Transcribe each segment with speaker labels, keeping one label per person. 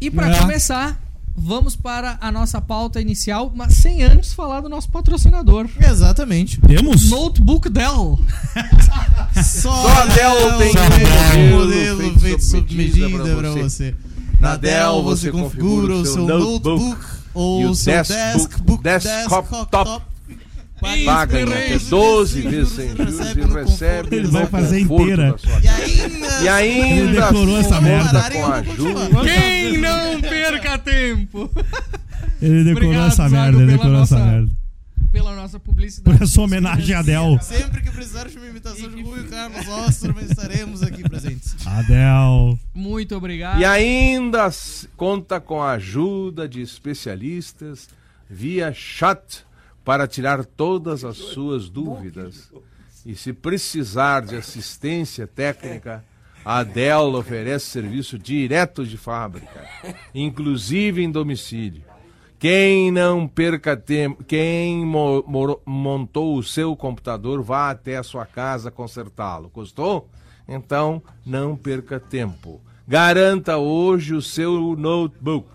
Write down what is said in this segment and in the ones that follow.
Speaker 1: E pra
Speaker 2: É.
Speaker 1: começar, vamos para a nossa pauta inicial, mas sem antes falar do nosso patrocinador.
Speaker 2: Exatamente.
Speaker 3: Temos?
Speaker 1: Notebook Dell.
Speaker 2: Só
Speaker 4: a Dell tem
Speaker 2: um
Speaker 4: modelo
Speaker 2: modelo
Speaker 4: feito
Speaker 2: feito sob
Speaker 4: sob medida
Speaker 2: medida pra
Speaker 4: pra
Speaker 2: você.
Speaker 4: Na Dell você configura o seu notebook e
Speaker 2: ou o
Speaker 4: o
Speaker 2: seu deskbook,
Speaker 4: deskbook-
Speaker 2: desktop.
Speaker 4: desktop.
Speaker 1: Paga em
Speaker 4: até 12 vezes sem juros e
Speaker 2: no
Speaker 4: recebe
Speaker 2: conforto
Speaker 3: Ele
Speaker 2: do
Speaker 3: vai
Speaker 4: no
Speaker 2: seu
Speaker 3: fazer
Speaker 2: conforto.
Speaker 4: conforto
Speaker 3: inteira.
Speaker 4: da sua
Speaker 2: E
Speaker 4: casa.
Speaker 2: ainda...
Speaker 4: E ainda
Speaker 3: Ele decorou
Speaker 4: assim,
Speaker 3: essa merda.
Speaker 4: conta
Speaker 2: Pararem, eu
Speaker 4: com a
Speaker 2: vou continuar.
Speaker 4: ajuda.
Speaker 1: Quem não perca tempo
Speaker 3: Ele decorou
Speaker 1: Obrigado,
Speaker 3: essa
Speaker 1: Zago,
Speaker 3: merda, ele
Speaker 1: pela
Speaker 3: decorou essa
Speaker 1: nossa-
Speaker 3: merda.
Speaker 1: pela nossa
Speaker 3: Por
Speaker 1: publicidade.
Speaker 3: essa homenagem a Adel.
Speaker 2: Sempre que precisar de uma imitação de Rui Carlos Osterman, estaremos aqui presentes.
Speaker 3: Adel.
Speaker 1: Muito obrigado.
Speaker 4: E ainda s- conta com a ajuda de especialistas via chat para tirar todas as suas dúvidas. E se precisar de assistência técnica, a Dell oferece serviço direto de fábrica, inclusive em domicílio. Quem não perca tempo, quem mo- moro- montou o seu computador, vá até a sua casa consertá-lo. Gostou? Então, não perca tempo. Garanta hoje o seu notebook.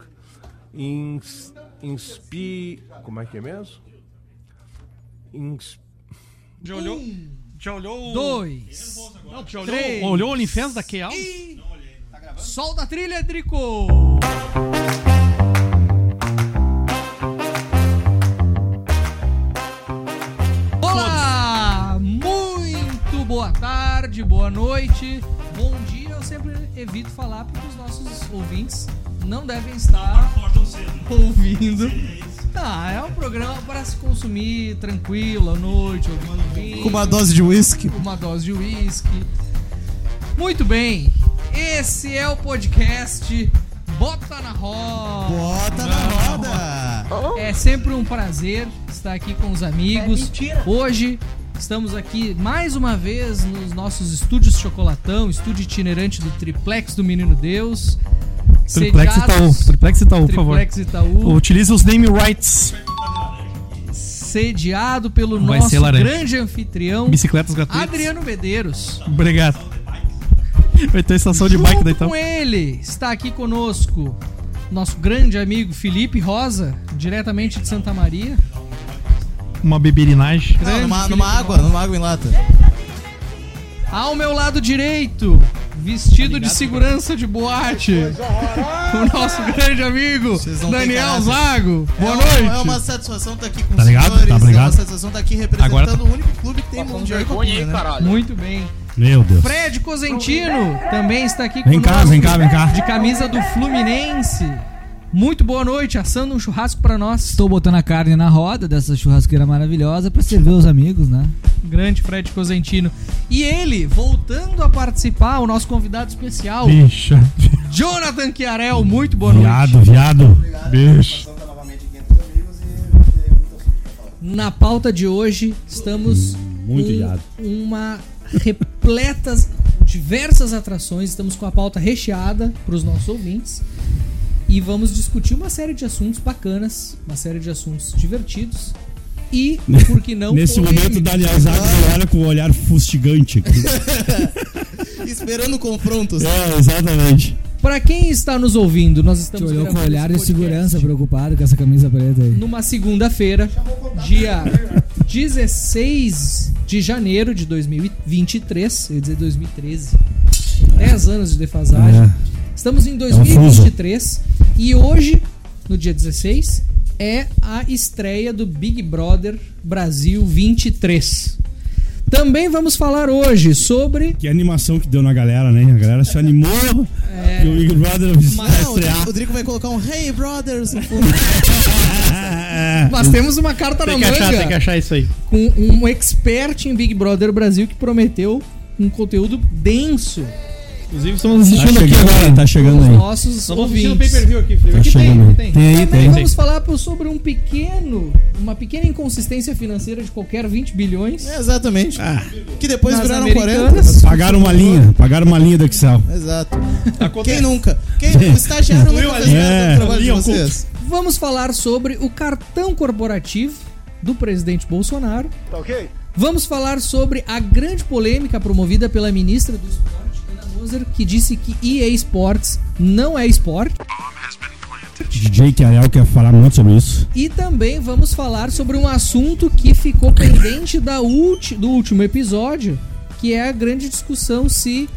Speaker 4: Ins, inspi, como é que é mesmo? Ins,
Speaker 5: Já olhou? Já olhou o. é
Speaker 1: Dois.
Speaker 5: Não, já
Speaker 1: Três.
Speaker 5: olhou, olhou o OnlyFans da Keal?
Speaker 1: E... Solta a trilha, Drico! Olá! Muito boa tarde, boa noite, bom dia. Eu sempre evito falar porque os nossos ouvintes não devem estar ouvindo. Ah, é um programa para se consumir tranquilo à noite, ouvindo um vinho
Speaker 2: Com uma dose de whisky.
Speaker 1: uma dose de uísque. Muito bem, esse é o podcast Bota na Roda.
Speaker 2: Bota na roda.
Speaker 1: É sempre um prazer estar aqui com os
Speaker 3: É
Speaker 1: amigos. Hoje estamos aqui mais uma vez nos nossos estúdios Chocolatão, estúdio itinerante do Triplex do Menino Deus.
Speaker 3: Triplex Itaú.
Speaker 1: Sediados-
Speaker 3: Triplex Itaú, por favor.
Speaker 1: Triplex Itaú.
Speaker 3: Utilize os name rights.
Speaker 1: Sediado pelo
Speaker 3: Vai ser
Speaker 1: nosso
Speaker 3: laranja.
Speaker 1: grande anfitrião,
Speaker 3: Bicicletas gratuitas.
Speaker 1: Adriano Medeiros.
Speaker 3: Obrigado. Vai ter estação de
Speaker 1: Junto
Speaker 3: bike
Speaker 2: tá?
Speaker 3: daí então.
Speaker 1: com ele está aqui conosco nosso grande amigo Felipe Rosa, diretamente de Santa Maria.
Speaker 3: Uma beberinagem.
Speaker 2: Não, numa,
Speaker 1: Grande
Speaker 2: numa
Speaker 1: Felipe
Speaker 2: água, numa água em lata.
Speaker 1: Ao meu lado direito, vestido de segurança de boate, o nosso grande amigo
Speaker 2: Vocês não têm
Speaker 1: Daniel
Speaker 2: caráter.
Speaker 1: Zago. Boa
Speaker 2: é uma-
Speaker 1: noite.
Speaker 2: é uma satisfação estar aqui com
Speaker 3: Tá
Speaker 2: os
Speaker 3: ligado?
Speaker 2: senhores.
Speaker 3: Tá
Speaker 2: É uma
Speaker 3: obrigado.
Speaker 2: satisfação estar aqui representando
Speaker 3: Agora tá-
Speaker 2: o único clube que tem mundial. e Copa, né?
Speaker 1: Muito bem.
Speaker 3: Meu Deus.
Speaker 1: Fred Cosentino também está aqui
Speaker 3: Vem cá,
Speaker 1: conosco,
Speaker 3: vem cá, vem cá.
Speaker 1: De camisa do Fluminense. Muito boa noite, assando um churrasco para nós.
Speaker 6: Estou botando a carne na roda dessa churrasqueira maravilhosa pra servir os amigos, né?
Speaker 1: Grande Fred Cosentino. E ele, voltando a participar, o nosso convidado especial,
Speaker 3: Bicha.
Speaker 1: Jonathan Chiarel. Muito boa noite.
Speaker 3: Viado, viado. Bicho.
Speaker 1: Na pauta de hoje, estamos
Speaker 7: muito
Speaker 1: com
Speaker 7: viado.
Speaker 1: uma repleta diversas atrações. Estamos com a pauta recheada para os nossos ouvintes. E vamos discutir uma série de assuntos bacanas, uma série de assuntos divertidos. E, por que não,
Speaker 7: Nesse momento, o
Speaker 1: polêmicos.
Speaker 7: Daniel Zago me olha com um olhar fustigante. aqui.
Speaker 2: Esperando confrontos.
Speaker 7: é, exatamente.
Speaker 1: Para quem está nos ouvindo, nós
Speaker 6: Te
Speaker 1: estamos
Speaker 6: olhou com
Speaker 1: gravando
Speaker 6: olhar de
Speaker 1: esse podcast
Speaker 6: segurança preocupado com essa camisa preta aí.
Speaker 1: numa segunda-feira, dia 16 de janeiro de 2023, eu ia dizer 2013, 10 anos de defasagem.
Speaker 3: É.
Speaker 1: Estamos em
Speaker 7: um fuso.
Speaker 1: 2023 e hoje, no dia 16, é a estreia do Big Brother Brasil 23. Também vamos falar hoje sobre
Speaker 7: Que animação que deu na galera, né? A galera se animou
Speaker 1: É.
Speaker 7: que o Big Brother vai
Speaker 2: Ah, Não, o Drico-
Speaker 7: é estrear.
Speaker 2: o Drico vai colocar um Hey Brothers no fundo.
Speaker 1: Nós temos uma carta na
Speaker 3: Tem que achar, tem que
Speaker 1: manga
Speaker 3: achar isso aí.
Speaker 1: com um expert em Big Brother Brasil que prometeu um conteúdo denso
Speaker 3: Inclusive, estamos
Speaker 7: Tá
Speaker 1: um
Speaker 3: assistindo aqui
Speaker 7: chegando aí,
Speaker 3: agora.
Speaker 7: tá chegando
Speaker 1: os
Speaker 7: aí.
Speaker 1: nossos ouvintes.
Speaker 3: aqui,
Speaker 7: Tá chegando aí. Tem aí,
Speaker 1: Também
Speaker 7: tem.
Speaker 1: vamos falar por- sobre um pequeno, uma pequena inconsistência financeira de qualquer 20 bilhões.
Speaker 2: É, exatamente.
Speaker 7: Ah.
Speaker 2: Que depois
Speaker 1: Nas
Speaker 2: viraram
Speaker 1: Americanas.
Speaker 2: 40.
Speaker 7: Pagaram
Speaker 1: um
Speaker 7: uma linha, pagaram uma linha do Excel.
Speaker 2: Exato. Quem nunca? Quem o estagiário nunca fez nada
Speaker 7: É,
Speaker 2: do trabalho de
Speaker 7: Leon Cook.
Speaker 2: vocês?
Speaker 1: Vamos falar sobre o cartão corporativo do presidente Bolsonaro. Tá ok? Vamos falar sobre a grande polêmica promovida pela ministra do esporte, Ana Moser, que disse que EA Sports não é esporte.
Speaker 7: DJ Kiarel quer falar muito sobre isso.
Speaker 1: E também vamos falar sobre um assunto que ficou pendente da ulti, do último episódio, que é a grande discussão se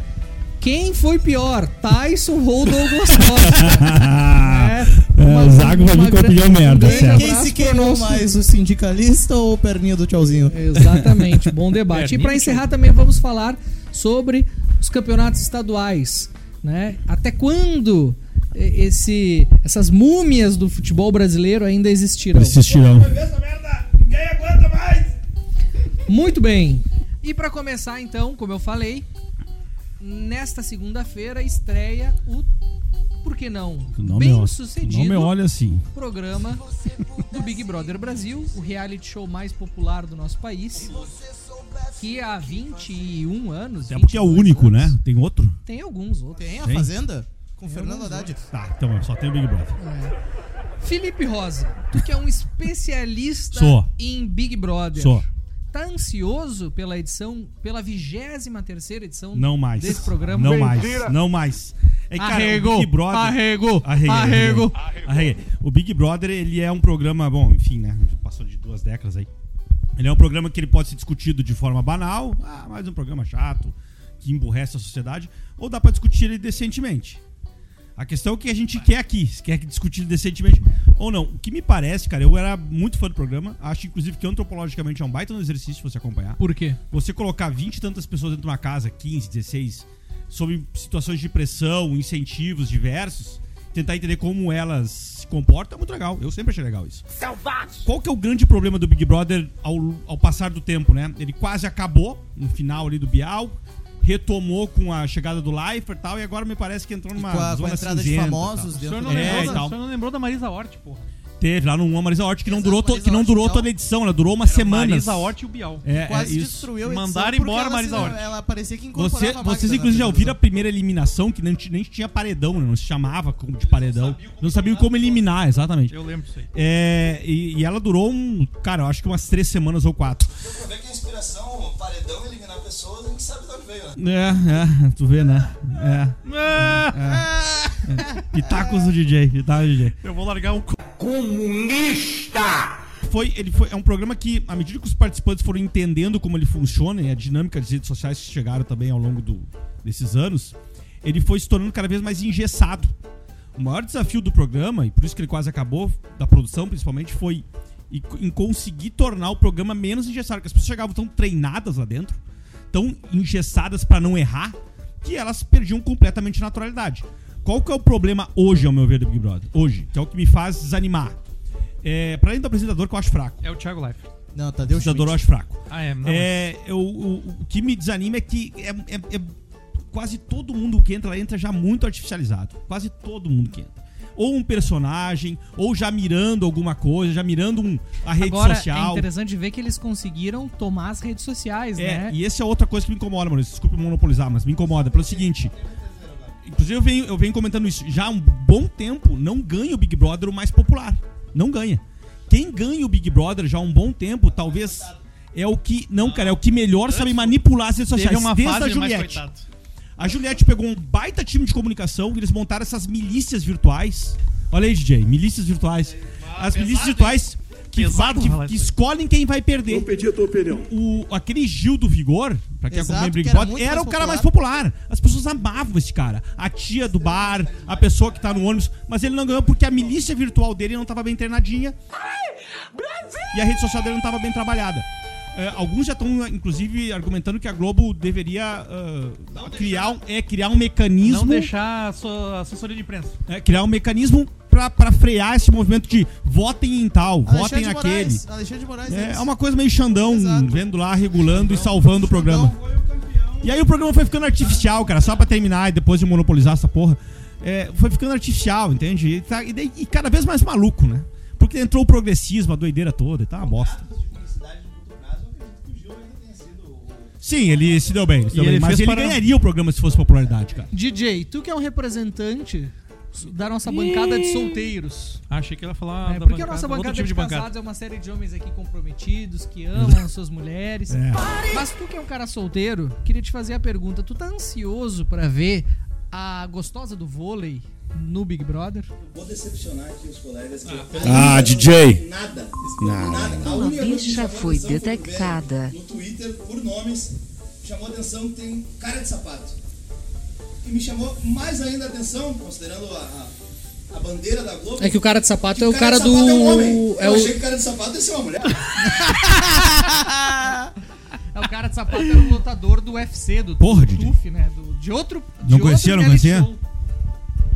Speaker 1: quem foi pior, Tyson ou Douglas Costa. né? É,
Speaker 7: o Zago vai vir com a
Speaker 1: gran-
Speaker 7: opinião merda,
Speaker 1: grande
Speaker 7: certo.
Speaker 2: Quem
Speaker 1: abraço
Speaker 2: se
Speaker 1: pro
Speaker 2: queimou
Speaker 1: nosso-
Speaker 2: mais, o sindicalista ou o perninha do tchauzinho?
Speaker 1: Exatamente, bom debate.
Speaker 5: É,
Speaker 1: e para
Speaker 5: nítido.
Speaker 1: encerrar também vamos falar sobre os campeonatos estaduais, né? Até quando eh, esse, essas múmias do futebol brasileiro ainda existirão?
Speaker 7: Esses tirão.
Speaker 1: Muito bem. E para começar então, como eu falei, nesta segunda-feira estreia o por que não?
Speaker 7: Não me
Speaker 1: bem
Speaker 7: olha-
Speaker 1: sucedido
Speaker 7: não me olha assim.
Speaker 1: programa do Big Brother Brasil, o reality show mais popular do nosso país, que há 21 anos.
Speaker 7: Até porque é o
Speaker 1: 22
Speaker 7: único, né?
Speaker 1: anos,
Speaker 7: Tem outro?
Speaker 1: Tem alguns outros.
Speaker 2: Tem a
Speaker 7: Tem?
Speaker 2: Fazenda? Com Fernando Haddad.
Speaker 7: Tá, então só tem o Big Brother.
Speaker 1: Felipe Rosa, tu que é um especialista
Speaker 7: Sou.
Speaker 1: em Big Brother.
Speaker 7: Só.
Speaker 1: Tá ansioso pela edição, pela 23 terceira edição
Speaker 7: Não mais.
Speaker 1: desse programa?
Speaker 7: Não
Speaker 4: Mentira.
Speaker 7: mais. Não mais. É, cara,
Speaker 1: Arregou,
Speaker 7: o Big Brother.
Speaker 1: arregou,
Speaker 7: Arreguei,
Speaker 1: arregou.
Speaker 7: arreguei. Arreguei. O Big Brother, ele é um programa, bom, enfim, né? já Passou de duas décadas aí. Ele é um programa que ele pode ser discutido de forma banal, ah, mais um programa chato, que emburrece a sociedade, ou dá pra discutir ele decentemente. A questão é o que a gente quer aqui, se quer discutir ele decentemente ou não. O que me parece, cara, eu era muito fã do programa, acho inclusive que antropologicamente é um baita um exercício você acompanhar
Speaker 1: Por quê?
Speaker 7: você colocar 20 e tantas pessoas dentro de uma casa, 15, 16, sob situações de pressão, incentivos diversos, tentar entender como elas se comportam é muito legal. Eu sempre achei legal isso. Qual que é o grande problema do Big Brother ao, ao passar do tempo, né? Ele quase acabou no final ali do Bial, retomou com a chegada do Leifert e tal, e agora me parece que entrou
Speaker 2: E Com
Speaker 7: numa
Speaker 2: a, com a
Speaker 7: zona
Speaker 2: entrada de
Speaker 7: cinzenta e
Speaker 2: famosos
Speaker 5: O senhor
Speaker 2: dentro
Speaker 5: não,
Speaker 7: É,
Speaker 5: lembrou,
Speaker 7: e
Speaker 5: da,
Speaker 7: tal.
Speaker 5: o senhor não lembrou da Marisa Hort, porra.
Speaker 7: tal. Teve lá no Marisa Hort que não
Speaker 2: Exato,
Speaker 7: durou, to-
Speaker 2: Marisa
Speaker 7: que não
Speaker 2: Hort,
Speaker 7: durou
Speaker 2: então.
Speaker 7: toda a edição, ela durou uma semana.
Speaker 5: Marisa Hort e o Bial.
Speaker 7: É,
Speaker 2: Quase
Speaker 7: é isso.
Speaker 2: destruiu a edição
Speaker 5: Mandaram
Speaker 2: porque
Speaker 5: embora
Speaker 2: ela
Speaker 5: a Marisa
Speaker 2: se-
Speaker 5: Hort.
Speaker 2: Ela parecia que incorporava
Speaker 7: Você,
Speaker 2: a máquina
Speaker 7: vocês,
Speaker 2: da
Speaker 7: inclusive, já ouviram a
Speaker 8: né?
Speaker 2: televisão.
Speaker 7: primeira eliminação, que nem, nem tinha paredão, né? não se chamava como de paredão. Não sabiam como eliminar, exatamente.
Speaker 5: Eu lembro disso aí.
Speaker 7: É, e, e ela durou um. Cara, eu acho que umas três semanas ou quatro.
Speaker 8: Pra ver que a inspiração, paredão, eliminar pessoas, a gente sabe de onde veio, né?
Speaker 7: É, é, tu vê, né? É.
Speaker 5: Ah!
Speaker 7: tá Pitacos do DJ, pitacos do DJ.
Speaker 5: Eu vou largar o cu.
Speaker 7: Foi, ele foi, é um programa que, à medida que os participantes foram entendendo como ele funciona e a dinâmica das redes sociais que chegaram também ao longo do- desses anos, ele foi se tornando cada vez mais engessado. O maior desafio do programa, e por isso que ele quase acabou, da produção principalmente, foi e- em conseguir tornar o programa menos engessado. Porque as pessoas chegavam tão treinadas lá dentro, tão engessadas pra não errar, que elas perdiam completamente a naturalidade. Qual que é o problema hoje, ao meu ver, do Big Brother? Hoje, que é o que me faz desanimar. É, pra além do apresentador, que eu acho fraco.
Speaker 5: É o Thiago Leifert.
Speaker 2: Não,
Speaker 7: O
Speaker 2: Tadeu
Speaker 7: apresentador eu
Speaker 2: Schmidt.
Speaker 7: acho fraco.
Speaker 5: Ah, é. Não,
Speaker 7: É, eu- o, o que me desanima é que é, é- é- quase todo mundo que entra lá entra já muito artificializado. Quase todo mundo que entra. Ou um personagem, ou já mirando alguma coisa, já mirando um, a rede
Speaker 1: Agora é
Speaker 7: social.
Speaker 1: interessante ver que eles conseguiram tomar as redes sociais,
Speaker 7: É,
Speaker 1: né?
Speaker 7: e essa é outra coisa que me incomoda, Maurício. Desculpa monopolizar, mas me incomoda. Pelo seguinte. Inclusive, eu venho, eu venho comentando isso. Já há um bom tempo, não ganha o Big Brother o mais popular. Não ganha. Quem ganha o Big Brother já há um bom tempo, talvez. É o que. Não, cara, é o que melhor sabe manipular as redes
Speaker 5: Teve
Speaker 7: sociais.
Speaker 5: uma
Speaker 7: desde
Speaker 5: fase
Speaker 7: a
Speaker 5: mais
Speaker 7: Juliette.
Speaker 5: coitado.
Speaker 7: A Juliette pegou um baita time de comunicação, eles montaram essas milícias virtuais. Olha aí, DJ, milícias virtuais. As milícias virtuais que,
Speaker 5: Pesado
Speaker 7: que-
Speaker 5: falar
Speaker 7: que
Speaker 5: isso.
Speaker 7: escolhem quem vai perder. Eu pedi a tua opinião. O, aquele Gil do Vigor, pra quem
Speaker 2: Exato,
Speaker 7: acompanha Big
Speaker 2: que era
Speaker 7: Brother,
Speaker 2: muito
Speaker 7: era,
Speaker 2: mais
Speaker 7: o cara mais popular. As pessoas amavam esse cara. A tia do bar, a pessoa que tá no ônibus. Mas ele não ganhou porque a milícia virtual dele não tava bem treinadinha. E a rede social dele não estava bem trabalhada. É, alguns já estão, inclusive, argumentando que a Globo deveria ah, criar, um- é, criar um mecanismo.
Speaker 5: não deixar a sua assessoria de imprensa.
Speaker 7: é, criar um mecanismo para frear esse movimento de votem em tal, votem
Speaker 2: Ah, Alexandre
Speaker 7: naquele.
Speaker 2: Moraes, Alexandre de Moraes.
Speaker 7: É,
Speaker 2: eles-
Speaker 7: é uma coisa meio Xandão,
Speaker 2: Exato.
Speaker 7: vendo lá, regulando e salvando o programa. E aí o programa foi ficando artificial, cara, só pra terminar e depois de monopolizar essa porra. É, foi ficando artificial, entende? E, tá- e daí- e cada vez mais maluco, né? Porque entrou o progressismo, a doideira toda, e tá uma bosta.
Speaker 8: De felicidade no curto prazo, eu acredito que o Gil ainda tenha sido o.
Speaker 7: Sim, ele se deu bem, ele se deu
Speaker 5: E
Speaker 7: bem,
Speaker 5: ele
Speaker 7: mas
Speaker 5: fez
Speaker 7: ele
Speaker 5: para-
Speaker 7: ganharia o programa se fosse popularidade, cara.
Speaker 1: DJ, tu que é um representante da nossa bancada de solteiros.
Speaker 5: Ah, achei que ele ia falar.
Speaker 1: É,
Speaker 5: da
Speaker 1: porque a nossa
Speaker 5: outro
Speaker 1: bancada
Speaker 5: tipo
Speaker 1: de casados é uma série de homens aqui comprometidos, que amam as suas mulheres.
Speaker 7: É.
Speaker 1: Mas tu que é um cara solteiro, queria te fazer a pergunta. Tu tá ansioso pra ver a gostosa do vôlei no Big Brother.
Speaker 8: Vou decepcionar aqui os colegas. Que eu-
Speaker 9: Ah, DJ.
Speaker 8: Nada.
Speaker 9: Não.
Speaker 8: nada. A
Speaker 10: Uma
Speaker 8: única coisa que
Speaker 10: bicha
Speaker 8: chamou
Speaker 10: foi
Speaker 8: atenção por ver
Speaker 10: detectada.
Speaker 8: No Twitter, por nomes, chamou atenção que tem cara de sapato. E me chamou mais ainda a atenção, considerando a, a, a bandeira da Globo.
Speaker 11: É que o cara de sapato é o cara
Speaker 8: de sapato É um homem.
Speaker 11: do. É
Speaker 8: Eu
Speaker 11: o...
Speaker 8: achei que o cara de sapato ia ser uma mulher.
Speaker 1: É o cara de sapato era um lutador do UFC, do
Speaker 7: Porra,
Speaker 1: do
Speaker 7: Didi.
Speaker 1: TUF, né? Do- de outro.
Speaker 7: Não
Speaker 1: de outro
Speaker 7: conhecia, não
Speaker 1: reality
Speaker 7: conhecia?
Speaker 1: show.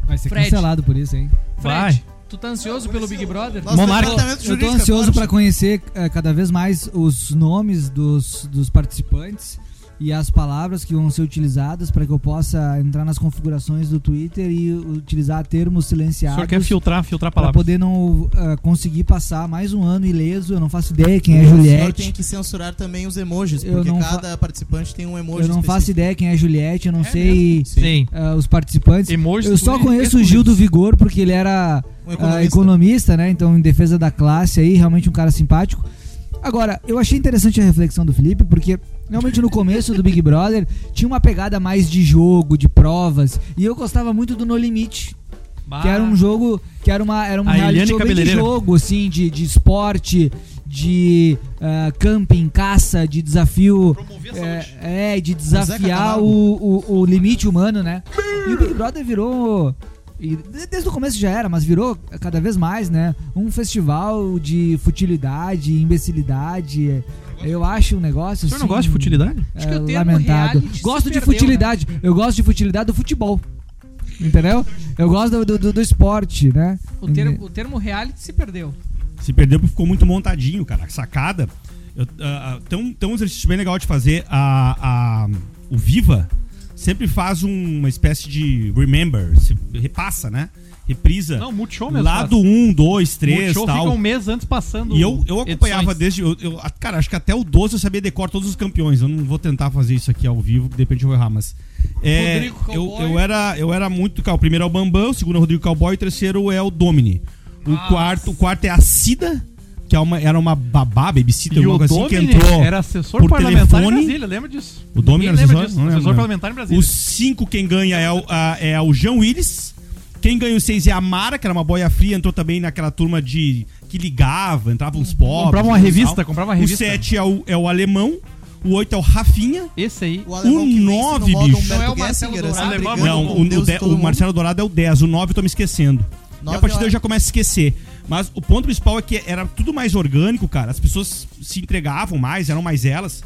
Speaker 6: Vai ser
Speaker 1: Fred.
Speaker 6: cancelado por isso, hein?
Speaker 1: Fred, tu tá ansioso pelo Big Brother?
Speaker 2: Nosso
Speaker 6: Monarca,
Speaker 2: departamento
Speaker 6: Eu tô
Speaker 2: jurídico é
Speaker 6: ansioso
Speaker 2: forte.
Speaker 6: pra conhecer eh, cada vez mais os nomes dos, dos participantes e as palavras que vão ser utilizadas para que eu possa entrar nas configurações do Twitter e utilizar termos
Speaker 5: O senhor quer
Speaker 6: silenciados
Speaker 5: filtrar, filtrar
Speaker 6: para
Speaker 5: palavras.
Speaker 6: poder não eh, conseguir passar mais um ano ileso. Eu não faço ideia quem é
Speaker 2: O senhor
Speaker 6: Juliette.
Speaker 2: tem que censurar também os emojis,
Speaker 6: Eu
Speaker 2: porque
Speaker 6: não fa-
Speaker 2: cada participante tem um emoji
Speaker 6: Eu não faço
Speaker 2: específico.
Speaker 6: ideia quem é Juliette, eu não sei
Speaker 5: Sim.
Speaker 6: ah, os participantes.
Speaker 5: Emojis,
Speaker 6: eu só
Speaker 5: tudo
Speaker 6: conheço o Gil do Vigor porque ele era
Speaker 2: Um
Speaker 6: ah, economista.
Speaker 2: economista.
Speaker 6: né? Então, em defesa da classe aí, realmente um cara simpático. Agora, eu achei interessante a reflexão do Felipe, porque realmente no começo do Big Brother tinha uma pegada mais de jogo, de provas, e eu gostava muito do No Limite. Que era um jogo, que era uma era um
Speaker 5: A
Speaker 6: reality
Speaker 5: Eliane
Speaker 6: show bem de
Speaker 5: Cabeleireira.
Speaker 6: jogo, assim, de, de esporte, de ah, camping, caça, de desafio. É, é, de desafiar
Speaker 2: Camargo.
Speaker 6: o, o, o limite humano, né? E o Big Brother virou. e de- desde o começo já era, mas virou cada vez mais, né? Um festival de futilidade, imbecilidade. Eu acho um negócio.
Speaker 5: O senhor não gosta de futilidade?
Speaker 1: Acho que o termo
Speaker 6: lamentável.
Speaker 1: reality se
Speaker 6: Gosto de
Speaker 1: perdeu, né?
Speaker 6: futilidade. Eu gosto de futilidade do futebol. Entendeu? Eu gosto do, do- do, do esporte, né?
Speaker 1: O termo, o termo reality se perdeu.
Speaker 7: Se perdeu porque ficou muito montadinho, cara. A Sacada. Eu, ah, ah, tem, um, tem um exercício bem legal de fazer. A, a- o Viva sempre faz um- uma espécie de remember, se repassa, né? Reprisa.
Speaker 5: Não, Multishow mesmo.
Speaker 7: lá do 1, 2, 3,
Speaker 5: Multishow fica
Speaker 7: tal.
Speaker 5: um mês antes passando.
Speaker 7: E eu, eu acompanhava
Speaker 5: edições.
Speaker 7: desde. Eu, eu- cara, acho que até o 12 eu sabia decorar todos os campeões. Eu não vou tentar fazer isso aqui ao vivo, que de repente eu vou errar, mas. é,
Speaker 1: Rodrigo
Speaker 7: eu,
Speaker 1: Cowboy.
Speaker 7: eu era, eu era muito. Cara, o primeiro é o Bambam, o segundo é o Rodrigo Cowboy, o terceiro é o Domini. O,
Speaker 1: Ah.
Speaker 7: quarto, o quarto é a Cida, que é uma, era uma babá, babysitter,
Speaker 5: E o
Speaker 7: alguma coisa assim, que
Speaker 5: Domini
Speaker 7: entrou.
Speaker 5: era assessor
Speaker 7: por
Speaker 5: parlamentar
Speaker 7: telefone.
Speaker 5: em Brasília, lembra disso?
Speaker 7: O Domini
Speaker 5: Ninguém
Speaker 7: era
Speaker 5: lembra
Speaker 7: assessor?
Speaker 5: disso.
Speaker 7: Não lembro,
Speaker 5: assessor
Speaker 7: não.
Speaker 5: parlamentar em Brasília.
Speaker 7: Os cinco quem ganha é o, a- é o Jean Willis. Quem ganha os seis é a Mara, que era uma boia fria, entrou também naquela turma de. que ligava, entrava os pobres.
Speaker 5: Comprava uma
Speaker 7: tal.
Speaker 5: revista, comprava uma
Speaker 7: O
Speaker 5: revista.
Speaker 7: sete é o, é o alemão. O oito é o Rafinha.
Speaker 5: Esse aí.
Speaker 2: O alemão que vence no
Speaker 7: Um nove,
Speaker 2: modo
Speaker 7: bicho.
Speaker 2: Humberto
Speaker 1: Não é o Marcelo
Speaker 2: Gessinger,
Speaker 1: Dourado.
Speaker 2: assim,
Speaker 5: Alemão,
Speaker 2: brigando
Speaker 7: Não,
Speaker 2: com
Speaker 7: o,
Speaker 2: Deus
Speaker 7: o de-
Speaker 2: e todo
Speaker 7: o
Speaker 2: mundo.
Speaker 7: um Marcelo Dourado é o 10, o 9 eu tô me esquecendo. E
Speaker 2: Nove é
Speaker 7: a partir daí
Speaker 2: horas.
Speaker 7: eu já começo a esquecer. Mas o ponto principal é que era tudo mais orgânico, cara. As pessoas se entregavam mais, eram mais elas.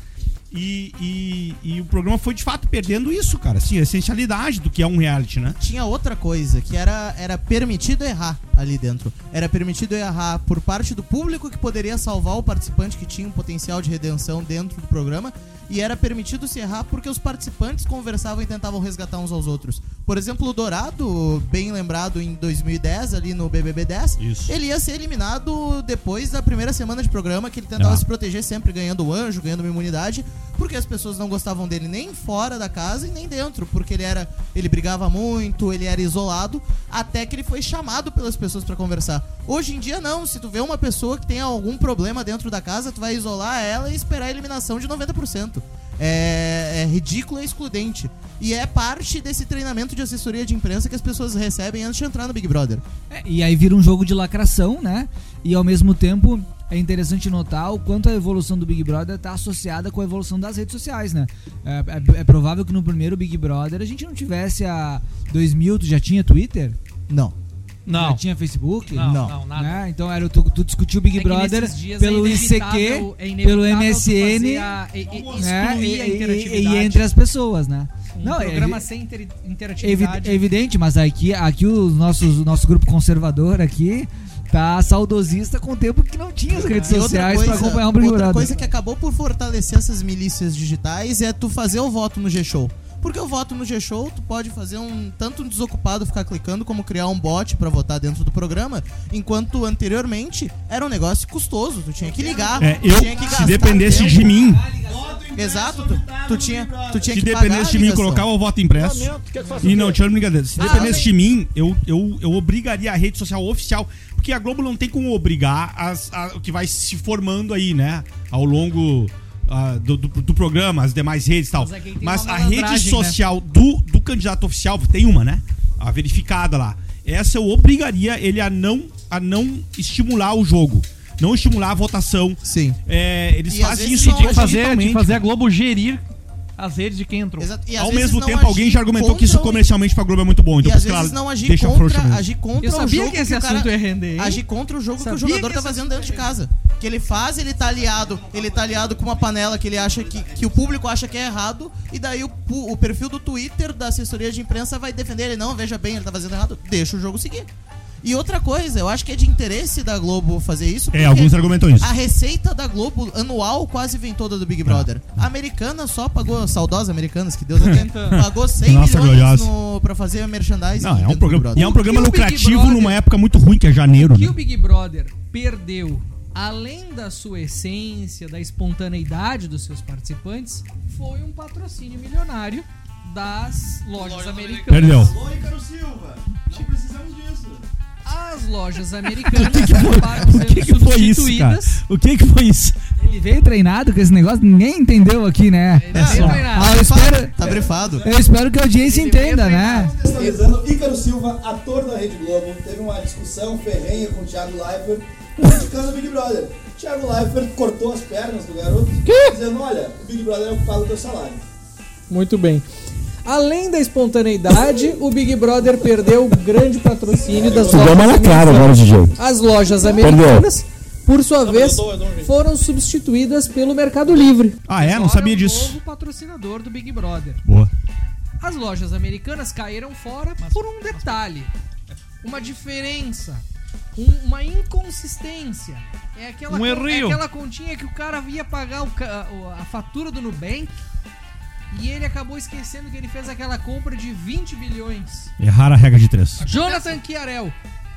Speaker 7: E, e- e o programa foi de fato perdendo isso, cara. Assim, a essencialidade do que é um reality, né?
Speaker 2: Tinha outra coisa, que era, era permitido errar ali dentro. Era permitido errar por parte do público que poderia salvar o participante que tinha um potencial de redenção dentro do programa. E era permitido se errar porque os participantes conversavam e tentavam resgatar uns aos outros. Por exemplo, o Dourado, bem lembrado em 2010, ali no BBB 10,
Speaker 7: Isso.
Speaker 2: ele ia ser eliminado depois da primeira semana de programa, que ele tentava
Speaker 7: Ah.
Speaker 2: se proteger sempre ganhando o anjo, ganhando uma imunidade, porque as pessoas não gostavam dele nem fora da casa e nem dentro, porque ele era, ele brigava muito, ele era isolado, até que ele foi chamado pelas pessoas pra conversar. Hoje em dia não, se tu vê uma pessoa que tem algum problema dentro da casa, tu vai isolar ela e esperar a eliminação de 90%. É, é ridículo e excludente. E é parte desse treinamento de assessoria de imprensa que as pessoas recebem antes de entrar no Big Brother.
Speaker 6: É, E aí vira um jogo de lacração, né? E ao mesmo tempo é interessante notar o quanto a evolução do Big Brother está associada com a evolução das redes sociais, né? É, é- é provável que no primeiro Big Brother a gente não tivesse a 2000, tu já tinha Twitter?
Speaker 2: Não.
Speaker 6: Já
Speaker 5: Não.
Speaker 6: tinha Facebook?
Speaker 5: Não,
Speaker 2: Não.
Speaker 5: não, nada.
Speaker 6: Né? Então era tu, tu discutiu o Big
Speaker 1: É que
Speaker 6: Brother
Speaker 1: nesses dias é
Speaker 6: pelo
Speaker 1: inevitável-
Speaker 6: ICQ,
Speaker 1: é inevitável
Speaker 6: pelo
Speaker 1: tu
Speaker 6: MSN,
Speaker 1: fazer a- e- e-
Speaker 6: né? E,
Speaker 1: excluir a
Speaker 6: e- e
Speaker 1: interatividade.
Speaker 6: entre as pessoas, né?
Speaker 1: Um
Speaker 6: Não, é-
Speaker 1: programa sem inter-
Speaker 6: é evi-
Speaker 1: interatividade.
Speaker 6: é evidente, mas aqui, aqui os nossos, o nosso grupo conservador aqui tá saudosista com o tempo que não tinha as redes
Speaker 2: E outra
Speaker 6: sociais pra
Speaker 2: coisa-
Speaker 6: acompanhar um Big
Speaker 2: outra
Speaker 6: Brother.
Speaker 2: coisa que acabou por fortalecer essas milícias digitais é tu fazer o voto no G-Show. Porque o voto no G-Show, tu pode fazer um tanto um desocupado ficar clicando, como criar um bot pra votar dentro do programa, enquanto anteriormente era um negócio custoso, tu tinha que ligar,
Speaker 7: É,
Speaker 2: tu Ah, tinha que
Speaker 7: eu, se
Speaker 2: gastar
Speaker 7: dependesse
Speaker 2: tempo.
Speaker 7: de mim,
Speaker 2: Exato, tu, tu tinha, tu tinha
Speaker 7: se
Speaker 2: que
Speaker 7: dependesse de mim, eu colocava
Speaker 2: colocar
Speaker 7: o voto impresso. E não, tirando brincadeira. Se dependesse de mim, eu, eu, eu obrigaria a rede social oficial. Porque a Globo não tem como obrigar as, a- o que vai se formando aí, né? Ao longo ah, do, do- do programa, as demais redes e tal.
Speaker 1: Mas é que aí tem
Speaker 7: Mas
Speaker 1: uma
Speaker 7: a rede
Speaker 1: malandragem,
Speaker 7: social do, do candidato oficial, tem uma, né? A verificada lá. Essa eu obrigaria ele a não, a não estimular o jogo. Não estimular a votação.
Speaker 2: Sim.
Speaker 7: É, eles
Speaker 2: E às
Speaker 7: fazem
Speaker 2: vezes
Speaker 7: isso
Speaker 2: só
Speaker 7: de
Speaker 5: Tinha que fazer, tinha
Speaker 7: digitalmente.
Speaker 5: que É, fazer a Globo gerir as redes de quem entrou.
Speaker 2: Exato. E às
Speaker 7: Ao
Speaker 2: vezes
Speaker 7: mesmo
Speaker 2: não
Speaker 7: tempo, alguém
Speaker 2: agir
Speaker 7: já argumentou que isso
Speaker 2: contra o-
Speaker 7: comercialmente pra Globo é muito bom. Então,
Speaker 2: e
Speaker 7: por
Speaker 2: às
Speaker 7: isso que
Speaker 2: vezes
Speaker 7: ela
Speaker 2: não agir
Speaker 7: deixa frouxo
Speaker 2: contra,
Speaker 7: mesmo.
Speaker 2: agir contra
Speaker 1: Eu
Speaker 2: o
Speaker 1: sabia
Speaker 2: jogo
Speaker 1: que esse
Speaker 2: o cara-
Speaker 1: assunto ia render, hein?
Speaker 2: Agir contra o jogo
Speaker 1: Sabia
Speaker 2: que o jogador
Speaker 1: que
Speaker 2: tá
Speaker 1: esse
Speaker 2: fazendo dentro de casa. Que ele faz, ele tá aliado, ele tá aliado com uma panela que ele acha que, que o público acha que é errado, e daí o, pu- o perfil do Twitter da assessoria de imprensa vai defender ele, não, veja bem, ele tá fazendo errado, deixa o jogo seguir. E outra coisa, eu acho que é de interesse da Globo fazer isso. porque-
Speaker 7: É, alguns argumentam isso.
Speaker 2: a receita da Globo anual quase vem toda do Big Brother. A americana só pagou, saudosa americanas, que Deus a tenha, pagou 100
Speaker 7: Nossa,
Speaker 2: milhões
Speaker 7: gloriosa.
Speaker 2: no, pra fazer merchandising.
Speaker 7: Não, é
Speaker 2: dentro
Speaker 7: um
Speaker 2: do
Speaker 7: programa,
Speaker 2: Big
Speaker 7: e é um
Speaker 2: Brother.
Speaker 7: programa
Speaker 1: O que o Big
Speaker 7: lucrativo
Speaker 1: Brother-
Speaker 7: numa época muito ruim, que é janeiro,
Speaker 1: que
Speaker 7: né?
Speaker 1: o Big Brother perdeu, além da sua essência, da espontaneidade dos seus participantes, foi um patrocínio milionário das lojas americanas.
Speaker 7: Perdeu.
Speaker 8: Alô, Ícaro Silva, não precisamos disso.
Speaker 1: As lojas americanas acabaram
Speaker 6: O que que foi isso, cara? O que que foi isso? Ele veio treinado com esse negócio, ninguém entendeu aqui, né?
Speaker 2: É,
Speaker 1: Ele veio treinado.
Speaker 6: Ah, eu espero,
Speaker 2: Tá brefado.
Speaker 6: eu espero que a audiência
Speaker 1: Ele
Speaker 6: entenda,
Speaker 1: veio
Speaker 6: né?
Speaker 1: treinado.
Speaker 8: Contextualizando, Ícaro Silva, ator da Rede Globo, teve uma discussão ferrenha com o Thiago Leifert, criticando o Big Brother. Thiago Leifert cortou as pernas do garoto, dizendo, olha, o Big Brother é o que paga o teu salário.
Speaker 9: Muito bem. Além da espontaneidade, o Big Brother perdeu o grande patrocínio das lojas americanas. As lojas americanas, por sua vez, foram substituídas pelo Mercado Livre.
Speaker 7: Ah, é? Não
Speaker 1: Agora
Speaker 7: sabia
Speaker 1: é o
Speaker 7: disso.
Speaker 1: novo patrocinador do Big Brother.
Speaker 7: Boa.
Speaker 1: As lojas americanas caíram fora por um detalhe, uma diferença, um- uma inconsistência. É aquela,
Speaker 5: Um
Speaker 1: con- é
Speaker 5: errinho.
Speaker 1: aquela continha que o cara ia pagar o ca- o- a fatura do Nubank e ele acabou esquecendo que ele fez aquela compra de 20 bilhões.
Speaker 7: Errar a regra de três.
Speaker 1: Jonathan Chiarel,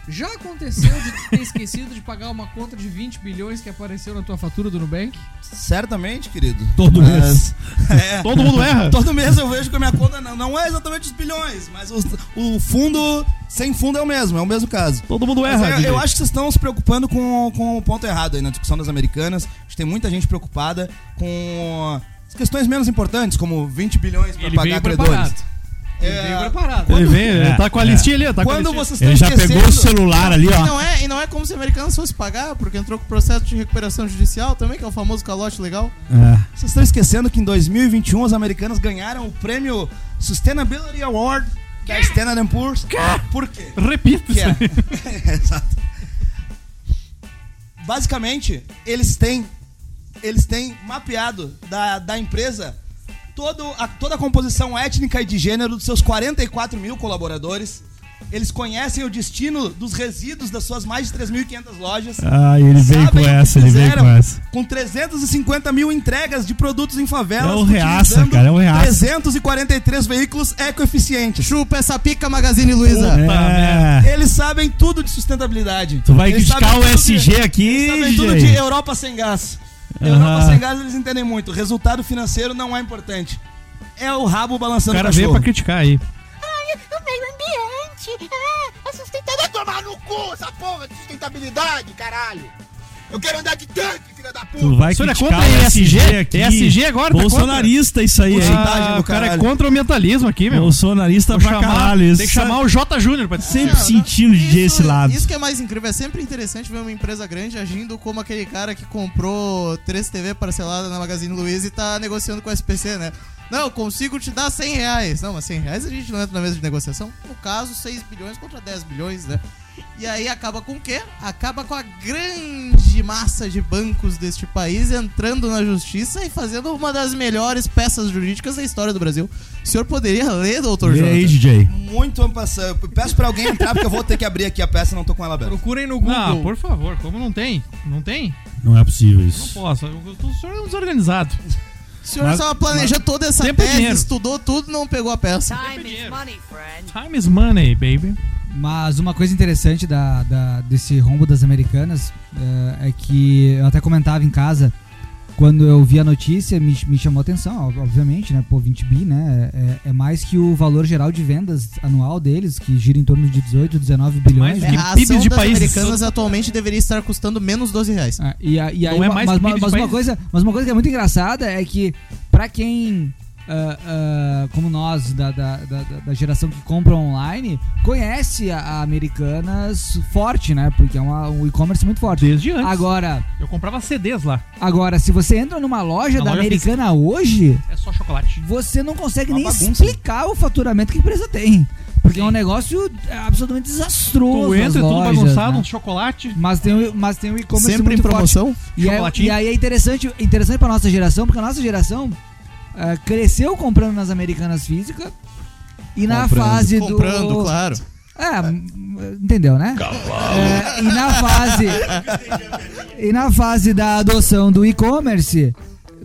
Speaker 1: já aconteceu de ter esquecido de pagar uma conta de 20 bilhões que apareceu na tua fatura do Nubank?
Speaker 10: Certamente, querido.
Speaker 7: Todo mês.
Speaker 10: É.
Speaker 5: Todo mundo erra.
Speaker 10: Todo mês eu vejo que a minha conta não, não é exatamente os bilhões, mas os- o fundo sem fundo é o mesmo, é o mesmo caso.
Speaker 5: Todo mundo
Speaker 10: Mas é,
Speaker 5: erra.
Speaker 10: eu-
Speaker 5: DJ.
Speaker 10: eu acho que vocês estão se preocupando com, com o ponto errado aí na discussão das americanas. Acho que tem muita gente preocupada com as questões menos importantes, como 20 bilhões para
Speaker 5: Ele
Speaker 10: pagar
Speaker 5: veio
Speaker 10: credores.
Speaker 1: Ele
Speaker 5: preparado.
Speaker 10: É,
Speaker 5: É.
Speaker 1: veio preparado.
Speaker 5: Ele vem, ele
Speaker 7: É,
Speaker 5: tá com a
Speaker 7: é.
Speaker 5: listinha ali, ó, tá com a
Speaker 10: Quando
Speaker 5: listinha.
Speaker 10: vocês estão
Speaker 7: Ele já
Speaker 10: esquecendo...
Speaker 7: pegou o celular ali,
Speaker 2: E
Speaker 7: ó.
Speaker 2: não, é, e não é como se a americana fosse pagar, porque entrou com o processo de recuperação judicial também, que é o famoso calote legal.
Speaker 7: É.
Speaker 10: Vocês estão esquecendo que em 2021 os americanos um ganharam o prêmio Sustainability Award da Standard Poor's. Por quê?
Speaker 5: Repita
Speaker 10: Que
Speaker 5: isso.
Speaker 10: é.
Speaker 5: aí.
Speaker 10: Exato. Basicamente, eles têm eles têm mapeado da, da empresa todo a, toda a composição étnica e de gênero dos seus 44 mil colaboradores. Eles conhecem o destino dos resíduos das suas mais de 3.500 lojas.
Speaker 7: Ah, ele veio
Speaker 10: Sabem
Speaker 7: com
Speaker 10: o que
Speaker 7: essa, ele veio
Speaker 10: fizeram
Speaker 7: com essa.
Speaker 10: Com 350 mil entregas de produtos em favelas.
Speaker 7: É o reaça,
Speaker 10: utilizando
Speaker 7: cara, é o reaça.
Speaker 10: 343 veículos ecoeficientes.
Speaker 2: Chupa essa pica, Magazine Luiza.
Speaker 7: É.
Speaker 10: Eles sabem tudo de sustentabilidade.
Speaker 7: Tu vai
Speaker 10: Eles
Speaker 7: criticar
Speaker 10: sabem
Speaker 7: o
Speaker 10: tudo de-
Speaker 7: SG aqui,
Speaker 10: eles sabem tudo de
Speaker 7: DJ.
Speaker 10: Europa sem gás.
Speaker 7: Aham.
Speaker 10: Europa sem gás eles entendem muito. Resultado financeiro não é importante. É o rabo
Speaker 5: O
Speaker 10: balançando o
Speaker 5: cara veio
Speaker 10: cachorro.
Speaker 5: pra criticar aí.
Speaker 11: Ai, o meio ambiente! Ah, a sustentabilidade! Vai tomar no cu essa porra de sustentabilidade, caralho! Eu quero andar de tanque, filha da puta!
Speaker 7: Tu vai
Speaker 5: O senhor é
Speaker 7: criticar
Speaker 5: contra
Speaker 7: o
Speaker 5: ESG?
Speaker 7: SG aqui.
Speaker 5: ESG agora tá
Speaker 7: Bolsonarista isso aí, hein?
Speaker 10: Porcentagem
Speaker 5: Ah,
Speaker 10: do
Speaker 5: o cara é
Speaker 10: caralho.
Speaker 5: contra o ambientalismo aqui, meu.
Speaker 7: Bolsonarista
Speaker 5: Vou
Speaker 7: pra
Speaker 5: chamar-
Speaker 7: caralho. é
Speaker 5: Tem que chamar o J Júnior pra dizer.
Speaker 7: Sempre sentindo de esse lado.
Speaker 2: Isso que é mais incrível, é sempre interessante ver uma empresa grande agindo como aquele cara que comprou 3 TV parcelada na Magazine Luiza e tá negociando com o SPC, né? Não, eu consigo te dar 100 reais. Não, mas 100 reais a gente não entra na mesa de negociação. No caso, 6 bilhões contra 10 bilhões, né? E aí acaba com o quê? Acaba com a grande massa de bancos deste país entrando na justiça e fazendo uma das melhores peças jurídicas da história do Brasil. O senhor poderia ler, doutor
Speaker 7: E aí,
Speaker 2: Jorge?
Speaker 7: DJ?
Speaker 10: Muito ampassando. Eu peço pra alguém entrar porque eu vou ter que abrir aqui a peça, não tô com ela aberta.
Speaker 1: Procurem no Google.
Speaker 5: Não, por favor, como não tem? Não tem?
Speaker 7: Não é possível
Speaker 5: Não
Speaker 7: isso.
Speaker 5: posso. Eu- eu tô- O senhor é um desorganizado.
Speaker 2: O senhor
Speaker 7: Mas-
Speaker 2: só planejou toda essa
Speaker 5: Tempo é
Speaker 2: tese,
Speaker 5: dinheiro.
Speaker 2: estudou tudo, não pegou a peça.
Speaker 5: Time is money, baby.
Speaker 6: Mas uma coisa interessante da, da- desse rombo das americanas eh, é que eu até comentava em casa Quando eu vi a notícia, me, me chamou a atenção, ob- obviamente, né? Pô, 20 bi, né? É, é mais que o valor geral de vendas anual deles, que gira em torno de 18, 19 bilhões.
Speaker 2: É,
Speaker 6: né?
Speaker 2: a ação das americanas atualmente deveria estar custando menos 12 reais.
Speaker 6: Ah, e, a- e aí,
Speaker 2: Não é
Speaker 6: ma-
Speaker 2: mais
Speaker 6: mas,
Speaker 2: PIB de
Speaker 6: mas uma
Speaker 2: país.
Speaker 6: coisa, mas uma coisa que é muito engraçada é que pra quem ah, ah, como nós da, da, da, da- da geração que compra online conhece a, a Americanas forte, né? Porque é uma- um e-commerce muito forte. Desde antes. Agora,
Speaker 5: Eu comprava CDs lá.
Speaker 6: agora se você entra numa loja
Speaker 5: Na
Speaker 6: da
Speaker 5: loja
Speaker 6: Americana hoje,
Speaker 5: É só chocolate.
Speaker 6: você não consegue
Speaker 5: Uma
Speaker 6: nem
Speaker 5: bagunça.
Speaker 6: explicar o faturamento que a empresa tem. Porque é um negócio absolutamente desastroso.
Speaker 5: Tu entra
Speaker 6: nas
Speaker 5: e tudo
Speaker 6: lojas,
Speaker 5: bagunçado,
Speaker 6: né?
Speaker 5: um chocolate.
Speaker 6: Mas tem, o- mas tem o e-commerce
Speaker 5: Sempre
Speaker 6: muito
Speaker 5: em promoção?
Speaker 6: forte. E, é-
Speaker 5: Chocolatinho?
Speaker 6: e aí é interessante, interessante pra nossa geração, porque a nossa geração ah, cresceu comprando nas Americanas Física e na
Speaker 2: Comprando.
Speaker 6: fase do...
Speaker 2: Comprando, claro.
Speaker 6: É, m- entendeu, né? É, e na fase... e na fase da adoção do e-commerce...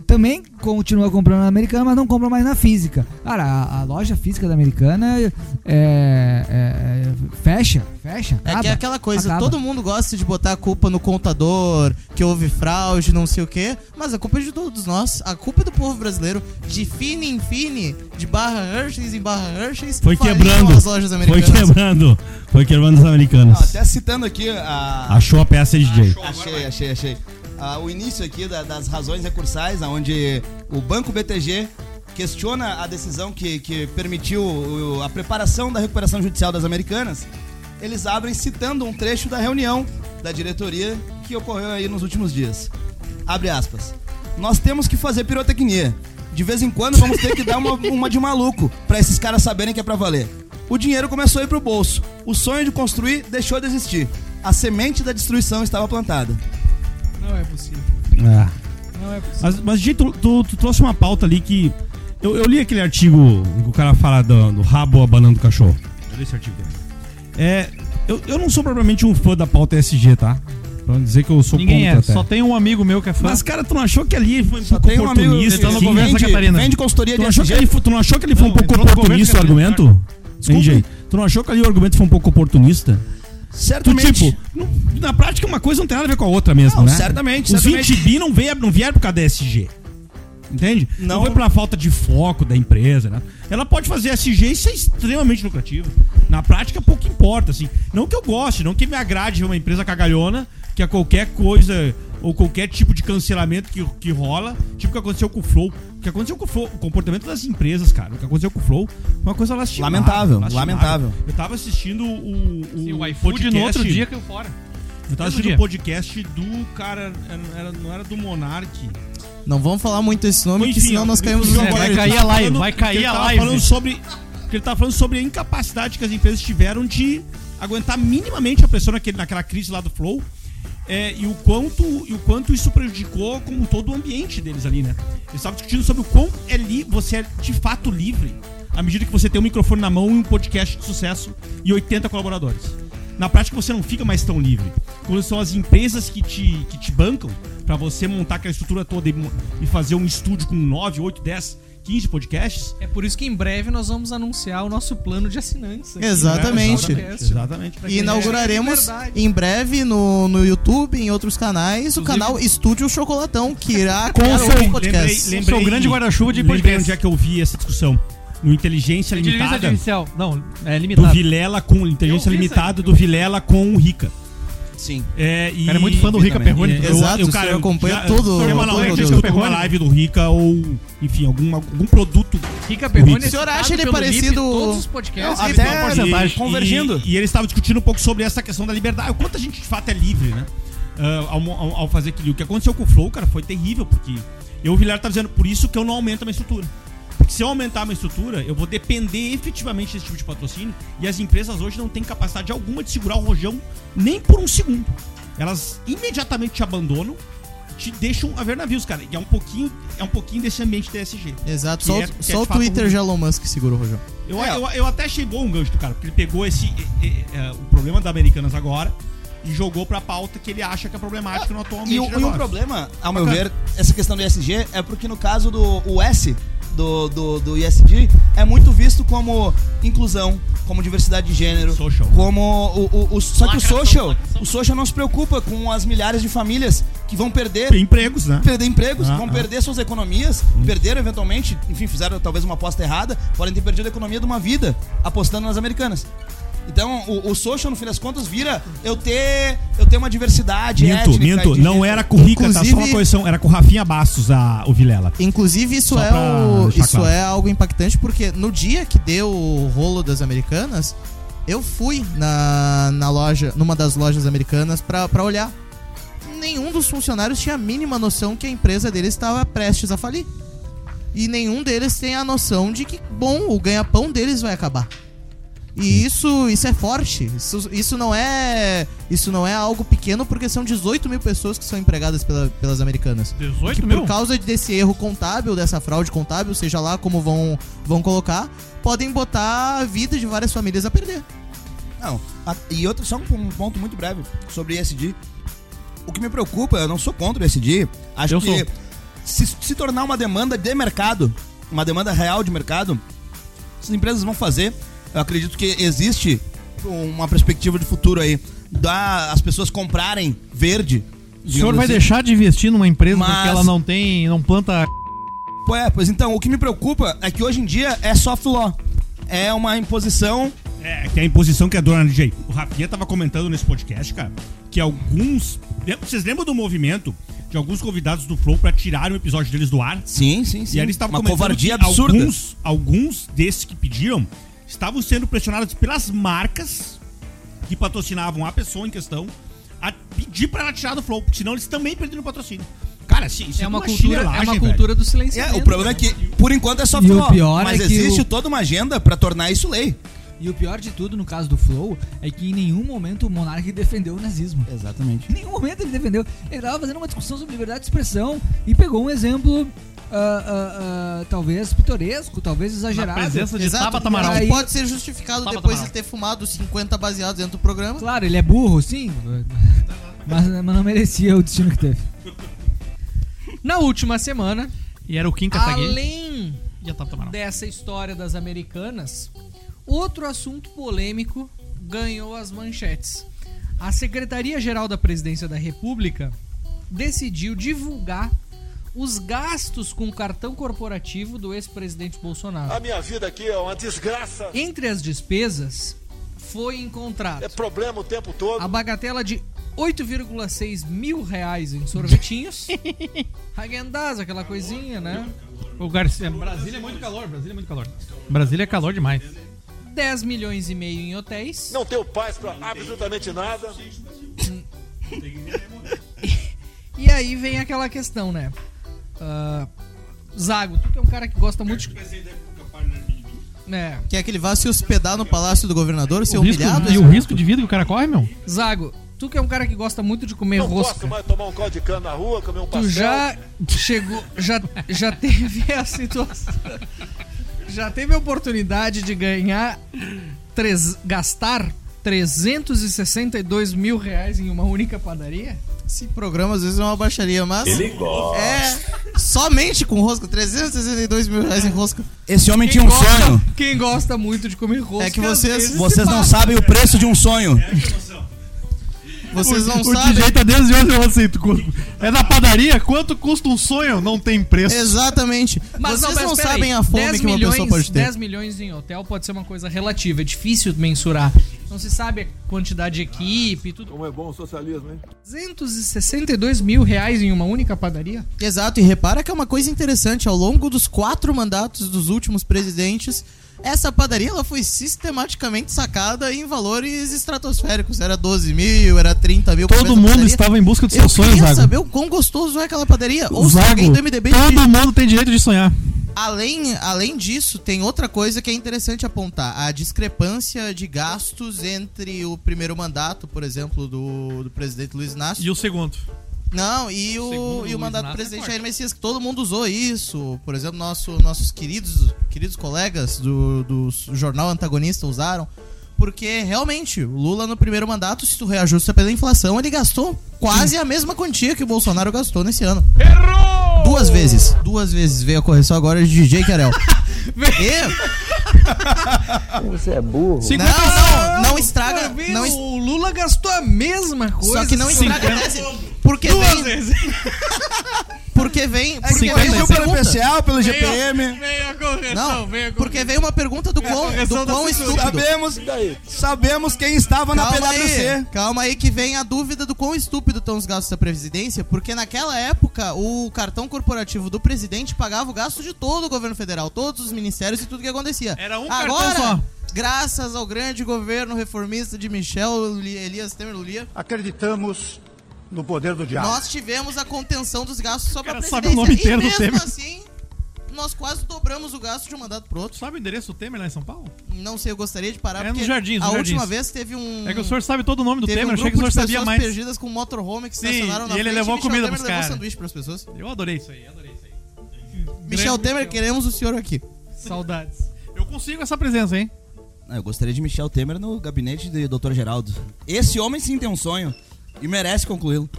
Speaker 6: Também continua comprando na americana, mas não compra mais na física. Cara, a, a loja física da americana é, é- é- fecha, fecha.
Speaker 2: É que
Speaker 6: acaba,
Speaker 2: é aquela coisa,
Speaker 6: acaba.
Speaker 2: todo mundo gosta de botar a culpa no contador, que houve fraude, não sei o quê, mas a culpa é de todos nós, a culpa é do povo brasileiro, de fine em fine, de barra Hershey's em barra Hershey's,
Speaker 7: Foi
Speaker 2: faliram
Speaker 7: quebrando.
Speaker 2: as lojas
Speaker 7: Foi
Speaker 2: americanas.
Speaker 7: quebrando. Foi quebrando as
Speaker 10: Não,
Speaker 7: americanas.
Speaker 10: até citando aqui a.
Speaker 7: Achou a peça aí, DJ.
Speaker 10: Achei, achei, achei. Ah, o início aqui da- das razões recursais, onde o Banco BTG questiona a decisão que, que permitiu o- a preparação da recuperação judicial das Americanas, eles abrem citando um trecho da reunião da diretoria que ocorreu aí nos últimos dias. Abre aspas. Nós temos que fazer pirotecnia. De vez em quando vamos ter que dar uma, uma de maluco pra esses caras saberem que é pra valer. O dinheiro começou a ir pro bolso. O sonho de construir deixou de existir. A semente da destruição estava plantada.
Speaker 1: Não é possível. Não é possível.
Speaker 7: Mas, mas gente, tu, tu- tu trouxe uma pauta ali que. Eu, eu li aquele artigo que o cara fala do, do rabo abanando o cachorro. Eu li esse artigo. É, eu, eu não sou propriamente um fã da pauta SG, tá? Pra não dizer que eu sou
Speaker 5: Ninguém é,
Speaker 7: contra até.
Speaker 5: só tem um amigo meu que é fã.
Speaker 7: Mas, cara, tu não achou que ali foi um
Speaker 10: Só
Speaker 7: pouco
Speaker 10: tem um amigo
Speaker 7: oportunista?
Speaker 10: que-
Speaker 7: assim?
Speaker 10: que
Speaker 5: conversa,
Speaker 10: vende-
Speaker 5: Catarina.
Speaker 10: Vende consultoria
Speaker 7: Tu
Speaker 10: de
Speaker 7: não, achou que ele,
Speaker 10: SG?
Speaker 7: foi- tu não achou que ele foi
Speaker 5: Não,
Speaker 7: um pouco
Speaker 5: entrou no né?
Speaker 7: oportunista o
Speaker 5: conversa, Catarina,
Speaker 7: argumento? Desculpa.
Speaker 5: Entendi.
Speaker 7: Tu não achou que ali o argumento foi um pouco oportunista? Tu,
Speaker 10: Certamente.
Speaker 7: tipo, não- na prática uma coisa não tem nada a ver com a outra mesmo,
Speaker 10: Não,
Speaker 7: né?
Speaker 10: certamente,
Speaker 7: Os
Speaker 10: certamente.
Speaker 7: 20 bi não, veio, não vieram por causa da SG. Entende?
Speaker 10: Não.
Speaker 7: foi pela falta de foco da empresa, né? Ela pode fazer SG e ser extremamente lucrativa. Na prática, pouco importa, assim. Não que eu goste, não que me agrade ver uma empresa cagalhona, que a qualquer coisa ou qualquer tipo de cancelamento que, que rola, tipo o que aconteceu com o Flow. O que aconteceu com o Flow, o comportamento das empresas, cara. O que aconteceu com o Flow foi uma coisa lastimável.
Speaker 10: Lamentável,
Speaker 7: lastimável.
Speaker 10: lamentável.
Speaker 7: Eu tava assistindo o, o,
Speaker 5: Sim, o iFood
Speaker 7: podcast-
Speaker 5: no outro dia É caiu fora.
Speaker 7: eu tava
Speaker 5: Mesmo
Speaker 7: assistindo
Speaker 5: dia.
Speaker 7: o podcast do cara. era- não era do Monark.
Speaker 2: Não vamos falar muito esse nome,
Speaker 7: Enfim,
Speaker 2: que senão nós
Speaker 7: ó,
Speaker 2: caímos
Speaker 7: ele-
Speaker 2: no
Speaker 7: ele
Speaker 5: vai
Speaker 2: jogo.
Speaker 7: tava
Speaker 5: cair a live,
Speaker 7: falando-
Speaker 5: vai cair
Speaker 7: ele
Speaker 5: a
Speaker 7: tava
Speaker 5: live.
Speaker 7: Falando sobre, que ele tava falando sobre a incapacidade que as empresas tiveram de aguentar minimamente a pressão naquele, naquela crise lá do Flow. é, e, o quanto, e o quanto isso prejudicou como todo o ambiente deles ali, né? Eles estavam discutindo sobre o quão é li, você é de fato livre à medida que você tem um microfone na mão e um podcast de sucesso e 80 colaboradores. Na prática você não fica mais tão livre. Quando são as empresas que te, que te bancam pra você montar aquela estrutura toda e, mo- e fazer um estúdio com 9, 8, 10, 15 podcasts.
Speaker 1: É por isso que em breve nós vamos anunciar o nosso plano de assinantes. aqui,
Speaker 2: Exatamente.
Speaker 1: né?
Speaker 7: Exatamente.
Speaker 2: E inauguraremos
Speaker 1: É verdade.
Speaker 2: em breve no, no YouTube, em outros canais, o canal Estúdio Chocolatão, que irá
Speaker 5: Ah,
Speaker 2: criar
Speaker 7: Lembrei-
Speaker 5: um
Speaker 2: outros podcasts.
Speaker 7: Lembrei, lembrei,
Speaker 5: Seu grande guarda-chuva de
Speaker 7: lembrei
Speaker 5: podcast.
Speaker 7: onde é que eu vi essa discussão. No Inteligência
Speaker 5: Inteligência
Speaker 7: Limitada
Speaker 5: artificial. Não, é
Speaker 7: do
Speaker 5: limitado.
Speaker 7: Vilela com Inteligência
Speaker 5: Eu vi isso aí.
Speaker 7: Limitada do Vilela com o Rica.
Speaker 10: Sim.
Speaker 7: É, e...
Speaker 5: Cara, é muito fã do Rica
Speaker 7: Exatamente.
Speaker 5: Perrone.
Speaker 7: E-
Speaker 2: Exato, eu acompanho todo- todo
Speaker 7: Semanalmente
Speaker 2: conteúdo.
Speaker 7: eu pego uma live do Rica ou, enfim, algum, algum produto
Speaker 1: Rica Perrone
Speaker 7: O
Speaker 2: senhor
Speaker 1: é citado
Speaker 2: acha ele
Speaker 1: pelo
Speaker 2: parecido-
Speaker 1: Lipe em Todos os podcasts.
Speaker 10: até
Speaker 7: Então,
Speaker 10: porcentagem.
Speaker 7: e-
Speaker 10: convergindo.
Speaker 7: E, e eles estavam discutindo um pouco sobre essa questão da liberdade. O quanto a gente de fato é livre, né? Ah, ao, mo- ao- ao fazer aquilo. O que aconteceu com o Flow, cara, foi terrível, porque eu, o Villar, tá dizendo, por isso que eu não aumento a minha estrutura. Porque se eu aumentar a minha estrutura, eu vou depender efetivamente desse tipo de patrocínio. E as empresas hoje não têm capacidade alguma de segurar o rojão nem por um segundo. Elas imediatamente te abandonam, te deixam a ver navios, cara. E é um pouquinho, é um pouquinho desse ambiente TSG.
Speaker 2: Exato,
Speaker 7: Que
Speaker 2: só,
Speaker 7: é-
Speaker 2: o-
Speaker 7: que é
Speaker 2: só
Speaker 7: de
Speaker 2: o
Speaker 7: fato
Speaker 2: Twitter
Speaker 7: um-
Speaker 2: de Elon Musk segurou o Rojão.
Speaker 7: eu,
Speaker 10: É.
Speaker 7: eu, eu até achei bom o gancho do cara, porque ele pegou esse e- e- é, o problema da Americanas agora e jogou pra pauta que ele acha que é problemática no atual
Speaker 10: E,
Speaker 7: ambiente
Speaker 10: o-
Speaker 7: de
Speaker 10: e o
Speaker 7: negócio.
Speaker 10: problema, ao meu ver, essa questão do ESG é porque no caso do o S do, do, do ISD é muito visto como inclusão, como diversidade de gênero. Social. Como o, o- o- só que o social, o social não se preocupa com as milhares de famílias que vão perder
Speaker 7: empregos, né?
Speaker 10: Perder empregos,
Speaker 7: Ah,
Speaker 10: vão
Speaker 7: ah.
Speaker 10: perder suas economias, perderam eventualmente, enfim, fizeram talvez uma aposta errada, podem ter perdido a economia de uma vida apostando nas americanas. Então, o, o social, no fim das contas, vira eu ter, eu ter uma diversidade
Speaker 7: Minto,
Speaker 10: étnica.
Speaker 7: minto.
Speaker 10: de
Speaker 7: Não
Speaker 10: gênero.
Speaker 7: era com o Rica, tá? Só uma correção. Era com o Rafinha Bastos, a, o Vilela.
Speaker 2: Inclusive, isso,
Speaker 7: Só
Speaker 2: é,
Speaker 7: pra
Speaker 2: o-
Speaker 7: deixar
Speaker 2: isso
Speaker 7: claro.
Speaker 2: é algo impactante, porque no dia que deu o rolo das americanas, eu fui na, na loja, numa das lojas americanas, pra, pra olhar. Nenhum dos funcionários tinha a mínima noção que a empresa deles estava prestes a falir. E nenhum deles tem a noção de que, bom, o ganha-pão deles vai acabar. E isso, isso é forte. Isso, isso não é isso não é algo pequeno, porque são 18 mil pessoas que são empregadas pela- pelas americanas.
Speaker 5: 18
Speaker 2: que
Speaker 5: mil?
Speaker 2: Por causa desse erro contábil, dessa fraude contábil, seja lá como vão, vão colocar, podem botar a vida de várias famílias a perder.
Speaker 10: Não. a- E outro, só um ponto muito breve sobre ESG. O que me preocupa, eu não sou contra o ESG. Acho
Speaker 5: Eu
Speaker 10: que
Speaker 5: sou.
Speaker 10: se, se tornar uma demanda de mercado, uma demanda real de mercado, as empresas vão fazer. Eu acredito que existe uma perspectiva de futuro aí da as pessoas comprarem verde. assim.
Speaker 3: O senhor vai deixar de investir numa empresa
Speaker 10: Mas-
Speaker 3: porque ela não tem. não planta.
Speaker 10: Pois é, pois então, o que me preocupa é que hoje em dia é soft law. É uma imposição
Speaker 7: É, que é a imposição que é dona DJ. O Rafinha tava comentando nesse podcast, cara, que alguns. lem- Vocês lembram do movimento de alguns convidados do Flow pra tirar o episódio deles do ar?
Speaker 10: Sim, sim, sim.
Speaker 7: E aí eles estavam
Speaker 10: Uma
Speaker 7: comentando
Speaker 10: covardia
Speaker 7: que
Speaker 10: absurda.
Speaker 7: Alguns, alguns desses que pediram estavam sendo pressionados pelas marcas que patrocinavam a pessoa em questão a pedir pra ela tirar do Flow, porque senão eles também perderam o patrocínio. Cara, assim, isso
Speaker 1: É uma cultura,
Speaker 7: chinelagem,
Speaker 1: é uma
Speaker 7: velho.
Speaker 1: cultura do silêncio.
Speaker 10: É, o problema é que, por enquanto, é só
Speaker 6: E
Speaker 10: filó.
Speaker 6: o pior
Speaker 10: mas
Speaker 6: é que
Speaker 10: existe
Speaker 6: o-
Speaker 10: toda uma agenda pra tornar isso lei.
Speaker 6: E o pior de tudo, no caso do Flow, é que em nenhum momento o Monark defendeu o nazismo.
Speaker 10: Exatamente.
Speaker 6: Em nenhum momento ele defendeu. Ele tava fazendo uma discussão sobre liberdade de expressão e pegou um exemplo, ah, ah, ah, talvez pitoresco, talvez exagerado.
Speaker 5: presença Tá de
Speaker 2: Exato.
Speaker 5: Tabata Amaral.
Speaker 2: Mas
Speaker 6: Aí-
Speaker 2: Pode ser justificado
Speaker 5: Tabata
Speaker 2: depois de
Speaker 5: Amaral.
Speaker 2: ter fumado 50 baseados dentro do programa.
Speaker 6: Claro, ele é burro, sim. Mas, mas não merecia o destino que teve.
Speaker 1: Na última semana,
Speaker 5: E era o Kim Kataguiri
Speaker 1: além
Speaker 5: e a Tabata Amaral.
Speaker 1: dessa história das americanas, outro assunto polêmico ganhou as manchetes. A Secretaria-Geral da Presidência da República decidiu divulgar os gastos com o cartão corporativo do ex-presidente Bolsonaro.
Speaker 11: A minha vida aqui é uma desgraça.
Speaker 1: Entre as despesas, foi encontrado
Speaker 11: É problema o tempo todo.
Speaker 1: a bagatela de 8,6 mil reais em sorvetinhos. Hagendaz, aquela coisinha, né?
Speaker 5: O Garcia. Brasília é muito calor, Brasília é muito calor. Brasília é calor demais.
Speaker 1: 10 milhões e meio em hotéis.
Speaker 11: Não tenho paz pra Ah, absolutamente nada.
Speaker 1: E aí vem aquela questão, né? Ah, Zago, tu que é um cara que gosta muito de. É,
Speaker 2: Quer que ele vá se hospedar no palácio do governador, ser
Speaker 5: O risco-
Speaker 2: humilhado?
Speaker 5: e o risco de vida que o cara corre, meu?
Speaker 1: Zago, tu que é um cara que gosta muito de comer
Speaker 11: Não
Speaker 1: rosca.
Speaker 11: posso mais tomar um caldo de cana na rua, comer um pastel.
Speaker 1: Tu já chegou, já, já teve a situação, já teve a oportunidade de ganhar, três, gastar 362 mil reais em uma única padaria?
Speaker 2: Esse programa às vezes é uma baixaria, mas. Ele gosta. É. Somente com rosca, 362 mil reais em rosca.
Speaker 10: Esse homem tinha um
Speaker 1: gosta,
Speaker 10: sonho.
Speaker 1: Quem gosta muito de comer rosca...
Speaker 2: É que vocês-
Speaker 1: às vezes,
Speaker 10: Vocês
Speaker 1: se
Speaker 10: não
Speaker 1: passa.
Speaker 10: sabem o preço de um sonho.
Speaker 2: Vocês não
Speaker 3: o
Speaker 2: sabem.
Speaker 3: DJ tá dentro de olho e fala assim: tu cu- é na padaria? Quanto custa um sonho? Não tem preço.
Speaker 2: Exatamente.
Speaker 1: Mas
Speaker 2: vocês
Speaker 1: mas
Speaker 2: não,
Speaker 1: peraí,
Speaker 2: sabem a fome
Speaker 1: 10
Speaker 2: que uma
Speaker 1: milhões,
Speaker 2: pessoa pode ter.
Speaker 1: 10 milhões em hotel pode ser uma coisa relativa, é difícil mensurar. Não se sabe a quantidade de equipe e tudo.
Speaker 11: Como é bom o socialismo, hein?
Speaker 1: 362 mil reais em uma única padaria?
Speaker 2: Exato, e repara que é uma coisa interessante. Ao longo dos quatro mandatos dos últimos presidentes, essa padaria ela foi sistematicamente sacada em valores estratosféricos. Era 12 mil, era 30 mil. por
Speaker 3: Todo
Speaker 2: mesma
Speaker 3: mundo
Speaker 2: padaria.
Speaker 3: estava em busca dos
Speaker 2: Eu
Speaker 3: seus sonhos,
Speaker 2: queria
Speaker 3: Zago.
Speaker 2: saber o quão gostoso é aquela padaria. Ou se alguém
Speaker 3: Zago,
Speaker 2: do MDB
Speaker 3: todo mundo tem direito de sonhar.
Speaker 2: Além, além disso, tem outra coisa que é interessante apontar: a discrepância de gastos entre o primeiro mandato, por exemplo, do, do presidente Luiz Inácio.
Speaker 5: E o segundo?
Speaker 2: Não, e o,
Speaker 5: Segundo
Speaker 2: e o
Speaker 5: Luiz
Speaker 2: mandato do
Speaker 5: Inácio é
Speaker 2: presidente
Speaker 5: forte.
Speaker 2: Jair Messias, que todo mundo usou isso. Por exemplo, nosso, nossos queridos, queridos colegas do, do jornal antagonista usaram. Porque realmente, o Lula no primeiro mandato, se tu reajusta pela inflação, ele gastou quase a mesma quantia que o Bolsonaro gastou nesse ano. Errou! Duas vezes. Duas vezes veio a correção agora de DJ Querel. e...
Speaker 12: Você é burro.
Speaker 2: Não, não, não estraga.
Speaker 1: Cara,
Speaker 2: Não, es-
Speaker 1: Tá o Lula gastou a mesma coisa.
Speaker 2: Só que não estraga a tese. Porque
Speaker 1: Duas
Speaker 2: vem.
Speaker 1: vezes.
Speaker 2: Porque vem. Porque
Speaker 1: Cinquenta
Speaker 2: vem
Speaker 1: e
Speaker 2: uma
Speaker 1: seis.
Speaker 2: pergunta.
Speaker 1: PCL, pelo
Speaker 2: Veio-
Speaker 1: GPM. Veio a correção,
Speaker 2: Não,
Speaker 1: veio a correção.
Speaker 2: porque veio uma pergunta do
Speaker 10: Veio a
Speaker 2: quão,
Speaker 10: correção
Speaker 2: do
Speaker 10: da
Speaker 2: quão
Speaker 10: censura.
Speaker 2: estúpido.
Speaker 10: Sabemos- sabemos quem estava na
Speaker 2: Aí,
Speaker 10: PWC.
Speaker 2: calma aí que vem a dúvida do quão estúpido estão os gastos da presidência, porque naquela época o cartão corporativo do presidente pagava o gasto de todo o governo federal, todos os ministérios e tudo que acontecia.
Speaker 3: Era um cartão
Speaker 2: Agora,
Speaker 3: só.
Speaker 2: graças ao grande governo reformista de Michel Li- Elias Temer Lulia,
Speaker 13: Acreditamos no poder do diabo.
Speaker 2: nós tivemos a contenção dos gastos só para
Speaker 3: cara
Speaker 2: presidência.
Speaker 3: sabe o nome inteiro do
Speaker 2: e mesmo
Speaker 3: Temer.
Speaker 2: assim, nós quase dobramos o gasto de um mandato pro outro.
Speaker 3: Sabe o endereço do Temer lá em São Paulo?
Speaker 2: Não sei, eu gostaria de parar
Speaker 3: É
Speaker 2: porque
Speaker 3: nos jardins,
Speaker 2: a
Speaker 3: nos
Speaker 2: última
Speaker 3: jardins.
Speaker 2: vez teve um
Speaker 5: Hum.
Speaker 3: É que o senhor sabe todo o nome do
Speaker 2: Teve
Speaker 3: Temer,
Speaker 2: um
Speaker 3: achei que o
Speaker 2: grupo
Speaker 3: senhor
Speaker 2: de
Speaker 3: sabia
Speaker 2: pessoas
Speaker 3: mais.
Speaker 2: perdidas com motorhome que
Speaker 3: Sim,
Speaker 2: estacionaram na
Speaker 3: e ele
Speaker 2: frente,
Speaker 3: levou
Speaker 2: Michel
Speaker 3: comida
Speaker 2: Temer
Speaker 3: pros
Speaker 2: levou
Speaker 3: caras.
Speaker 2: sanduíche pras pessoas.
Speaker 3: Eu adorei isso aí, adorei isso aí.
Speaker 2: Michel
Speaker 3: Grande
Speaker 2: Temer, queremos o senhor aqui.
Speaker 3: Saudades. Eu consigo essa presença, hein?
Speaker 10: Ah, Eu gostaria de Michel Temer no gabinete do Dr. Geraldo. Esse homem sim tem um sonho e merece concluí-lo.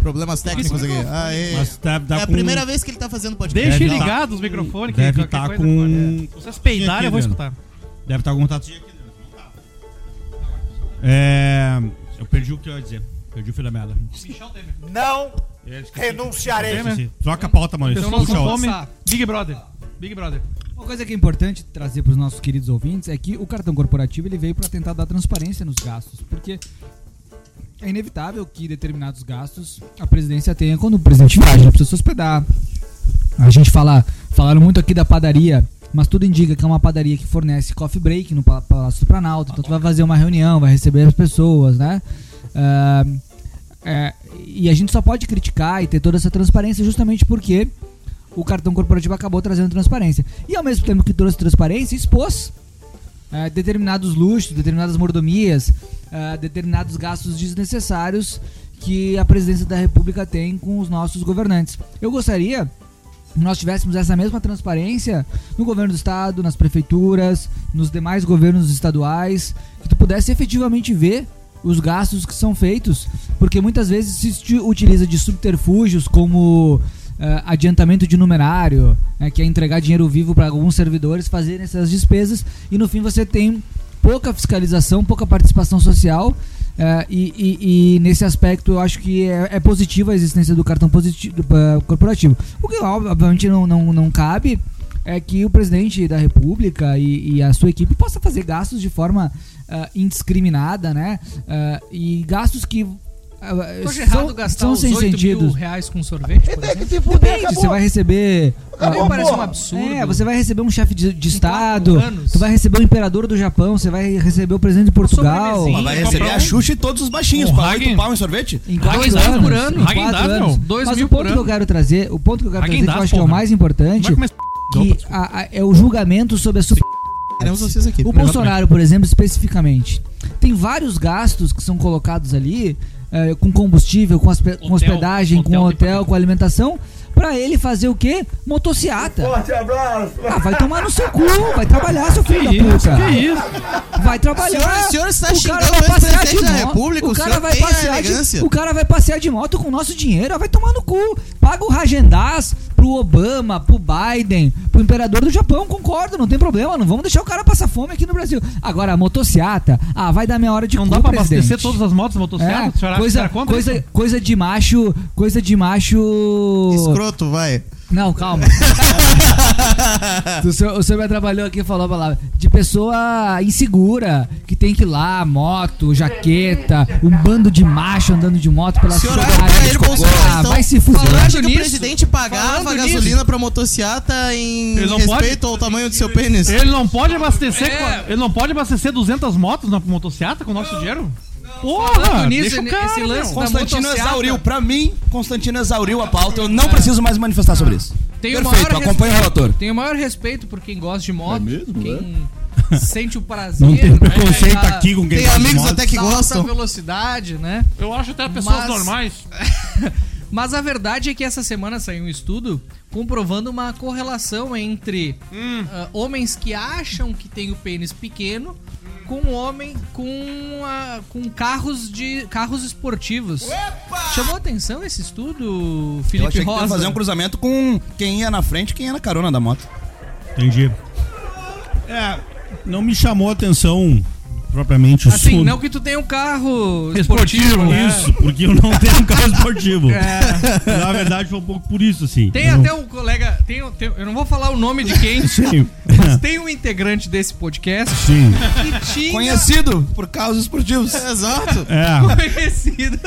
Speaker 2: Problemas técnicos aqui. Ah, é.
Speaker 7: Mas tá- tá
Speaker 2: é a
Speaker 7: com-
Speaker 2: primeira vez que ele tá fazendo podcast.
Speaker 7: Deve
Speaker 2: Deixa
Speaker 7: tá-
Speaker 2: ligado
Speaker 3: os microfones, que
Speaker 7: Deve
Speaker 3: qualquer
Speaker 7: estar
Speaker 3: coisa
Speaker 5: É.
Speaker 7: com.
Speaker 3: Se vocês peidarem, eu vou escutar.
Speaker 7: Deve estar com contato. né? É. Eu perdi o que eu ia dizer. Perdi o fio da meada.
Speaker 13: Não
Speaker 1: É,
Speaker 13: renunciarei.
Speaker 7: Esqueci. Troca a pauta, Maurício.
Speaker 6: Pessoas
Speaker 7: Puxa
Speaker 6: com
Speaker 7: outra.
Speaker 6: fome.
Speaker 5: Big Brother. Big Brother.
Speaker 6: Uma coisa que é importante trazer para os nossos queridos ouvintes é que o cartão corporativo ele veio para tentar dar transparência nos gastos, porque é inevitável que determinados gastos a presidência tenha quando o presidente viaja, ele precisa se hospedar. A gente fala, falaram muito aqui da padaria, mas tudo indica que é uma padaria que fornece coffee break no Pa- Palácio do Planalto, então tu vai fazer uma reunião, vai receber as pessoas, né? Ah, é, e a gente só pode criticar e ter toda essa transparência justamente porque o cartão corporativo acabou trazendo transparência. E ao mesmo tempo que trouxe transparência, expôs eh, determinados luxos, determinadas mordomias, eh, determinados gastos desnecessários que a presidência da República tem com os nossos governantes. Eu gostaria que nós tivéssemos essa mesma transparência no governo do estado, nas prefeituras, nos demais governos estaduais, que tu pudesse efetivamente ver os gastos que são feitos, porque muitas vezes se esti- utiliza de subterfúgios como eh, adiantamento de numerário, né, que é entregar dinheiro vivo para alguns servidores fazerem essas despesas, e no fim você tem pouca fiscalização, pouca participação social. eh, e, e- e nesse aspecto eu acho que é, é positiva a existência do cartão positivo, eh, corporativo. O que ob- obviamente não, não, não cabe é que o presidente da República e, e a sua equipe possa fazer gastos de forma ah, indiscriminada, né? Ah, e gastos que ah,
Speaker 1: Eu acho errado gastar
Speaker 6: são
Speaker 1: os
Speaker 6: sem
Speaker 1: 8
Speaker 6: sentido.
Speaker 1: mil reais com sorvete, por exemplo.
Speaker 6: Depende, você vai receber.
Speaker 1: Pra mim
Speaker 6: ah,
Speaker 1: parece um
Speaker 6: porra.
Speaker 1: absurdo.
Speaker 6: É, você vai receber um chefe de, de estado,
Speaker 1: quatro anos.
Speaker 6: tu vai receber o imperador do Japão, você vai receber o presidente de Portugal.
Speaker 10: Mas vai receber a Xuxa e todos os baixinhos.
Speaker 6: Um
Speaker 10: Pra
Speaker 6: Hagen-
Speaker 10: oito pau em sorvete?
Speaker 6: Em quatro
Speaker 1: Dois
Speaker 6: anos,
Speaker 1: mil por ano.
Speaker 6: em quatro
Speaker 1: Hagen-Dazs,
Speaker 6: anos.
Speaker 1: meu. Dois
Speaker 6: Mas
Speaker 1: mil
Speaker 6: o ponto
Speaker 1: por
Speaker 6: que
Speaker 1: ano.
Speaker 6: eu quero trazer, o ponto que eu quero trazer, que eu
Speaker 1: Hagen-Dazs,
Speaker 6: acho que é o
Speaker 1: porra.
Speaker 6: mais importante, que a- a- é o julgamento sobre a super...
Speaker 2: Queremos vocês aqui.
Speaker 6: O Bolsonaro, por exemplo, especificamente, tem vários gastos que são colocados ali, eh, com combustível, com, aspe- com hospedagem, com hotel, com alimentação, pra ele fazer o quê? Motociata.
Speaker 13: Forte abraço.
Speaker 6: Ah, vai tomar no seu cu, vai trabalhar, seu filho da puta. Vai trabalhar.
Speaker 2: Senhor- o senhor está
Speaker 6: O cara
Speaker 2: xingando
Speaker 6: vai
Speaker 2: o
Speaker 6: passear
Speaker 2: ex-presidente
Speaker 6: de
Speaker 2: da
Speaker 6: moto,
Speaker 2: República,
Speaker 6: O
Speaker 2: o
Speaker 6: cara
Speaker 2: senhor
Speaker 6: vai
Speaker 2: tem a
Speaker 6: passear de,
Speaker 2: elegância.
Speaker 6: o cara vai passear de moto com o nosso dinheiro, ah, vai tomar no cu. Paga o Ragendaz pro Obama, pro Biden, pro imperador do Japão, concordo, não tem problema, não vamos deixar o cara passar fome aqui no Brasil. Agora, a motociata, ah, vai dar meia hora de
Speaker 5: Não
Speaker 6: cu,
Speaker 5: dá pra
Speaker 6: presidente.
Speaker 5: abastecer todas as motos motocicletas?
Speaker 6: É, coisa, coisa, coisa de macho, coisa de macho...
Speaker 2: Escroto, vai.
Speaker 6: Não, calma. o, senhor, o senhor me trabalhou aqui e falou a palavra de pessoa insegura, que tem que ir lá, moto, jaqueta, um bando de macho andando de moto pela
Speaker 2: Senhor,
Speaker 6: cidade.
Speaker 2: olha, Jair Bolsonaro,
Speaker 6: Ah,
Speaker 2: então,
Speaker 6: vai se
Speaker 2: Falando
Speaker 6: fuder.
Speaker 2: que o presidente pagava
Speaker 1: falando
Speaker 2: a
Speaker 1: nisso.
Speaker 2: gasolina pra motociata em
Speaker 5: Ele não
Speaker 2: respeito
Speaker 5: pode-
Speaker 2: ao tamanho do seu pênis.
Speaker 5: Ele não pode abastecer.
Speaker 1: É.
Speaker 5: Ele não pode abastecer 200 motos na motocicleta com o nosso dinheiro? Porra!
Speaker 1: Falando nisso,
Speaker 5: Ah, deixa o
Speaker 1: ne-
Speaker 5: cara,
Speaker 1: né, esse
Speaker 5: meu.
Speaker 1: lance da
Speaker 10: Constantino é
Speaker 1: motociata-
Speaker 10: exauriu. Pra mim, Constantino exauriu a pauta. Eu não preciso mais manifestar sobre isso.
Speaker 1: Tenho
Speaker 10: Perfeito,
Speaker 1: maior
Speaker 10: acompanha É. o
Speaker 1: respeito-
Speaker 10: relator.
Speaker 1: Tenho o maior respeito por quem gosta de moto, quem sente o prazer.
Speaker 7: Não tem
Speaker 1: né,
Speaker 7: preconceito
Speaker 1: da-
Speaker 7: aqui com quem
Speaker 2: Tem
Speaker 7: gosta de
Speaker 2: amigos
Speaker 7: moto.
Speaker 2: até que
Speaker 1: da alta
Speaker 2: gostam.
Speaker 1: velocidade, né?
Speaker 5: Eu acho até pessoas
Speaker 1: Mas-
Speaker 5: normais.
Speaker 1: Mas a verdade é que essa semana saiu um estudo comprovando uma correlação entre ah, homens que acham que tem o pênis pequeno com um homem com, a- com carros de carros esportivos. Chamou atenção esse estudo, Felipe
Speaker 10: Eu achei que tu
Speaker 1: Rosa?
Speaker 10: ia fazer um cruzamento com quem ia na frente e quem ia na carona da moto.
Speaker 7: Entendi. É, não me chamou a atenção propriamente o
Speaker 1: Assim,
Speaker 7: estudo.
Speaker 1: não que tu tenha um carro esportivo, né?
Speaker 7: Isso, porque eu não tenho um carro esportivo.
Speaker 1: É.
Speaker 7: Na verdade, foi um pouco por isso, assim.
Speaker 1: Tem
Speaker 7: Eu não-
Speaker 1: até um colega, tem, um- tem- eu não vou falar o nome de quem,
Speaker 7: Sim.
Speaker 1: mas tem um integrante desse podcast
Speaker 7: Sim.
Speaker 1: que tinha
Speaker 10: Conhecido por carros esportivos.
Speaker 2: Exato.
Speaker 7: É.
Speaker 1: conhecido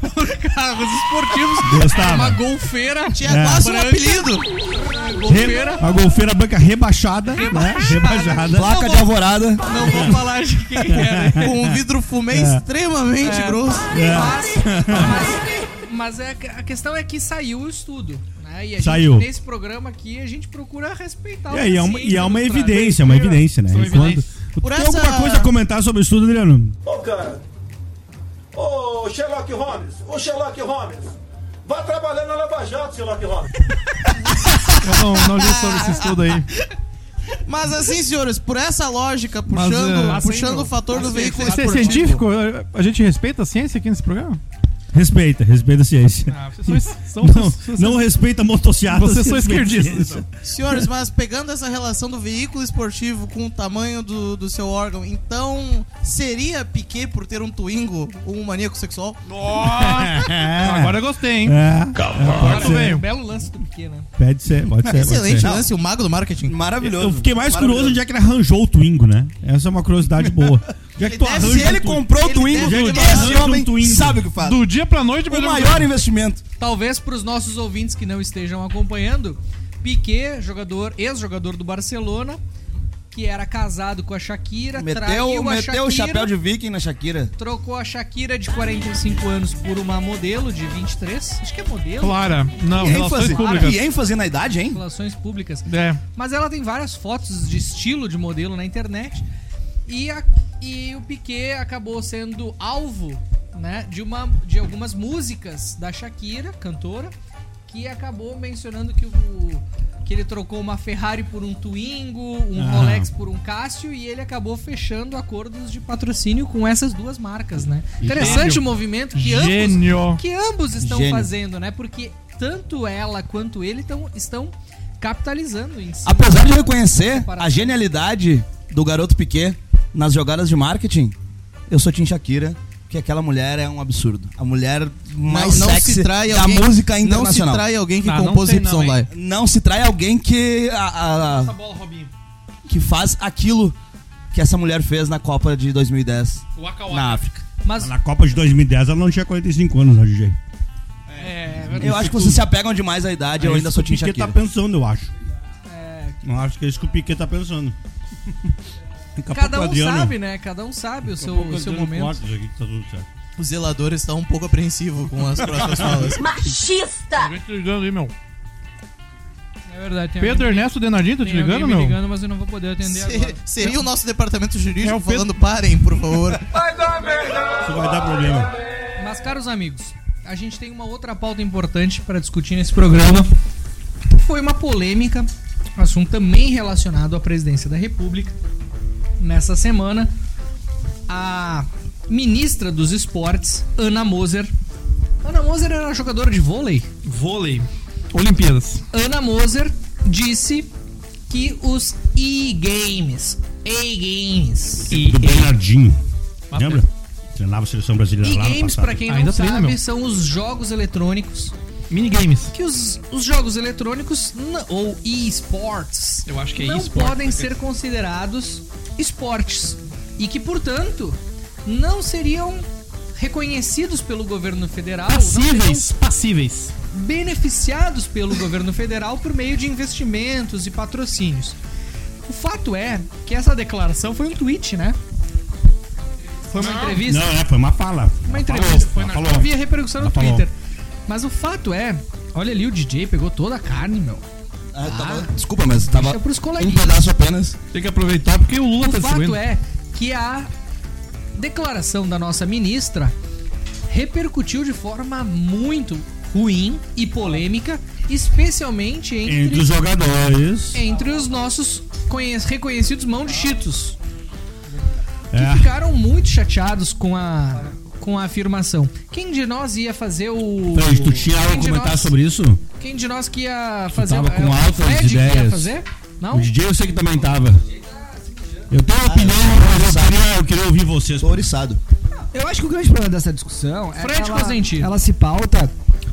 Speaker 1: por carros esportivos.
Speaker 7: Gostava.
Speaker 1: Uma golfeira.
Speaker 3: É.
Speaker 2: Tinha quase um
Speaker 1: branca.
Speaker 2: apelido.
Speaker 7: Re-
Speaker 1: Golfeira.
Speaker 7: A golfeira branca rebaixada, né? Rebaixada.
Speaker 10: Placa de alvorada.
Speaker 1: Não vou falar de quem é. né?
Speaker 2: Com um vidro fumê
Speaker 3: É.
Speaker 2: extremamente grosso.
Speaker 7: É.
Speaker 1: Mas, mas, mas é, que- a questão é que saiu o estudo. Né? E a gente,
Speaker 7: Saiu.
Speaker 1: nesse programa aqui, a gente procura respeitar
Speaker 7: E aí, é uma, e é uma
Speaker 1: ciência, né?
Speaker 7: evidência, é uma evidência, né?
Speaker 5: São
Speaker 7: Enquanto...
Speaker 5: evidências.
Speaker 2: Por
Speaker 7: Tem
Speaker 2: essa-
Speaker 7: alguma coisa a comentar sobre o estudo, Adriano?
Speaker 13: Ô, cara. Ô, Sherlock Holmes. Ô, Sherlock Holmes. Vá trabalhar na Lava Jato, Sherlock Holmes.
Speaker 5: Eu não, não li sobre esse estudo aí.
Speaker 2: Mas assim, senhores, por essa lógica,
Speaker 5: Mas,
Speaker 2: puxando,
Speaker 5: é,
Speaker 2: puxando o fator do veículo
Speaker 5: Você é
Speaker 2: esportivo.
Speaker 5: científico? A gente respeita a ciência aqui nesse programa?
Speaker 7: Respeita, respeita a ciência.
Speaker 5: Ah, vocês são, é
Speaker 7: não, não respeita motocicletas.
Speaker 5: Vocês são
Speaker 7: respeita a
Speaker 5: esquerdistas,
Speaker 7: ciência.
Speaker 2: Senhores, mas pegando essa relação do veículo esportivo com o tamanho do, do seu órgão, então seria Piquet por ter um Twingo ou um maníaco sexual?
Speaker 5: Agora eu gostei, hein?
Speaker 7: É, é, pode
Speaker 5: Agora
Speaker 7: ser.
Speaker 5: veio.
Speaker 1: um Belo lance do pequeno. né?
Speaker 7: Pode ser, pode ser. pode
Speaker 2: Excelente
Speaker 7: ser.
Speaker 2: lance, o mago do marketing.
Speaker 10: Maravilhoso.
Speaker 7: Eu fiquei mais curioso onde é que ele arranjou o Twingo, né? Essa é uma curiosidade boa. Onde é que tu
Speaker 2: Ele deve-
Speaker 7: arranja
Speaker 10: Se ele
Speaker 7: o Twingo?
Speaker 10: comprou o
Speaker 2: Ele
Speaker 10: Twingo,
Speaker 2: deve ter
Speaker 10: esse
Speaker 7: arranjado um
Speaker 10: homem
Speaker 7: Twingo.
Speaker 10: sabe o que faz.
Speaker 5: Do dia pra noite,
Speaker 10: O
Speaker 5: melhor
Speaker 10: maior investimento.
Speaker 1: Talvez para os nossos ouvintes que não estejam acompanhando, Piquet, jogador, ex-jogador do Barcelona, que era casado com a Shakira,
Speaker 10: Meteu,
Speaker 1: traiu a
Speaker 10: meteu
Speaker 1: Shakira,
Speaker 10: o chapéu de viking na Shakira.
Speaker 1: trocou a Shakira de 45 anos por uma modelo de 23, acho que é modelo,
Speaker 5: Clara, não,
Speaker 10: E
Speaker 5: relações
Speaker 10: ênfase,
Speaker 5: públicas.
Speaker 10: e ênfase na idade, hein?
Speaker 1: relações públicas.
Speaker 5: assim? É.
Speaker 1: Mas ela tem várias fotos de estilo de modelo na internet. E, a- e o Piquet acabou sendo alvo né, de, uma, de algumas músicas da Shakira, cantora, que acabou mencionando que, o, que ele trocou uma Ferrari por um Twingo, um
Speaker 7: Ah.
Speaker 1: Rolex por um Casio e ele acabou fechando acordos de patrocínio com essas duas marcas. Né? Interessante o movimento que ambos
Speaker 5: Gênio.
Speaker 1: que ambos estão
Speaker 10: Gênio.
Speaker 1: fazendo, né? Porque tanto ela quanto ele tão, estão capitalizando em cima.
Speaker 10: Apesar de reconhecer a genialidade do garoto Piquet nas jogadas de marketing, eu sou Tim Shakira, que aquela mulher é um absurdo. A mulher mais sexy da música
Speaker 2: Não se
Speaker 10: internacional.
Speaker 2: trai alguém que
Speaker 5: Ah, não
Speaker 2: compôs
Speaker 5: sei
Speaker 2: Y
Speaker 5: não, hein?
Speaker 2: lá.
Speaker 10: Não se trai alguém que, a- a-
Speaker 5: Tá bola, Robinho.
Speaker 10: que faz aquilo que essa mulher fez na Copa de 2010 na África.
Speaker 1: Mas
Speaker 7: Na Copa de 2010 ela não tinha 45 anos, né, DJ?
Speaker 1: é,
Speaker 10: Eu acho que vocês se apegam demais à idade, eu
Speaker 7: É
Speaker 10: ainda
Speaker 7: isso
Speaker 10: sou
Speaker 7: que
Speaker 10: Tim
Speaker 7: o Piquet tá
Speaker 10: Shakira.
Speaker 7: pensando, eu acho.
Speaker 1: é,
Speaker 7: Eu acho que é isso que o Piquet tá pensando. Daqui a
Speaker 1: cada um
Speaker 7: pouco o Adriano-
Speaker 1: sabe, né? Cada um sabe o
Speaker 7: daqui a
Speaker 1: seu,
Speaker 7: pouco
Speaker 1: o seu
Speaker 7: Adriano
Speaker 1: momento.
Speaker 7: corta isso aqui, tá tudo certo.
Speaker 2: O zelador está um pouco apreensivo com as próximas falas.
Speaker 11: Machista!
Speaker 5: Alguém te ligando aí, meu.
Speaker 1: É verdade. Tem
Speaker 5: Tá. Pedro
Speaker 1: alguém,
Speaker 5: Ernesto Denardinho, tá te
Speaker 1: tem alguém
Speaker 5: ligando,
Speaker 1: me
Speaker 5: meu?
Speaker 1: ligando, mas eu não vou poder atender agora.
Speaker 2: Se- Seria o nosso departamento jurídico
Speaker 5: É o Pedro-
Speaker 2: falando parem, por favor.
Speaker 7: Isso vai
Speaker 1: Ah.
Speaker 7: dar problema.
Speaker 1: Mas, caros amigos, a gente tem uma outra pauta importante para discutir nesse programa. Foi uma polêmica, assunto também relacionado à presidência da República. Nessa semana, a ministra dos esportes, Ana Moser. Ana Moser era jogadora de vôlei.
Speaker 5: Vôlei. Olimpíadas.
Speaker 1: Ana Moser disse que os e-games, e-games,
Speaker 7: do Bernardinho. Lembra? Treinava a seleção brasileira lá no
Speaker 1: e-games,
Speaker 7: passado.
Speaker 1: para quem não
Speaker 5: Ainda
Speaker 1: sabe,
Speaker 5: treina, meu.
Speaker 1: são os jogos eletrônicos
Speaker 5: Minigames.
Speaker 1: que os, os jogos eletrônicos n- ou e-sports
Speaker 5: Eu acho que é
Speaker 1: não
Speaker 5: e-sport,
Speaker 1: podem
Speaker 5: né?
Speaker 1: ser considerados esportes e que, portanto, não seriam reconhecidos pelo governo federal, não seriam
Speaker 5: Passíveis. Passíveis.
Speaker 1: beneficiados pelo governo federal por meio de investimentos e patrocínios. O fato é que essa declaração foi um tweet, né? Foi uma entrevista?
Speaker 7: Não, é, foi uma fala.
Speaker 1: Uma
Speaker 7: Ela
Speaker 1: entrevista.
Speaker 7: falou,
Speaker 1: Foi
Speaker 7: ela
Speaker 1: na
Speaker 7: falou.
Speaker 1: eu vi a repercussão no
Speaker 7: Ela falou.
Speaker 1: Twitter. Mas o fato é, olha ali o DJ pegou toda a carne, meu. É
Speaker 10: Ah, eu tava- desculpa, mas tava
Speaker 1: Deixa pros
Speaker 10: um
Speaker 1: coleguinhas.
Speaker 10: pedaço apenas.
Speaker 5: Tem que aproveitar porque o Lula tá
Speaker 1: O fato
Speaker 5: distribuindo.
Speaker 1: é que a declaração da nossa ministra repercutiu de forma muito ruim e polêmica, especialmente
Speaker 7: Entre
Speaker 1: entre,
Speaker 7: os
Speaker 10: é
Speaker 7: jogadores.
Speaker 1: entre os nossos conhe- reconhecidos mão de cheetos.
Speaker 7: É,
Speaker 10: É.
Speaker 1: que ficaram muito chateados com a, com a afirmação. Quem de nós ia fazer o.
Speaker 10: Então, tu tinha algo a
Speaker 1: Quem de
Speaker 10: comentar
Speaker 1: nós-
Speaker 10: sobre isso?
Speaker 1: Quem de nós que ia fazer
Speaker 10: tava
Speaker 1: é o
Speaker 10: com altas
Speaker 1: Fred que
Speaker 10: ideias.
Speaker 1: ia fazer? Não?
Speaker 10: O DJ eu sei que também tava. Eu tenho
Speaker 2: Ah,
Speaker 10: uma opinião, mas eu queria, eu queria ouvir vocês. Tô
Speaker 6: Eu acho que o grande problema dessa discussão é
Speaker 1: Fred
Speaker 6: que ela,
Speaker 1: Cosentino.
Speaker 6: ela se pauta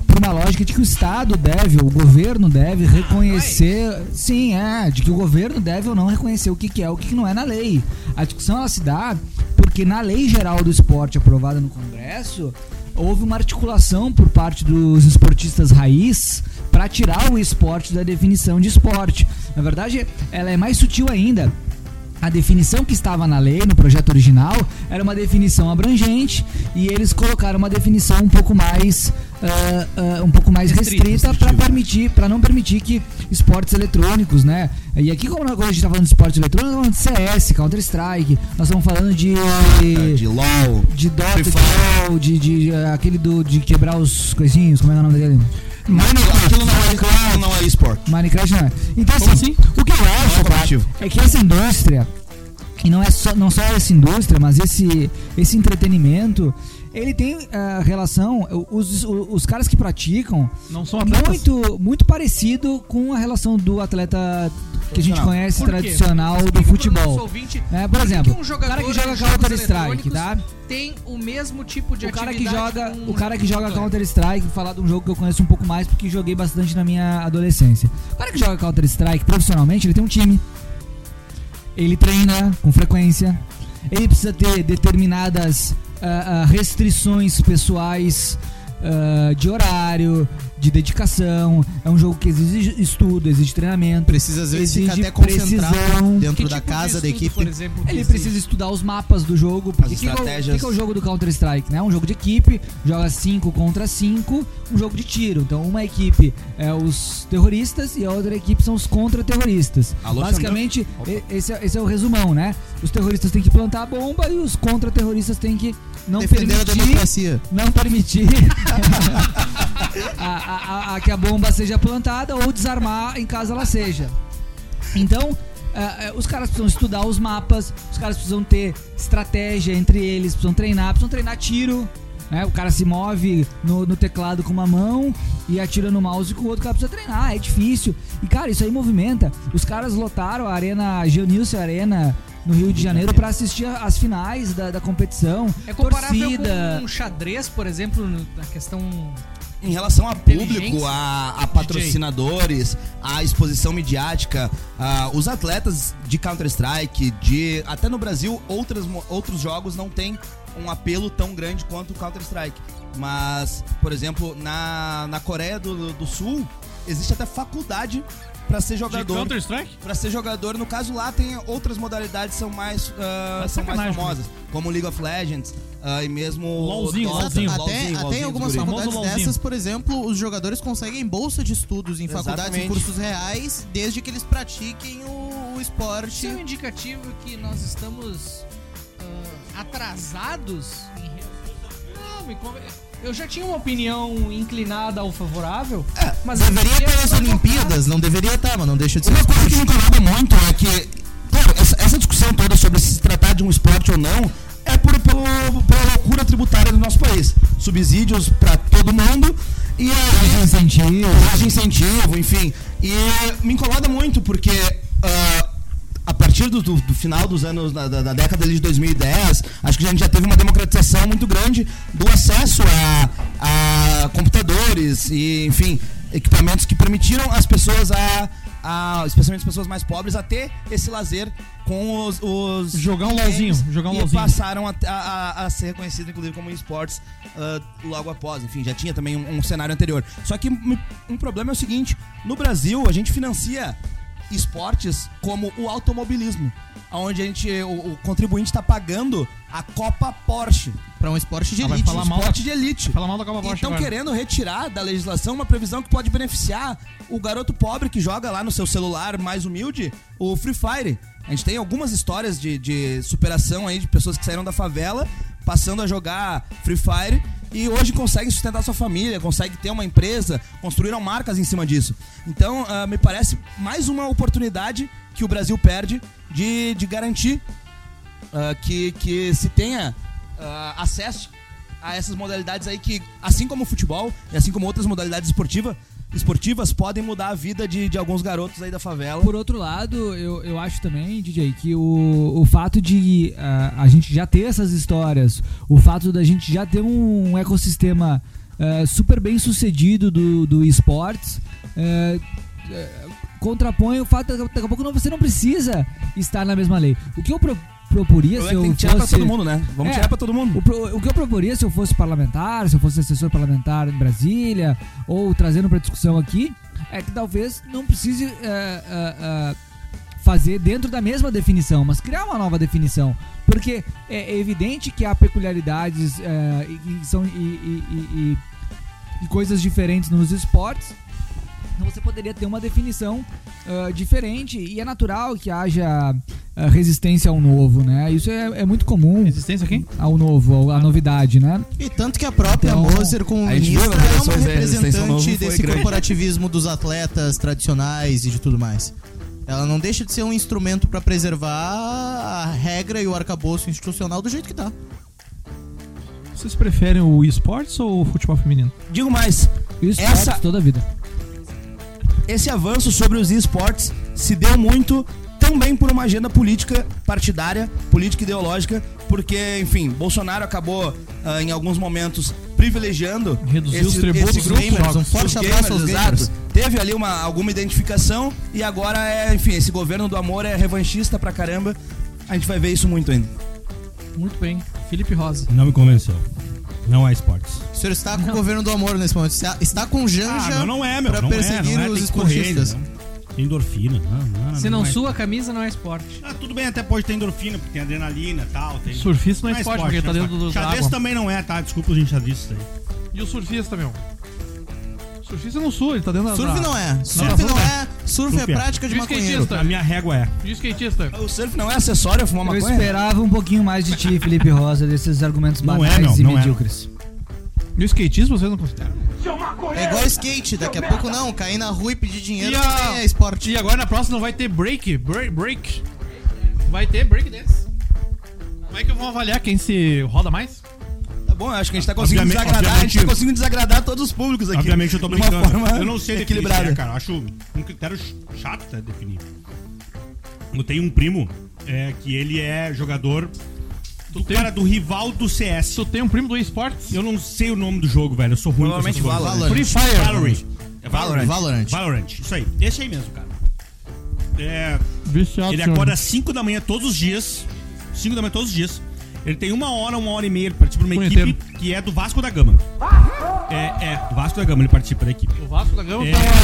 Speaker 6: por uma lógica de que o Estado deve, o governo deve reconhecer. sim, é, de que o governo deve ou não reconhecer o que, que é o que, que não é na lei. A discussão ela se dá porque na lei geral do esporte aprovada no Congresso. Houve uma articulação por parte dos esportistas raiz para tirar o esporte da definição de esporte. Na verdade, ela é mais sutil ainda. A definição que estava na lei, no projeto original, era uma definição abrangente e eles colocaram uma definição um pouco mais, ah, ah, um pouco mais restrita para permitir, para não permitir que esportes eletrônicos, né? E aqui como quando a gente está falando de esportes eletrônicos, nós estamos falando de CS, Counter Strike, nós estamos falando de de
Speaker 10: LoL,
Speaker 6: de Dota, de, LoL, de, de, ah, aquele do de quebrar os coisinhos, como é que é o nome dele?
Speaker 10: Minecraft, aquilo não é, aquilo não é esporte.
Speaker 6: Minecraft não é. Então, assim, o que eu acho, cara, é que essa indústria, e não é só, não só essa indústria, mas esse, esse entretenimento, ele tem ah, relação, os, os, os caras que praticam,
Speaker 5: Não são
Speaker 6: é
Speaker 5: atletas.
Speaker 6: muito, muito parecido com a relação do atleta que a gente
Speaker 5: Tradicional.
Speaker 6: conhece,
Speaker 5: Por quê?
Speaker 6: tradicional, do
Speaker 1: Explica pro nosso
Speaker 6: futebol.
Speaker 1: ouvinte
Speaker 6: É,
Speaker 1: por
Speaker 6: por
Speaker 1: que
Speaker 6: exemplo,
Speaker 1: que um
Speaker 6: o cara
Speaker 1: jogador
Speaker 6: que
Speaker 1: de
Speaker 6: joga
Speaker 1: jogos
Speaker 6: Counter Strike,
Speaker 1: eletrônicos
Speaker 6: tá?
Speaker 1: Tem o mesmo tipo de
Speaker 6: o cara que
Speaker 1: atividade um
Speaker 6: joga
Speaker 1: com
Speaker 6: o cara que joga
Speaker 1: computador.
Speaker 6: Counter Strike vou falar de um jogo que eu conheço um pouco mais porque joguei bastante na minha adolescência o cara que joga Counter Strike profissionalmente ele tem um time ele treina com frequência ele precisa ter determinadas ah, ah, restrições pessoais ah, de horário de dedicação é um jogo que exige estudo exige treinamento
Speaker 2: Precisa às vezes ficar
Speaker 6: exige
Speaker 2: até concentrado
Speaker 6: precisão
Speaker 2: dentro da casa, da equipe.
Speaker 6: ele precisa estudar os mapas do jogo. porque
Speaker 2: As
Speaker 6: que que é o-
Speaker 2: estratégias.
Speaker 6: que que é o jogo do Counter-Strike, né? Um jogo de equipe, joga 5 contra 5, um jogo de tiro. Então, uma equipe é os terroristas e a outra equipe são os contra-terroristas.
Speaker 10: Alô,
Speaker 6: Basicamente, e- esse é, esse é o resumão, né? Os terroristas têm que plantar a bomba e os contra-terroristas têm que não
Speaker 2: Defender a
Speaker 6: permitir...
Speaker 2: democracia.
Speaker 6: Não permitir... a- a- a- a que a bomba seja plantada ou desarmar em caso ela seja. Então, eh, eh, os caras precisam estudar os mapas, os caras precisam ter estratégia entre eles, precisam treinar, precisam treinar tiro. Né? O cara se move no, no teclado com uma mão e atira no mouse com o outro. O cara precisa treinar, é difícil. E, cara, isso aí movimenta. Os caras lotaram a Arena, a Geonilson Arena, no Rio de Janeiro, pra assistir as finais da, da competição.
Speaker 1: É comparável
Speaker 6: torcida.
Speaker 1: com um xadrez, por exemplo, na questão
Speaker 10: Em relação a
Speaker 1: inteligência.
Speaker 10: público,
Speaker 14: a, a patrocinadores, a exposição midiática, a- os atletas de Counter-Strike, de até no Brasil outras, mo- outros jogos não têm um apelo tão grande quanto o Counter-Strike. Mas, por exemplo, na, na Coreia do, do Sul existe até faculdade para ser jogador.
Speaker 5: Counter-Strike?
Speaker 14: Para ser jogador, no caso lá tem outras modalidades são mais ah,
Speaker 5: É
Speaker 14: são mais
Speaker 5: sacanagem,
Speaker 14: famosas, como League of Legends ah, e mesmo
Speaker 5: LOLzinho,
Speaker 14: Dota.
Speaker 5: LOLzinho.
Speaker 14: Até-
Speaker 2: Até, até em algumas
Speaker 14: guri.
Speaker 2: faculdades
Speaker 14: Famoso LOLzinho.
Speaker 2: dessas, por exemplo, os jogadores conseguem bolsa de estudos em faculdades, em
Speaker 14: Exatamente.
Speaker 2: cursos reais, desde que eles pratiquem o, o esporte.
Speaker 1: Isso é um indicativo que nós estamos ah, atrasados em re- Não, me conven- Eu já tinha uma opinião inclinada ao favorável,
Speaker 6: É,
Speaker 1: mas eu
Speaker 2: Deveria
Speaker 1: queria
Speaker 2: estar nas
Speaker 1: provocar.
Speaker 2: Olimpíadas, não deveria estar, mas não deixa de ser. um
Speaker 10: Uma coisa que me incomoda muito é que, claro, essa, essa discussão toda sobre se tratar de um esporte ou não é por, pelo, pela loucura tributária do nosso país. Subsídios pra todo mundo e aí,
Speaker 6: incentivo.
Speaker 10: incentivo, enfim. E me incomoda muito porque ah, a partir do, do- do final dos anos da, da- da década ali de 2010, acho que a gente já teve uma democratização muito grande do acesso a, a computadores e, enfim, equipamentos que permitiram as pessoas a, a- especialmente as pessoas mais pobres, a ter esse lazer com os, os
Speaker 5: Jogar um
Speaker 10: games
Speaker 5: LOLzinho, jogar um
Speaker 10: e
Speaker 5: LOLzinho.
Speaker 10: passaram a, a- a- a ser reconhecidos inclusive como esportes ah, logo após. Enfim, já tinha também um, um cenário anterior. Só que um um problema é o seguinte: no Brasil a gente financia esportes como o automobilismo, onde a gente o, o contribuinte está pagando a Copa Porsche.
Speaker 2: Pra um esporte de
Speaker 5: Ah, vai
Speaker 2: elite.
Speaker 5: falar
Speaker 2: um
Speaker 5: mal
Speaker 2: esporte
Speaker 5: da-
Speaker 10: de elite.
Speaker 5: Falar mal da Copa Bosch
Speaker 10: Estão
Speaker 5: agora.
Speaker 10: querendo retirar da legislação uma previsão que pode beneficiar o garoto pobre que joga lá no seu celular mais humilde o Free Fire. A gente tem algumas histórias de, de superação aí de pessoas que saíram da favela, passando a jogar Free Fire e hoje conseguem sustentar sua família, conseguem ter uma empresa, construíram marcas em cima disso. Então, ah, me parece mais uma oportunidade que o Brasil perde de, de garantir ah, que, que se tenha ah, acesso a essas modalidades aí que, assim como o futebol e assim como outras modalidades esportiva, esportivas, podem mudar a vida de, de alguns garotos aí da favela.
Speaker 6: Por outro lado, eu, eu acho também, DJ, que o, o fato de ah, a gente já ter essas histórias, o fato da gente já ter um, ecossistema ah, super bem sucedido do, do esportes, eh, eh, contrapõe o fato de que daqui a pouco não, você não precisa estar na mesma lei. O que eu pro, proporia
Speaker 10: O problema é
Speaker 6: se
Speaker 10: que
Speaker 6: eu
Speaker 10: tem que tirar pra
Speaker 6: fosse-
Speaker 10: todo mundo, né? Vamos tirar pra todo mundo.
Speaker 6: O, pro- o que eu proporia se eu fosse parlamentar, se eu fosse assessor parlamentar em Brasília, ou trazendo pra discussão aqui, é que talvez não precise é, é, é, fazer dentro da mesma definição, mas criar uma nova definição. Porque é evidente que há peculiaridades é, e, e são, e- e- e- e- e coisas diferentes nos esportes, então você poderia ter uma definição ah, diferente e é natural que haja ah, resistência ao novo, né? Isso é, é muito comum. Resistência quem? Ao novo, ao- à novidade, né?
Speaker 2: E tanto que a própria Moser com o ministro é um representante desse corporativismo dos atletas tradicionais e de tudo mais. Ela não deixa de ser um instrumento pra preservar a regra e o arcabouço institucional do jeito que tá.
Speaker 5: Vocês preferem o esportes ou o futebol feminino?
Speaker 10: Digo mais.
Speaker 5: Esportes
Speaker 10: essa-
Speaker 6: toda a vida.
Speaker 10: Esse avanço sobre os esportes se deu muito também por uma agenda política partidária, política ideológica, porque, enfim, Bolsonaro acabou ah, em alguns momentos privilegiando
Speaker 5: Reduziu os tributos,
Speaker 10: grupo,
Speaker 5: os gamers, um forte
Speaker 10: os
Speaker 5: abraço aos
Speaker 10: exato.
Speaker 5: gamers.
Speaker 10: Teve ali uma, alguma identificação e agora é, enfim, esse governo do amor é revanchista pra caramba. A gente vai ver isso muito ainda.
Speaker 1: Muito bem. Felipe Rosa.
Speaker 7: Não me convenceu. Não é esportes.
Speaker 2: O senhor está com o governo do amor nesse momento. Está- Está com Janja
Speaker 7: Ah, não, não é, meu.
Speaker 2: pra
Speaker 7: não
Speaker 2: perseguir
Speaker 7: é, não é.
Speaker 2: os
Speaker 7: Tem que correr,
Speaker 2: esportistas.
Speaker 7: não. Tem endorfina. Não, não,
Speaker 1: Se não,
Speaker 7: é.
Speaker 1: sua camisa, não é esporte.
Speaker 7: Ah, tudo bem, até pode ter endorfina, porque tem adrenalina e tal. Tem...
Speaker 5: Surfista não é esporte, porque
Speaker 7: não é
Speaker 5: tá dentro
Speaker 7: esporte.
Speaker 5: do- da
Speaker 7: Xadrez
Speaker 5: água.
Speaker 7: também não é, tá? Desculpa os enxadristas aí.
Speaker 5: E o surfista, meu? Surfista não sua, ele tá dentro da.
Speaker 7: Surf
Speaker 5: da-
Speaker 7: não é,
Speaker 5: da
Speaker 7: surf
Speaker 5: rua.
Speaker 7: não é, surf é prática de
Speaker 5: E o skatista?
Speaker 7: A minha régua é.
Speaker 5: E o skatista?
Speaker 10: O surf não é acessório a fumar
Speaker 6: Eu
Speaker 10: maconha?
Speaker 6: esperava um pouquinho mais de ti, Felipe Rosa, desses argumentos
Speaker 5: Não
Speaker 6: banais
Speaker 5: é, não,
Speaker 6: e
Speaker 5: não é, não.
Speaker 6: medíocres.
Speaker 5: E o skatismo vocês não consideram?
Speaker 2: É igual skate, daqui a pouco não. Cair na rua e pedir dinheiro
Speaker 5: E a-
Speaker 2: também é esporte.
Speaker 5: E agora na próxima vai ter break, break, break. Vai ter break dance. Como é que vão avaliar quem se roda mais?
Speaker 10: Tá bom, acho que a gente tá conseguindo
Speaker 5: Obviamente-
Speaker 10: desagradar, a gente tá
Speaker 5: obviamente-
Speaker 10: conseguindo desagradar todos os públicos aqui.
Speaker 7: Obviamente eu tô
Speaker 10: De uma
Speaker 7: brincando.
Speaker 10: forma
Speaker 7: eu não sei definir,
Speaker 10: equilibrada.
Speaker 7: né, cara. Eu Acho um critério ch- chato tá, definir. Eu tenho um primo é, que ele é jogador do cara do rival do CS. Tu
Speaker 5: tem um primo do esportes?
Speaker 7: Eu não sei o nome do jogo, velho. Eu sou ruim com essas
Speaker 10: Provavelmente
Speaker 7: coisas.
Speaker 10: Valorant. Free Fire.
Speaker 7: Valorant. É Valorant.
Speaker 10: Valorant.
Speaker 7: Valorant. Isso aí. Esse aí mesmo, cara. É,
Speaker 5: Viciado,
Speaker 7: ele
Speaker 5: senhor.
Speaker 7: acorda às 5 da manhã todos os dias. 5 da manhã todos os dias. Ele tem uma hora, uma hora e meia. Ele participa de uma
Speaker 5: Punheteiro.
Speaker 7: equipe que é do Vasco da Gama. É, é, do Vasco da Gama ele participa da equipe.
Speaker 5: O Vasco da Gama
Speaker 7: É,
Speaker 5: tá-
Speaker 7: ele é de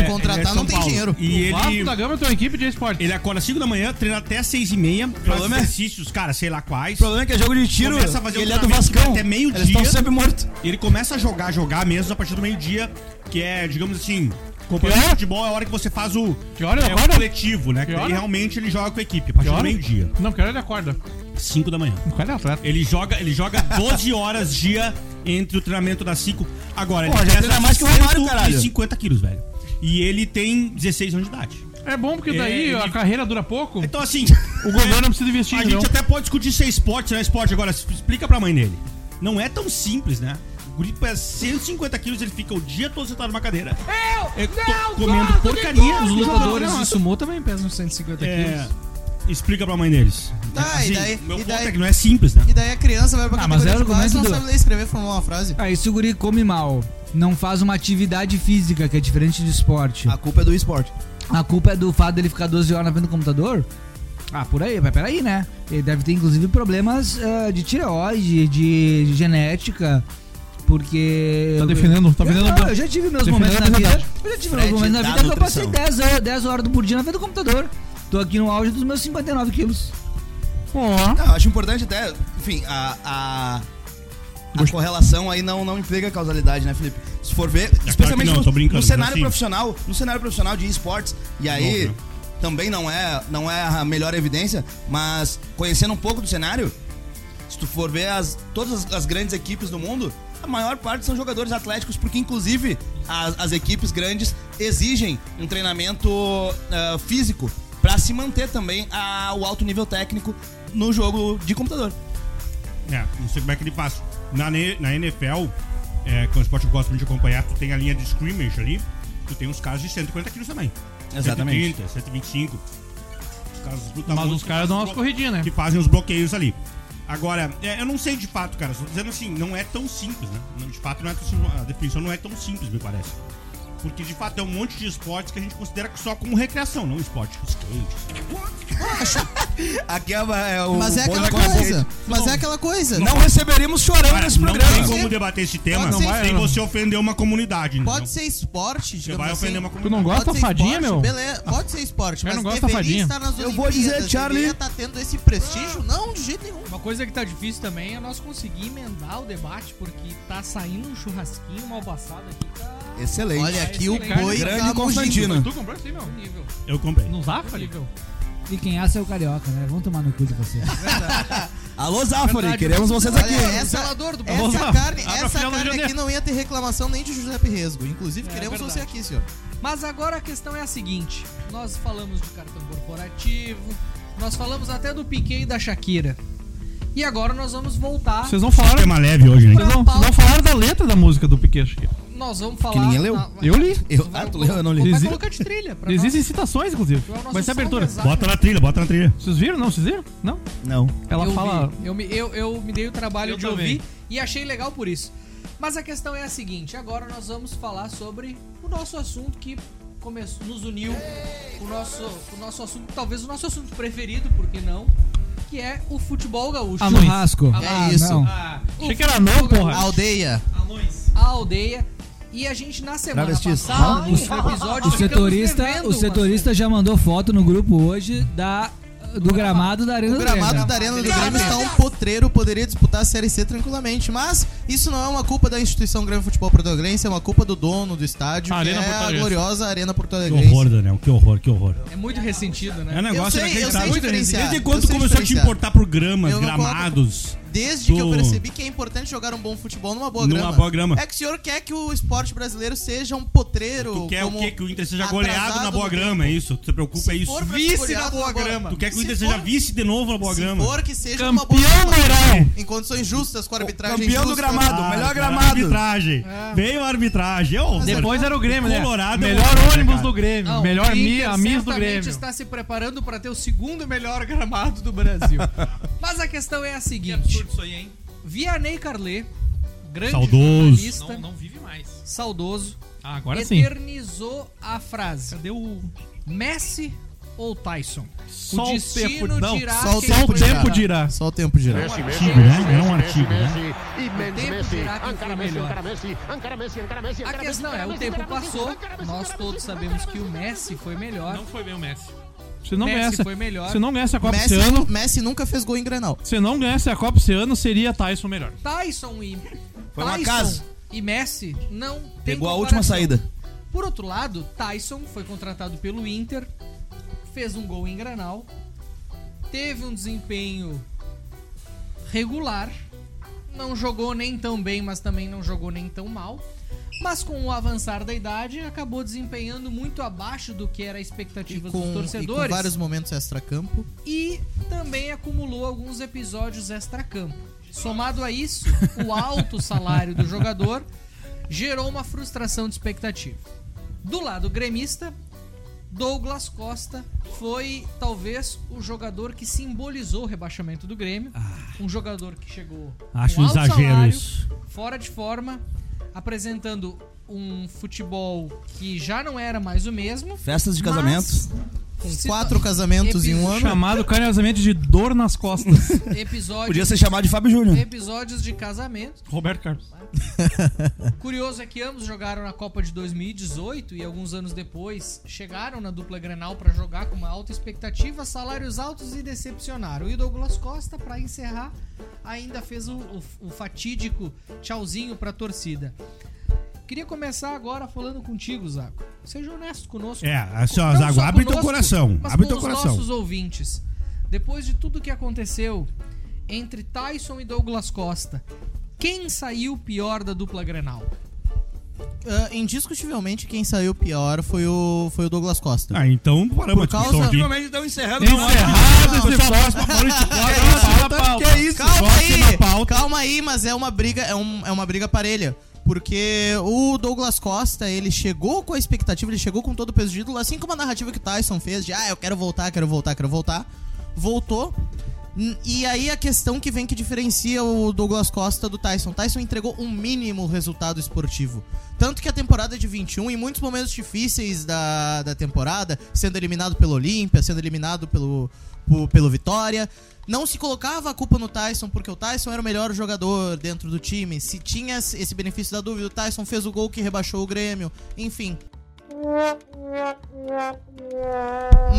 Speaker 7: São Paulo. E
Speaker 5: o
Speaker 7: ele,
Speaker 10: tá
Speaker 5: Vasco da Gama tem uma equipe de esporte.
Speaker 7: ele acorda às 5 da manhã, treina até 6 e meia, faz
Speaker 10: problema é-
Speaker 7: exercícios, cara, sei lá quais. O
Speaker 10: problema é que é jogo de tiro,
Speaker 7: começa a fazer
Speaker 10: ele
Speaker 7: o
Speaker 10: é do
Speaker 7: treinamento que
Speaker 10: Vascão.
Speaker 7: vai Até meio dia.
Speaker 10: Eles tão sempre morto.
Speaker 7: Ele começa a jogar, jogar mesmo a partir do meio-dia, que é, digamos assim, acompanhando
Speaker 5: Que
Speaker 7: o
Speaker 5: hora?
Speaker 7: futebol é a hora que você faz o,
Speaker 5: Que hora
Speaker 7: é, o
Speaker 5: agora?
Speaker 7: coletivo, né?
Speaker 5: Que
Speaker 7: Que daí
Speaker 5: hora?
Speaker 7: realmente ele joga com a equipe, a partir do meio-dia.
Speaker 5: Não, que hora ele acorda?
Speaker 7: 5 da manhã.
Speaker 5: O cara é atleta.
Speaker 7: Ele joga, ele joga 12 horas dia entre o treinamento das 5. Agora,
Speaker 10: Pô, já
Speaker 7: pesa
Speaker 10: treina mais que o Romário, caralho.
Speaker 7: 150 quilos, velho. E ele tem 16 anos de idade.
Speaker 5: É bom porque
Speaker 7: É,
Speaker 5: daí
Speaker 7: ele-
Speaker 5: a carreira dura pouco.
Speaker 7: Então, assim,
Speaker 5: o governo não precisa investir
Speaker 7: A
Speaker 5: em
Speaker 7: gente
Speaker 5: não.
Speaker 7: até pode discutir se é esporte, se não é esporte. Agora, explica pra mãe dele. Não é tão simples, né? O guri pesa 150 quilos, ele fica o dia todo sentado numa cadeira. Eu! comendo
Speaker 1: Ah,
Speaker 7: porcaria.
Speaker 1: Os lutadores
Speaker 7: Não,
Speaker 1: de
Speaker 7: não,
Speaker 1: sumô também pesam 150
Speaker 7: É,
Speaker 1: quilos.
Speaker 7: explica pra mãe deles.
Speaker 2: Tá, e daí-
Speaker 7: Meu
Speaker 2: e
Speaker 7: ponto
Speaker 2: daí-
Speaker 7: é que não é simples, né?
Speaker 2: E daí a criança vai pra
Speaker 6: Ah, mas
Speaker 2: categoria
Speaker 6: é
Speaker 2: de base e não
Speaker 6: argumento do-
Speaker 2: sabe ler e escrever, formular uma frase.
Speaker 6: Aí, se Ah, o guri come mal, não faz uma atividade física que é diferente do esporte. A
Speaker 10: culpa é do esporte.
Speaker 6: A culpa é do fato dele ficar 12 horas na frente do computador? Ah, por aí, mas peraí, né? Ele deve ter, inclusive, problemas ah, de tireoide, de, de genética, porque...
Speaker 5: Tá defendendo- tá
Speaker 6: Eu-
Speaker 5: defendendo-
Speaker 6: não, Eu já tive meus
Speaker 5: defendendo
Speaker 6: momentos
Speaker 5: a
Speaker 6: na vida...
Speaker 5: verdade.
Speaker 6: Eu já tive meus
Speaker 5: Fred
Speaker 6: momentos na
Speaker 5: da
Speaker 6: vida que eu passei
Speaker 5: nutrição.
Speaker 6: 10 horas, 10 horas do por dia na frente do computador. Tô aqui no auge dos meus 59 quilos.
Speaker 10: Não, acho importante até, enfim, a, a, a correlação aí não, não implica causalidade, né, Felipe? Se for ver, especialmente
Speaker 7: É não,
Speaker 10: no-
Speaker 7: tô
Speaker 10: no,
Speaker 7: brincando, mas
Speaker 10: cenário
Speaker 7: assim-
Speaker 10: profissional, no cenário profissional de esportes, e aí
Speaker 7: Não,
Speaker 10: também não é, não é a melhor evidência, mas conhecendo um pouco do cenário, se tu for ver as, todas as, as grandes equipes do mundo, a maior parte são jogadores atléticos, porque inclusive as, as equipes grandes exigem um treinamento ah, físico para se manter também a- o alto nível técnico no jogo de computador.
Speaker 7: É, não sei como é que ele passa. Na, ne- na NFL, é, que é um esporte que eu gosto muito de acompanhar, tu tem a linha de scrimmage ali, tu tem uns caras de 140 quilos também.
Speaker 5: Exatamente.
Speaker 7: 130, 125. Os caras lutam
Speaker 5: Mas
Speaker 7: muito,
Speaker 5: uns caras dão umas corridinhas, né?
Speaker 7: Que fazem os bloqueios ali. Agora, é, eu não sei de fato, cara, só tô dizendo assim, não é tão simples, né? Não, De fato, não é tão simples, a definição não é tão simples, me parece. Porque de fato é um monte de esportes que a gente considera só como recreação, não esporte. Skate.
Speaker 10: Aqui é, o
Speaker 2: Mas é aquela coisa. Mas é aquela coisa.
Speaker 10: Não receberíamos chorão
Speaker 7: Cara,
Speaker 10: nesse programa.
Speaker 7: Não
Speaker 5: é
Speaker 7: tem como debater esse tema
Speaker 2: Pode ser.
Speaker 7: sem você ofender uma comunidade. entendeu?
Speaker 2: Pode ser esporte, digamos
Speaker 7: vai
Speaker 2: assim.
Speaker 7: ofender uma comunidade.
Speaker 5: Tu não gosta
Speaker 2: Pode ser
Speaker 5: safadinha,
Speaker 2: esporte,
Speaker 5: meu?
Speaker 2: Beleza, pode ser esporte,
Speaker 5: Eu
Speaker 2: mas
Speaker 5: não gosto
Speaker 2: deveria
Speaker 5: safadinha.
Speaker 2: estar nas
Speaker 1: Eu vou dizer,
Speaker 2: Olimpíadas,
Speaker 1: Charlie-
Speaker 2: deveria estar tendo esse prestígio? Não, de jeito nenhum.
Speaker 1: Uma coisa que tá difícil também é nós conseguir emendar o debate, porque tá saindo um churrasquinho mal passado aqui. Tá...
Speaker 10: Excelente.
Speaker 2: Olha aqui o
Speaker 1: Excelente.
Speaker 2: boi
Speaker 10: Grande
Speaker 2: tá
Speaker 10: Constantino.
Speaker 2: mugindo.
Speaker 5: Tu comprou esse aí, meu?
Speaker 1: Nível.
Speaker 7: Eu comprei.
Speaker 5: Hum. Não zafa, nível?
Speaker 6: E quem acha é o carioca, né? Vão tomar no cu de vocês.
Speaker 10: Alô, Zafari, queremos vocês
Speaker 2: Olha,
Speaker 10: aqui.
Speaker 1: Tá
Speaker 2: essa,
Speaker 10: Alô,
Speaker 2: essa
Speaker 10: Zafari.
Speaker 2: carne,
Speaker 10: Abre a
Speaker 2: essa
Speaker 10: fila no Rio
Speaker 2: carne
Speaker 10: de
Speaker 2: aqui
Speaker 10: Janeiro.
Speaker 2: não ia ter reclamação nem de José Resgo. Inclusive,
Speaker 1: É
Speaker 2: queremos
Speaker 1: verdade.
Speaker 2: você aqui, senhor.
Speaker 1: Mas agora a questão é a seguinte: nós falamos de cartão corporativo, nós falamos até do Piquet e da Shakira. E agora nós vamos voltar.
Speaker 5: Vocês não falaram.
Speaker 7: Tema leve hoje, né?
Speaker 5: Vocês não, vocês não falaram da letra da música do Piquet. é.
Speaker 1: Nós vamos falar. na-
Speaker 5: Eu li.
Speaker 1: é
Speaker 10: Eu, ah, tu leu? Eu não
Speaker 1: Vai
Speaker 5: Exi-
Speaker 1: colocar de trilha. Pra nós.
Speaker 5: Existem citações, inclusive.
Speaker 1: É o nosso
Speaker 5: Vai ser
Speaker 1: som
Speaker 5: abertura.
Speaker 1: pesado. Bota
Speaker 7: na trilha, bota na trilha.
Speaker 5: Vocês viram? Não, vocês viram? Não.
Speaker 10: Não.
Speaker 5: Ela
Speaker 1: eu
Speaker 5: fala.
Speaker 1: vi. Eu, me, eu, eu me dei o trabalho
Speaker 5: Eu
Speaker 1: de
Speaker 5: também.
Speaker 1: ouvir e achei legal por isso. Mas a questão é a seguinte: agora nós vamos falar sobre o nosso assunto que começou, nos uniu, o nosso, o nosso assunto, talvez o nosso assunto preferido, por que não? Que é o futebol
Speaker 5: Ah,
Speaker 1: gaúcho.
Speaker 6: Anões. Churrasco.
Speaker 1: Anões.
Speaker 6: É isso.
Speaker 1: Ah, o
Speaker 5: Achei que era
Speaker 1: futebol
Speaker 5: não, porra.
Speaker 1: gaúcho.
Speaker 2: Aldeia.
Speaker 1: A aldeia. E a gente na semana
Speaker 6: Travestis.
Speaker 1: passada, no
Speaker 6: O-
Speaker 1: episódio,
Speaker 6: O
Speaker 1: ficamos
Speaker 6: setorista,
Speaker 1: devendo
Speaker 6: o
Speaker 1: uma-
Speaker 6: setorista já mandou foto no grupo hoje da, do gramado da Arena
Speaker 2: O
Speaker 6: do
Speaker 2: gramado
Speaker 6: Grêmio.
Speaker 2: da Arena do Grêmio está um potreiro, poderia disputar a Série C tranquilamente, mas isso não é uma culpa da instituição Grêmio Futebol Porto Alegrense, é uma culpa do dono do estádio,
Speaker 5: Arena
Speaker 2: que é
Speaker 5: Porto
Speaker 2: a
Speaker 5: Alegrense.
Speaker 2: gloriosa Arena Porto
Speaker 7: Que
Speaker 2: Alegrense.
Speaker 7: horror, Daniel. Que horror, que horror.
Speaker 1: É muito ressentido, né?
Speaker 7: É um negócio
Speaker 2: Eu sei, eu sei
Speaker 7: inacreditável.
Speaker 2: diferenciar,
Speaker 7: Desde
Speaker 2: eu
Speaker 7: quando
Speaker 2: sei
Speaker 7: começou a te
Speaker 2: diferenciar.
Speaker 7: importar programas,
Speaker 2: Eu não coloco-
Speaker 7: gramados?
Speaker 2: Desde
Speaker 7: Tu-
Speaker 2: que eu percebi que é importante jogar um bom futebol numa boa
Speaker 7: Numa
Speaker 2: grama.
Speaker 7: boa grama.
Speaker 2: É que o senhor quer que o esporte brasileiro seja um potreiro.
Speaker 7: Tu quer o
Speaker 2: como
Speaker 7: quê? Que o Inter seja
Speaker 2: atrasado
Speaker 7: goleado na boa
Speaker 2: no
Speaker 7: grama, é isso? Tu te preocupa, é
Speaker 2: Se
Speaker 7: isso?
Speaker 2: for pra ser
Speaker 7: Vice
Speaker 2: goleado
Speaker 7: na boa
Speaker 2: na boa-
Speaker 7: grama. Tu quer que o
Speaker 2: Se
Speaker 7: Inter seja
Speaker 2: for-
Speaker 7: vice de novo na boa
Speaker 2: Se
Speaker 7: grama? Ah,
Speaker 2: for que seja uma boa
Speaker 5: Campeão, Meirão!
Speaker 2: Em condições justas, com arbitragem
Speaker 10: campeão do
Speaker 2: justa.
Speaker 10: gramado, melhor gramado.
Speaker 7: Arbitragem. Veio a arbitragem. É horror.
Speaker 5: Depois era o Grêmio, né?
Speaker 7: Colorado é
Speaker 5: melhor
Speaker 7: horror, né,
Speaker 5: ônibus
Speaker 7: cara?
Speaker 5: do Grêmio.
Speaker 1: Não, o
Speaker 5: melhor mi,
Speaker 1: Inter
Speaker 5: a Miss do
Speaker 1: certamente
Speaker 5: Grêmio.
Speaker 1: está se preparando para ter o segundo melhor gramado do Brasil. Mas a questão é a seguinte:
Speaker 5: isso aí, hein?
Speaker 1: Vianney Carlet, grande
Speaker 7: Saudoso.
Speaker 1: jornalista,
Speaker 5: vive mais.
Speaker 1: saudoso,
Speaker 5: Ah, agora sim.
Speaker 1: eternizou a frase:
Speaker 5: Cadê o.
Speaker 1: Messi ou Tyson?
Speaker 5: Só
Speaker 1: o
Speaker 5: o
Speaker 1: destino
Speaker 5: tempo- não,
Speaker 1: dirá
Speaker 2: Só o
Speaker 1: quem
Speaker 2: tempo
Speaker 1: foi
Speaker 2: dirá.
Speaker 5: Tempo dirá.
Speaker 2: Só o tempo dirá.
Speaker 7: Artigo, né? Era um artigo, né?
Speaker 1: O tempo dirá quem foi melhor. A questão é: o tempo passou, nós todos sabemos que o Messi foi melhor.
Speaker 5: Não foi bem o Messi. Se não
Speaker 1: Messi
Speaker 5: ganhasse,
Speaker 1: foi melhor.
Speaker 5: se não ganhasse a Copa
Speaker 2: Messi, é um-
Speaker 5: esse ano,
Speaker 2: Messi nunca fez gol em Grenal.
Speaker 5: se não ganhasse a Copa esse ano, seria Tyson melhor.
Speaker 1: Tyson e.
Speaker 10: Foi uma
Speaker 1: Tyson
Speaker 10: casa.
Speaker 1: E Messi não tem
Speaker 10: Pegou a
Speaker 1: comparação.
Speaker 10: última saída.
Speaker 1: Por outro lado, Tyson foi contratado pelo Inter, fez um gol em Granal, teve um desempenho regular, não jogou nem tão bem, mas também não jogou nem tão mal. Mas com o avançar da idade, acabou desempenhando muito abaixo do que era a
Speaker 2: E
Speaker 1: expectativa dos
Speaker 2: com, e com
Speaker 1: torcedores
Speaker 2: vários momentos extra-campo.
Speaker 1: e também acumulou alguns episódios extra-campo. Somado a isso, o alto salário do jogador gerou uma frustração de expectativa. Do lado gremista, Douglas Costa foi talvez o jogador que simbolizou o rebaixamento do Grêmio. Um jogador que chegou
Speaker 7: Ah. Acho
Speaker 1: com alto
Speaker 7: exagero
Speaker 1: salário,
Speaker 7: isso.
Speaker 1: fora de forma, apresentando um futebol que já não era mais o mesmo.
Speaker 10: Festas de
Speaker 1: mas
Speaker 10: casamento.
Speaker 2: Com
Speaker 1: se-
Speaker 2: quatro casamentos em um ano.
Speaker 5: Chamado carinhosamente de dor nas costas.
Speaker 1: episódios
Speaker 10: Podia ser chamado de Fábio Júnior.
Speaker 1: episódios de casamento.
Speaker 5: Roberto Carlos.
Speaker 1: Curioso é que ambos jogaram na Copa de 2018 e alguns anos depois chegaram na dupla Grenal pra jogar com uma alta expectativa, salários altos e decepcionaram. E o Douglas Costa, pra encerrar, ainda fez o, o- o fatídico tchauzinho pra torcida. Queria começar agora falando contigo, Zago. Seja honesto conosco.
Speaker 7: É, assim, ó,
Speaker 1: Não
Speaker 7: Zago,
Speaker 1: só
Speaker 7: abre teu coração,
Speaker 1: Mas
Speaker 7: abre
Speaker 1: com
Speaker 7: teu
Speaker 1: os
Speaker 7: coração.
Speaker 1: nossos ouvintes. Depois de tudo que aconteceu entre Tyson e Douglas Costa, quem saiu pior da dupla Grenal?
Speaker 2: ah, indiscutivelmente, quem saiu pior foi o, foi o Douglas Costa.
Speaker 7: Ah, então paramos
Speaker 2: Por
Speaker 7: a
Speaker 2: causa...
Speaker 7: discussão aqui.
Speaker 10: Finalmente estão encerrando.
Speaker 2: Encerrado
Speaker 10: esse próximo
Speaker 2: Que é isso? Calma
Speaker 10: Próxima
Speaker 2: aí, calma aí, mas é uma briga, é, um, é uma briga parelha. Porque o Douglas Costa, ele chegou com a expectativa, ele chegou com todo o peso de ídolo, assim como a narrativa que o Tyson fez de ah, eu quero voltar, quero voltar, quero voltar. Voltou. N- E aí a questão que vem que diferencia o Douglas Costa do Tyson. Tyson entregou um mínimo resultado esportivo. Tanto que a temporada é de 21, em muitos momentos difíceis da, da temporada, sendo eliminado pelo Olímpia, sendo eliminado pelo, po- pelo Vitória. Não se colocava a culpa no Tyson, porque o Tyson era o melhor jogador dentro do time. Se tinha esse benefício da dúvida, o Tyson fez o gol que rebaixou o Grêmio. Enfim.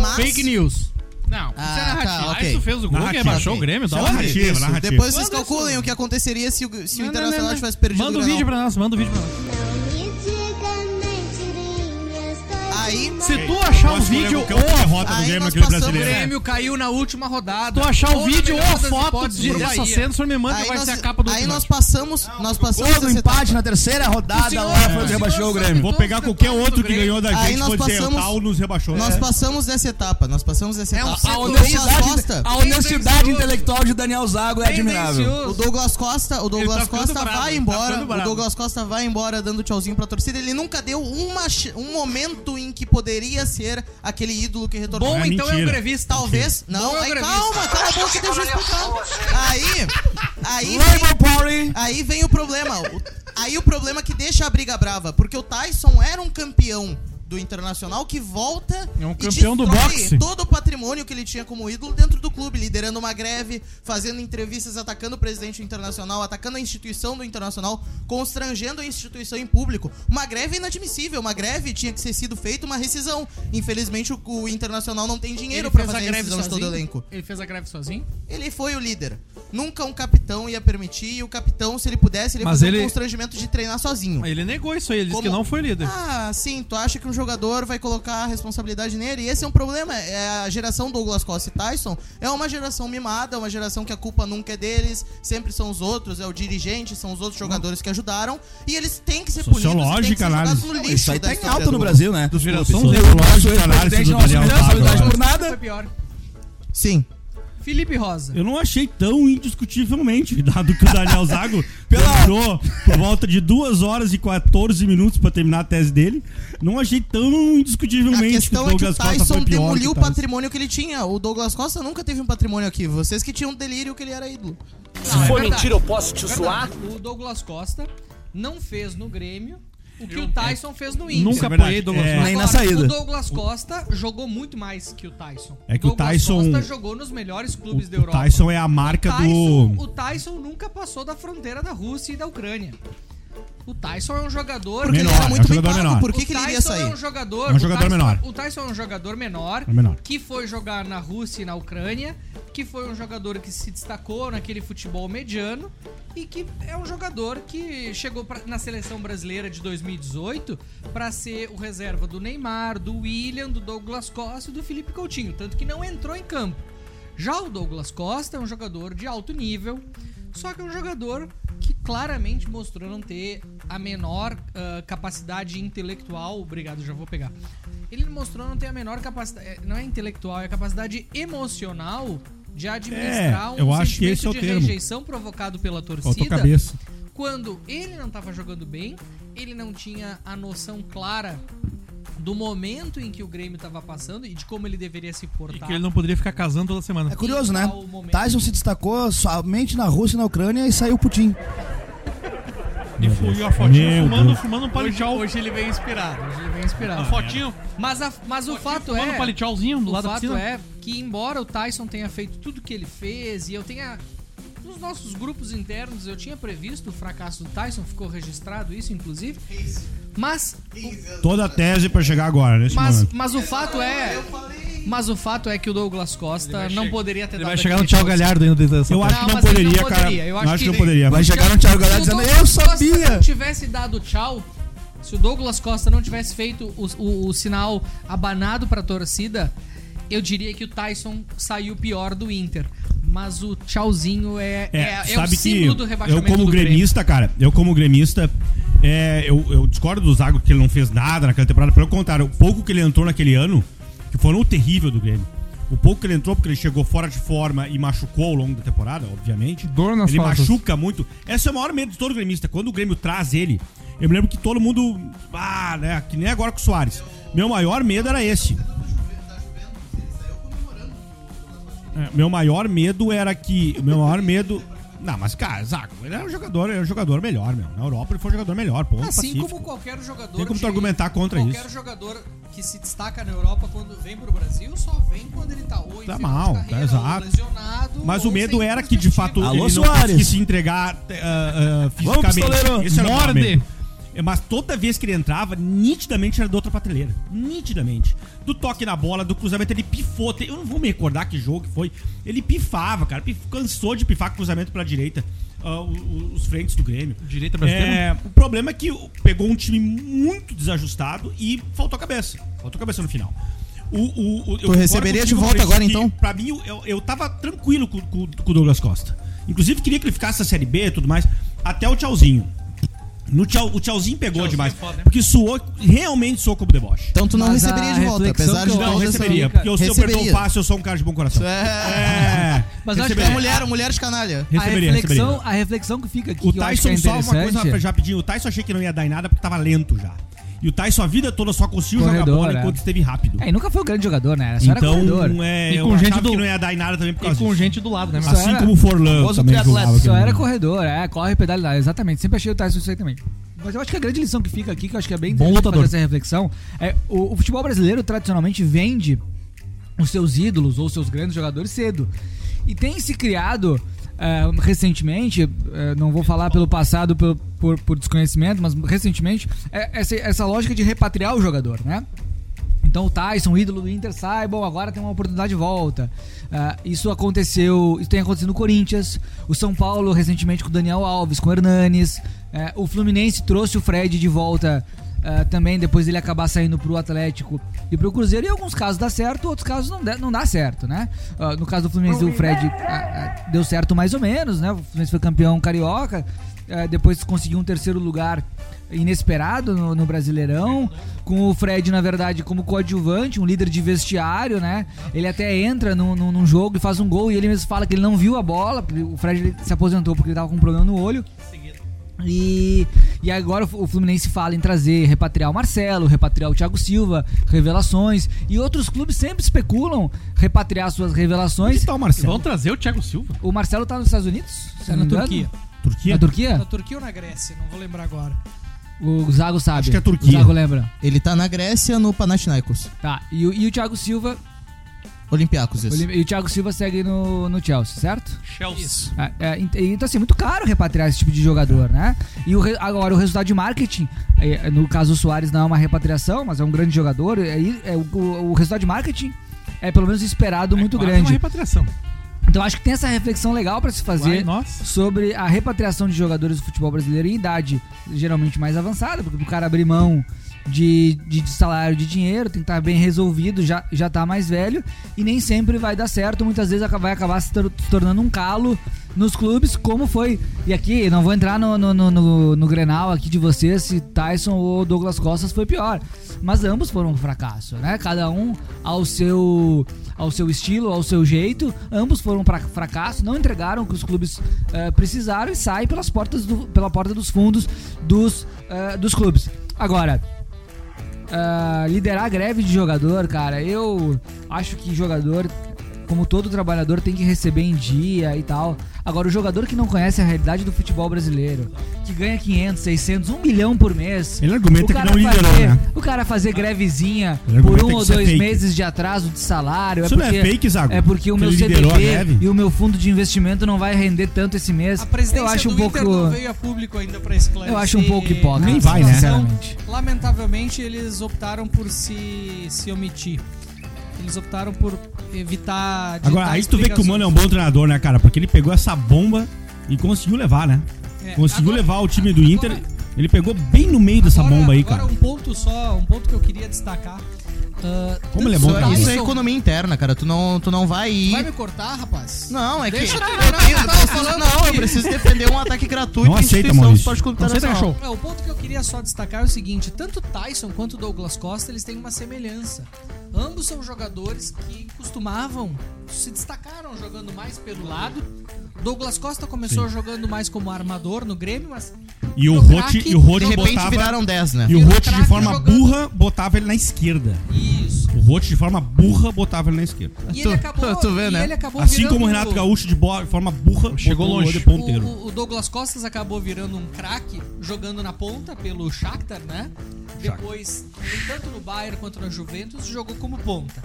Speaker 2: Mas...
Speaker 5: Fake news. Não, isso é
Speaker 2: Ah,
Speaker 5: narrativa.
Speaker 2: tá, ok.
Speaker 5: Isso fez o gol que
Speaker 2: Narrativa,
Speaker 5: abaixou
Speaker 2: ok.
Speaker 5: o Grêmio.
Speaker 2: Isso,
Speaker 5: Da
Speaker 2: é
Speaker 5: hora.
Speaker 2: narrativa,
Speaker 5: Isso.
Speaker 2: narrativa. Depois vocês calculem o que aconteceria se o, se o
Speaker 5: Não, não,
Speaker 2: Internacional
Speaker 5: não, não.
Speaker 2: tivesse perdido
Speaker 5: Manda
Speaker 2: o
Speaker 5: um
Speaker 2: Grenal.
Speaker 5: vídeo pra nós, manda um vídeo pra nós.
Speaker 2: Aí,
Speaker 5: Se tu achar o vídeo ou
Speaker 7: um é
Speaker 5: a foto
Speaker 1: Aí nós passamos- O Grêmio caiu na última rodada.
Speaker 5: Tu achar o
Speaker 1: Ou na
Speaker 5: vídeo ou
Speaker 1: melhor
Speaker 5: a
Speaker 1: das
Speaker 5: foto
Speaker 1: hipóteses,
Speaker 5: de-
Speaker 1: pro
Speaker 5: dessa
Speaker 1: Bahia.
Speaker 5: cena, o senhor me manda
Speaker 2: Aí
Speaker 5: que vai
Speaker 2: nós- Ah.
Speaker 5: ser a capa do
Speaker 2: Aí
Speaker 5: episódio.
Speaker 2: nós passamos, nós passamos
Speaker 15: Gol do
Speaker 2: essa etapa.
Speaker 15: empate na terceira rodada, lá foi o que rebaixou o Grêmio.
Speaker 7: Vou pegar qualquer outro que ganhou da
Speaker 2: Aí
Speaker 7: gente,
Speaker 2: nós
Speaker 7: vou dizer, o
Speaker 2: passamos-
Speaker 7: tal nos rebaixou.
Speaker 2: Nós
Speaker 7: É.
Speaker 2: passamos dessa etapa, nós passamos dessa
Speaker 15: É um
Speaker 2: etapa.
Speaker 15: ciclo.
Speaker 2: O
Speaker 15: A
Speaker 2: Douglas
Speaker 15: honestidade-
Speaker 6: Tá
Speaker 2: Costa-
Speaker 15: a honestidade intelectual de Daniel Zago é admirável.
Speaker 2: O Douglas Costa, o
Speaker 15: Ele
Speaker 2: Douglas
Speaker 15: tá ficando
Speaker 2: Costa
Speaker 15: bravo,
Speaker 2: vai
Speaker 15: ele tá
Speaker 2: embora.
Speaker 15: ficando
Speaker 2: o
Speaker 15: bravo.
Speaker 2: Douglas Costa vai embora dando tchauzinho pra torcida. Ele nunca deu uma, ch- um momento em que poderia ser aquele ídolo que retornou.
Speaker 1: Bom,
Speaker 2: Ah,
Speaker 1: então é um
Speaker 2: mentira.
Speaker 1: grevista.
Speaker 2: Talvez.
Speaker 1: Mentira. Bom
Speaker 2: Não,
Speaker 1: é um
Speaker 2: aí,
Speaker 1: grevista.
Speaker 2: calma, calma a boca, deixa eu explicar. Aí. Aí
Speaker 15: Labour
Speaker 6: Ah,
Speaker 2: vem, aí vem o problema. O- Aí o problema que deixa a briga brava. Porque o Tyson era um campeão do Internacional que volta
Speaker 5: É um
Speaker 2: e
Speaker 5: campeão do
Speaker 2: destrói
Speaker 5: boxe.
Speaker 2: todo o patrimônio que ele tinha como ídolo dentro do clube, liderando uma greve, fazendo entrevistas, atacando o presidente do Internacional, atacando a instituição do Internacional, constrangendo a instituição em público. Uma greve inadmissível, uma greve tinha que ter sido feita uma rescisão. Infelizmente o, o Internacional não tem dinheiro para fazer a rescisão de todo o elenco.
Speaker 1: Ele fez a greve sozinho?
Speaker 2: Ele foi o líder. Nunca um capitão ia permitir, e o capitão, se ele pudesse, ele ia
Speaker 5: Mas
Speaker 2: fazer
Speaker 5: ele-
Speaker 2: um constrangimento de treinar sozinho.
Speaker 5: Ele negou isso aí, ele disse que
Speaker 2: Como-
Speaker 5: não foi líder.
Speaker 2: Ah, sim, tu acha que um jogador vai colocar a responsabilidade nele? E esse é um problema. É a geração Douglas Costa e Tyson é uma geração mimada, é uma geração que a culpa nunca é deles, sempre são os outros, é o dirigente, são os outros jogadores que ajudaram, e eles têm que ser punidos, têm que
Speaker 7: Sociológica
Speaker 2: ser jogados
Speaker 7: análise.
Speaker 2: no lixo.
Speaker 15: Isso aí
Speaker 2: da
Speaker 15: tá em
Speaker 2: história
Speaker 15: alta
Speaker 2: do-
Speaker 15: no Brasil, né? Dos
Speaker 7: Geração
Speaker 15: clubes.
Speaker 7: sociológica
Speaker 15: Eu sou
Speaker 7: análise
Speaker 15: presidente,
Speaker 7: do
Speaker 15: não assumiu
Speaker 7: Daniel
Speaker 15: responsabilidade
Speaker 7: Zago
Speaker 15: por
Speaker 7: agora.
Speaker 15: nada.
Speaker 1: Foi pior.
Speaker 2: Sim.
Speaker 1: Felipe Rosa.
Speaker 7: Eu não achei tão indiscutivelmente, dado que o Daniel Zago demorou por volta de 2 horas e 14 minutos pra terminar a tese dele. Não achei tão indiscutivelmente
Speaker 2: A questão
Speaker 7: que o
Speaker 2: é que o
Speaker 7: Douglas Costa
Speaker 2: Tyson
Speaker 7: foi pior que
Speaker 2: demoliu o
Speaker 7: Tyson.
Speaker 2: patrimônio que ele tinha. O Douglas Costa nunca teve um patrimônio aqui. Vocês que tinham um delírio que ele era ídolo.
Speaker 1: Se
Speaker 2: for
Speaker 1: mentira, eu posso te zoar? É O Douglas Costa não fez no Grêmio o que o Tyson fez no Inter.
Speaker 7: Nunca apoiei
Speaker 1: É.
Speaker 7: Douglas
Speaker 1: Agora,
Speaker 7: Costa. Nem na saída.
Speaker 1: O Douglas Costa jogou muito mais que o Tyson.
Speaker 7: É que o
Speaker 1: Douglas
Speaker 7: Tyson-
Speaker 1: Costa jogou nos melhores clubes da
Speaker 7: O
Speaker 1: Europa.
Speaker 7: Tyson é a marca
Speaker 1: Tyson-
Speaker 7: do.
Speaker 1: O Tyson nunca passou da fronteira da Rússia e da Ucrânia. O Tyson é um jogador
Speaker 7: Porque ele
Speaker 2: tá
Speaker 7: Menor, era muito é um bem jogador pago, menor. por que
Speaker 1: O
Speaker 7: que ele iria
Speaker 1: Tyson É
Speaker 7: sair?
Speaker 1: um jogador,
Speaker 7: É um
Speaker 1: o
Speaker 7: jogador
Speaker 1: Tyson-
Speaker 7: menor.
Speaker 1: O Tyson é um jogador menor,
Speaker 7: É menor.
Speaker 1: que foi jogar na Rússia e na Ucrânia, que foi um jogador que se destacou naquele futebol mediano e que é um jogador que chegou pra- na seleção brasileira de 2018 para ser o reserva do Neymar, do William, do Douglas Costa e do Felipe Coutinho, tanto que não entrou em campo. Já o Douglas Costa é um jogador de alto nível, só que é um jogador que claramente mostrou não ter a menor ah, capacidade intelectual. Obrigado, já vou pegar. Ele mostrou não ter a menor capacidade. Não é intelectual, é a capacidade emocional de administrar
Speaker 7: É,
Speaker 1: um
Speaker 7: eu acho que esse
Speaker 1: sentimento
Speaker 7: é o
Speaker 1: de
Speaker 7: termo.
Speaker 1: rejeição provocado pela torcida.
Speaker 7: cabeça.
Speaker 1: Quando ele não estava jogando bem, ele não tinha a noção clara do momento em que o Grêmio estava passando e de como ele deveria se portar.
Speaker 5: Que ele não poderia ficar casando toda semana.
Speaker 15: É curioso,
Speaker 5: Tá
Speaker 15: né? Tyson se destacou somente na Rússia e na Ucrânia e saiu Putin.
Speaker 5: E fu- e a fotinha
Speaker 15: Meu
Speaker 5: fumando,
Speaker 15: Deus.
Speaker 5: fumando um
Speaker 1: Hoje,
Speaker 5: paletó.
Speaker 1: hoje ele vem inspirado, hoje ele vem inspirado.
Speaker 5: Ah, fotinho.
Speaker 1: Mas, a- mas o fato é.
Speaker 5: fumando um palitolzinho do
Speaker 1: o
Speaker 5: lado da
Speaker 1: fato
Speaker 5: piscina.
Speaker 1: é que, embora o Tyson tenha feito tudo que ele fez e eu tenha. Nos nossos grupos internos eu tinha previsto o fracasso do Tyson, ficou registrado isso, inclusive. Mas.
Speaker 7: Toda a tese pra chegar agora, nesse
Speaker 1: Mas,
Speaker 7: momento.
Speaker 1: mas o fato é. Mas o fato é que o Douglas Costa não poderia ter
Speaker 5: Ele
Speaker 1: dado
Speaker 5: vai chegar no
Speaker 1: aquele
Speaker 5: Thiago
Speaker 1: show.
Speaker 5: Galhardo ainda dentro dessa
Speaker 7: Eu acho
Speaker 1: Não,
Speaker 7: que não
Speaker 1: mas ele
Speaker 7: poderia,
Speaker 1: não
Speaker 7: cara.
Speaker 1: poderia, eu
Speaker 7: Eu
Speaker 1: acho
Speaker 7: acho que
Speaker 1: que-
Speaker 7: não poderia.
Speaker 15: Vai chegar no Thiago Galhardo dizendo,
Speaker 1: Douglas
Speaker 15: eu sabia!
Speaker 1: Costa não tivesse dado tchau, se o Douglas Costa não tivesse feito o, o- o sinal abanado pra torcida, eu diria que o Tyson saiu pior do Inter. Mas o tchauzinho é, é,
Speaker 7: É,
Speaker 1: é o
Speaker 7: sabe que
Speaker 1: símbolo do
Speaker 7: eu
Speaker 1: rebaixamento
Speaker 7: como
Speaker 1: do Grêmio.
Speaker 7: gremista, cara, eu como gremista, É, eu, eu discordo do Zago que ele não fez nada naquela temporada. Pelo contrário, o pouco que ele entrou naquele ano, que foi o terrível do Grêmio. O pouco que ele entrou, porque ele chegou fora de forma e machucou ao longo da temporada, obviamente.
Speaker 5: Dor nas
Speaker 7: ele
Speaker 5: costas.
Speaker 7: machuca muito. Esse é o maior medo de todo gremista. Quando o Grêmio traz ele, eu me lembro que todo mundo. Ah, né? Que nem agora com o Soares. Meu maior medo era esse. É, meu maior medo era que. Meu maior medo. Não, mas, cara, Zago, ele é um jogador, ele é um jogador melhor, meu. Na Europa ele foi um jogador melhor, pô.
Speaker 1: Assim
Speaker 7: pacífico.
Speaker 1: como qualquer jogador.
Speaker 7: Tem como tu
Speaker 1: que-
Speaker 7: argumentar contra
Speaker 1: qualquer
Speaker 7: isso.
Speaker 1: jogador que se destaca na Europa quando vem pro Brasil só vem quando ele tá ou em final
Speaker 7: Tá
Speaker 1: de
Speaker 7: mal, tá
Speaker 1: carreira, ou
Speaker 7: exato.
Speaker 1: lesionado,
Speaker 7: Mas
Speaker 1: ou
Speaker 7: o medo
Speaker 1: sem
Speaker 7: era que, de fato,
Speaker 15: Alô,
Speaker 7: ele não
Speaker 15: Soares.
Speaker 7: conseguisse se entregar eh, ah, ah,
Speaker 15: pistoleiro.
Speaker 7: fisicamente. Esse era o maior
Speaker 15: Morde.
Speaker 7: medo. É, Mas toda vez que ele entrava, nitidamente era da outra prateleira. Nitidamente. Do toque na bola, do cruzamento, ele pifou. Tem- Eu não vou me recordar que jogo que foi. Ele pifava, cara. Pif- Cansou de pifar cruzamento pela direita. ah, o- o- os frentes do Grêmio.
Speaker 5: Direita brasileira?
Speaker 7: É, o problema é que o- pegou um time muito desajustado e faltou cabeça. Faltou cabeça no final. O, o, o- eu concordo
Speaker 2: receberia de
Speaker 7: contigo,
Speaker 2: volta
Speaker 7: Fred,
Speaker 2: agora,
Speaker 7: que
Speaker 2: então?
Speaker 7: Pra mim, eu, eu tava tranquilo com, com- com o Douglas Costa. Inclusive, queria que ele ficasse na Série B e tudo mais. Até o tchauzinho. No tchau, o tchauzinho pegou
Speaker 6: é
Speaker 7: demais.
Speaker 6: né?
Speaker 7: Porque suou, realmente soou como deboche.
Speaker 2: Então tu não
Speaker 7: Mas
Speaker 2: receberia
Speaker 7: a
Speaker 2: de volta,
Speaker 7: reflexão
Speaker 2: apesar
Speaker 7: que
Speaker 2: de
Speaker 7: eu- Não,
Speaker 2: toda essa-
Speaker 7: receberia. Porque eu, se eu
Speaker 2: Então, Receberia.
Speaker 7: perdoo o passe, eu sou um cara de bom coração. É.
Speaker 2: Mas eu acho que
Speaker 7: Receberia.
Speaker 2: é mulher- mulher de
Speaker 6: canalha.
Speaker 7: Receberia,
Speaker 6: a, reflexão,
Speaker 7: receberia.
Speaker 6: a reflexão que fica aqui.
Speaker 7: O
Speaker 6: que eu acho
Speaker 7: Tyson,
Speaker 6: que é
Speaker 7: só uma coisa
Speaker 6: interessante-
Speaker 7: já rapidinho. O Tyson achei que não ia dar em nada porque tava lento já. E o Tyson a vida toda só conseguiu jogar
Speaker 6: Corredor,
Speaker 7: bola
Speaker 6: é.
Speaker 7: enquanto esteve rápido.
Speaker 6: É, e nunca foi um grande jogador, né? Era só era
Speaker 7: Então,
Speaker 6: corredor.
Speaker 7: é,
Speaker 6: E
Speaker 7: eu
Speaker 6: com gente
Speaker 7: achava
Speaker 6: do-
Speaker 7: que não ia dar em nada também por
Speaker 5: E
Speaker 7: causa
Speaker 5: com
Speaker 7: disso.
Speaker 5: gente do lado, né?
Speaker 6: Só
Speaker 7: Assim
Speaker 6: era-
Speaker 7: como o Forlan
Speaker 6: famoso
Speaker 7: também
Speaker 6: triatleta.
Speaker 7: jogava.
Speaker 6: Só
Speaker 7: aquele
Speaker 6: era
Speaker 7: jogo.
Speaker 6: corredor, é, corre, pedala, e dá, exatamente. Sempre achei o Tyson isso aí também. Mas eu acho que a grande lição que fica aqui, que eu acho que é bem
Speaker 7: Bom
Speaker 6: interessante
Speaker 7: lutador.
Speaker 6: fazer essa reflexão, é o, o futebol brasileiro tradicionalmente vende os seus ídolos ou seus grandes jogadores cedo. E tem se criado eh, recentemente, eh, não vou falar pelo passado pelo- por, por desconhecimento, mas recentemente, eh, essa, essa lógica de repatriar o jogador, né? Então o Tyson, ídolo do Inter, sai, bom, agora tem uma oportunidade de volta. Ah, isso aconteceu, isso tem acontecido no Corinthians, o São Paulo recentemente com o Daniel Alves, com o Hernanes, eh, o Fluminense trouxe o Fred de volta ah, também, depois ele acabar saindo pro Atlético e pro Cruzeiro. E em alguns casos dá certo, outros casos não, dá- não dá certo, né? Ah, no caso do Fluminense, o Fred ah, ah, deu certo mais ou menos, né? O Fluminense foi campeão carioca, ah, depois conseguiu um terceiro lugar inesperado no, no Brasileirão, com o Fred, na verdade, como coadjuvante, um líder de vestiário, né? Ele até entra num, num- num jogo e faz um gol e ele mesmo fala que ele não viu a bola, porque o Fred ele se aposentou porque ele tava com um problema no olho. E, e agora o Fluminense fala em trazer, repatriar o Marcelo, repatriar o Thiago Silva, revelações. E outros clubes sempre especulam repatriar suas revelações.
Speaker 7: é Então-
Speaker 5: Onde tá o Marcelo? Vão trazer o Thiago Silva?
Speaker 6: O Marcelo tá nos Estados Unidos? se
Speaker 1: Tá
Speaker 6: eu não
Speaker 1: na
Speaker 6: me engano.
Speaker 1: Turquia.
Speaker 7: Turquia?
Speaker 6: Na Turquia?
Speaker 1: Na Turquia ou na Grécia? Não vou lembrar agora.
Speaker 6: O Zago sabe.
Speaker 2: Acho que é
Speaker 6: O
Speaker 2: Turquia.
Speaker 6: Zago lembra.
Speaker 2: Ele tá na Grécia no Panathinaikos.
Speaker 6: Tá, e, o- e o Thiago Silva
Speaker 2: Olympiacos, isso.
Speaker 6: Olim- E o Thiago Silva segue no, no Chelsea, certo?
Speaker 5: Chelsea.
Speaker 6: Ah, é, ent- então, assim, é muito caro repatriar esse tipo de jogador, né? E o re- agora, o resultado de marketing, é, no caso o Soares não é uma repatriação, mas é um grande jogador, aí é, o, o- o resultado de marketing é pelo menos esperado muito
Speaker 5: Quase
Speaker 6: grande.
Speaker 5: é uma repatriação.
Speaker 6: Então acho que tem essa reflexão legal pra se
Speaker 5: Uai,
Speaker 6: fazer
Speaker 5: nossa.
Speaker 6: sobre a repatriação de jogadores do futebol brasileiro em idade geralmente mais avançada, porque o cara abrir mão de, de, de salário, de dinheiro, tem que estar bem resolvido, já, já tá mais velho e nem sempre vai dar certo, muitas vezes aca- vai acabar se tor- se tornando um calo nos clubes, como foi. E aqui, não vou entrar no, no, no, no, no Grenal aqui de vocês se Tyson ou Douglas Costas foi pior, mas ambos foram um fracasso, né? Cada um ao seu ao seu estilo, ao seu jeito. Ambos foram para fracasso, não entregaram o que os clubes eh, precisaram e saem pelas portas do- pela porta dos fundos dos, eh, dos clubes. Agora, ah, liderar a greve de jogador, cara, eu acho que jogador, como todo trabalhador, tem que receber em dia e tal. Agora, o jogador que não conhece a realidade do futebol brasileiro, que ganha 500, 600, 1 milhão por mês.
Speaker 7: Ele argumenta
Speaker 6: o
Speaker 7: que
Speaker 6: cara
Speaker 7: não liderou,
Speaker 6: fazer-
Speaker 7: né?
Speaker 6: O cara fazer grevezinha
Speaker 7: Ele
Speaker 6: por
Speaker 7: argumenta
Speaker 6: um
Speaker 7: que
Speaker 6: ou
Speaker 7: isso é
Speaker 6: dois
Speaker 7: fake.
Speaker 6: meses de atraso de salário.
Speaker 7: Isso não é fake, Zago?
Speaker 6: É porque o
Speaker 7: Que
Speaker 6: meu
Speaker 7: ele liderou a greve?
Speaker 6: CDB e o meu fundo de investimento não vai render tanto esse mês. eu acho um
Speaker 1: do
Speaker 6: pouco.
Speaker 1: Inter não veio a público ainda pra esclarecer.
Speaker 6: Eu acho um pouco hipócrita.
Speaker 1: a
Speaker 6: Nem vai, né?
Speaker 1: situação.
Speaker 6: Sinceramente.
Speaker 1: Lamentavelmente, eles optaram por se, se omitir. Eles optaram por evitar. de
Speaker 7: Agora,
Speaker 1: dar
Speaker 7: aí tu vê que o
Speaker 1: explicações.
Speaker 7: Mano é um bom treinador, né, cara? Porque ele pegou essa bomba e conseguiu levar, né?
Speaker 1: É,
Speaker 7: conseguiu
Speaker 1: agora-
Speaker 7: levar o time do Inter. ele pegou bem no meio dessa bomba aí,
Speaker 1: Agora,
Speaker 7: cara.
Speaker 1: um ponto só, um ponto que eu queria destacar Ah,
Speaker 2: Como ele é bom, Isso é economia interna, cara. Tu não, tu não vai ir.
Speaker 1: Vai me cortar, rapaz?
Speaker 2: Não, é que.
Speaker 1: Deixa eu
Speaker 2: eu
Speaker 1: terminar,
Speaker 2: tenho-
Speaker 1: eu tava
Speaker 2: preciso-
Speaker 1: falando
Speaker 2: não, eu
Speaker 1: aqui.
Speaker 2: preciso defender um ataque gratuito
Speaker 7: Não
Speaker 2: à
Speaker 7: aceita,
Speaker 2: instituição do
Speaker 7: Maurício.
Speaker 2: Esporte Clube
Speaker 7: Não aceita,
Speaker 2: Internacional.
Speaker 1: É, o ponto que eu queria só destacar é o seguinte: tanto Tyson quanto Douglas Costa eles têm uma semelhança. Ambos são jogadores que costumavam se destacaram jogando mais pelo lado. Douglas Costa começou jogando mais como armador no Grêmio, mas
Speaker 7: E o
Speaker 1: no
Speaker 7: Rote,
Speaker 1: craque,
Speaker 7: e o Rote
Speaker 1: de repente
Speaker 7: botava,
Speaker 1: viraram 10, né?
Speaker 7: E o
Speaker 1: Virou
Speaker 7: Rote de
Speaker 1: craque
Speaker 7: forma
Speaker 1: jogando.
Speaker 7: burra botava ele na esquerda.
Speaker 1: Isso.
Speaker 7: O Rote de forma burra botava ele na esquerda.
Speaker 1: E ele acabou- e ele acabou
Speaker 7: assim
Speaker 1: virando um
Speaker 7: como o Renato
Speaker 1: o-
Speaker 7: Gaúcho de bo- forma burra
Speaker 5: Chegou
Speaker 7: botou o
Speaker 5: longe.
Speaker 7: Lodi ponteiro.
Speaker 1: O, o Douglas Costas acabou virando um craque jogando na ponta pelo Shakhtar, né? Depois, tanto no Bayern quanto na Juventus, jogou como ponta.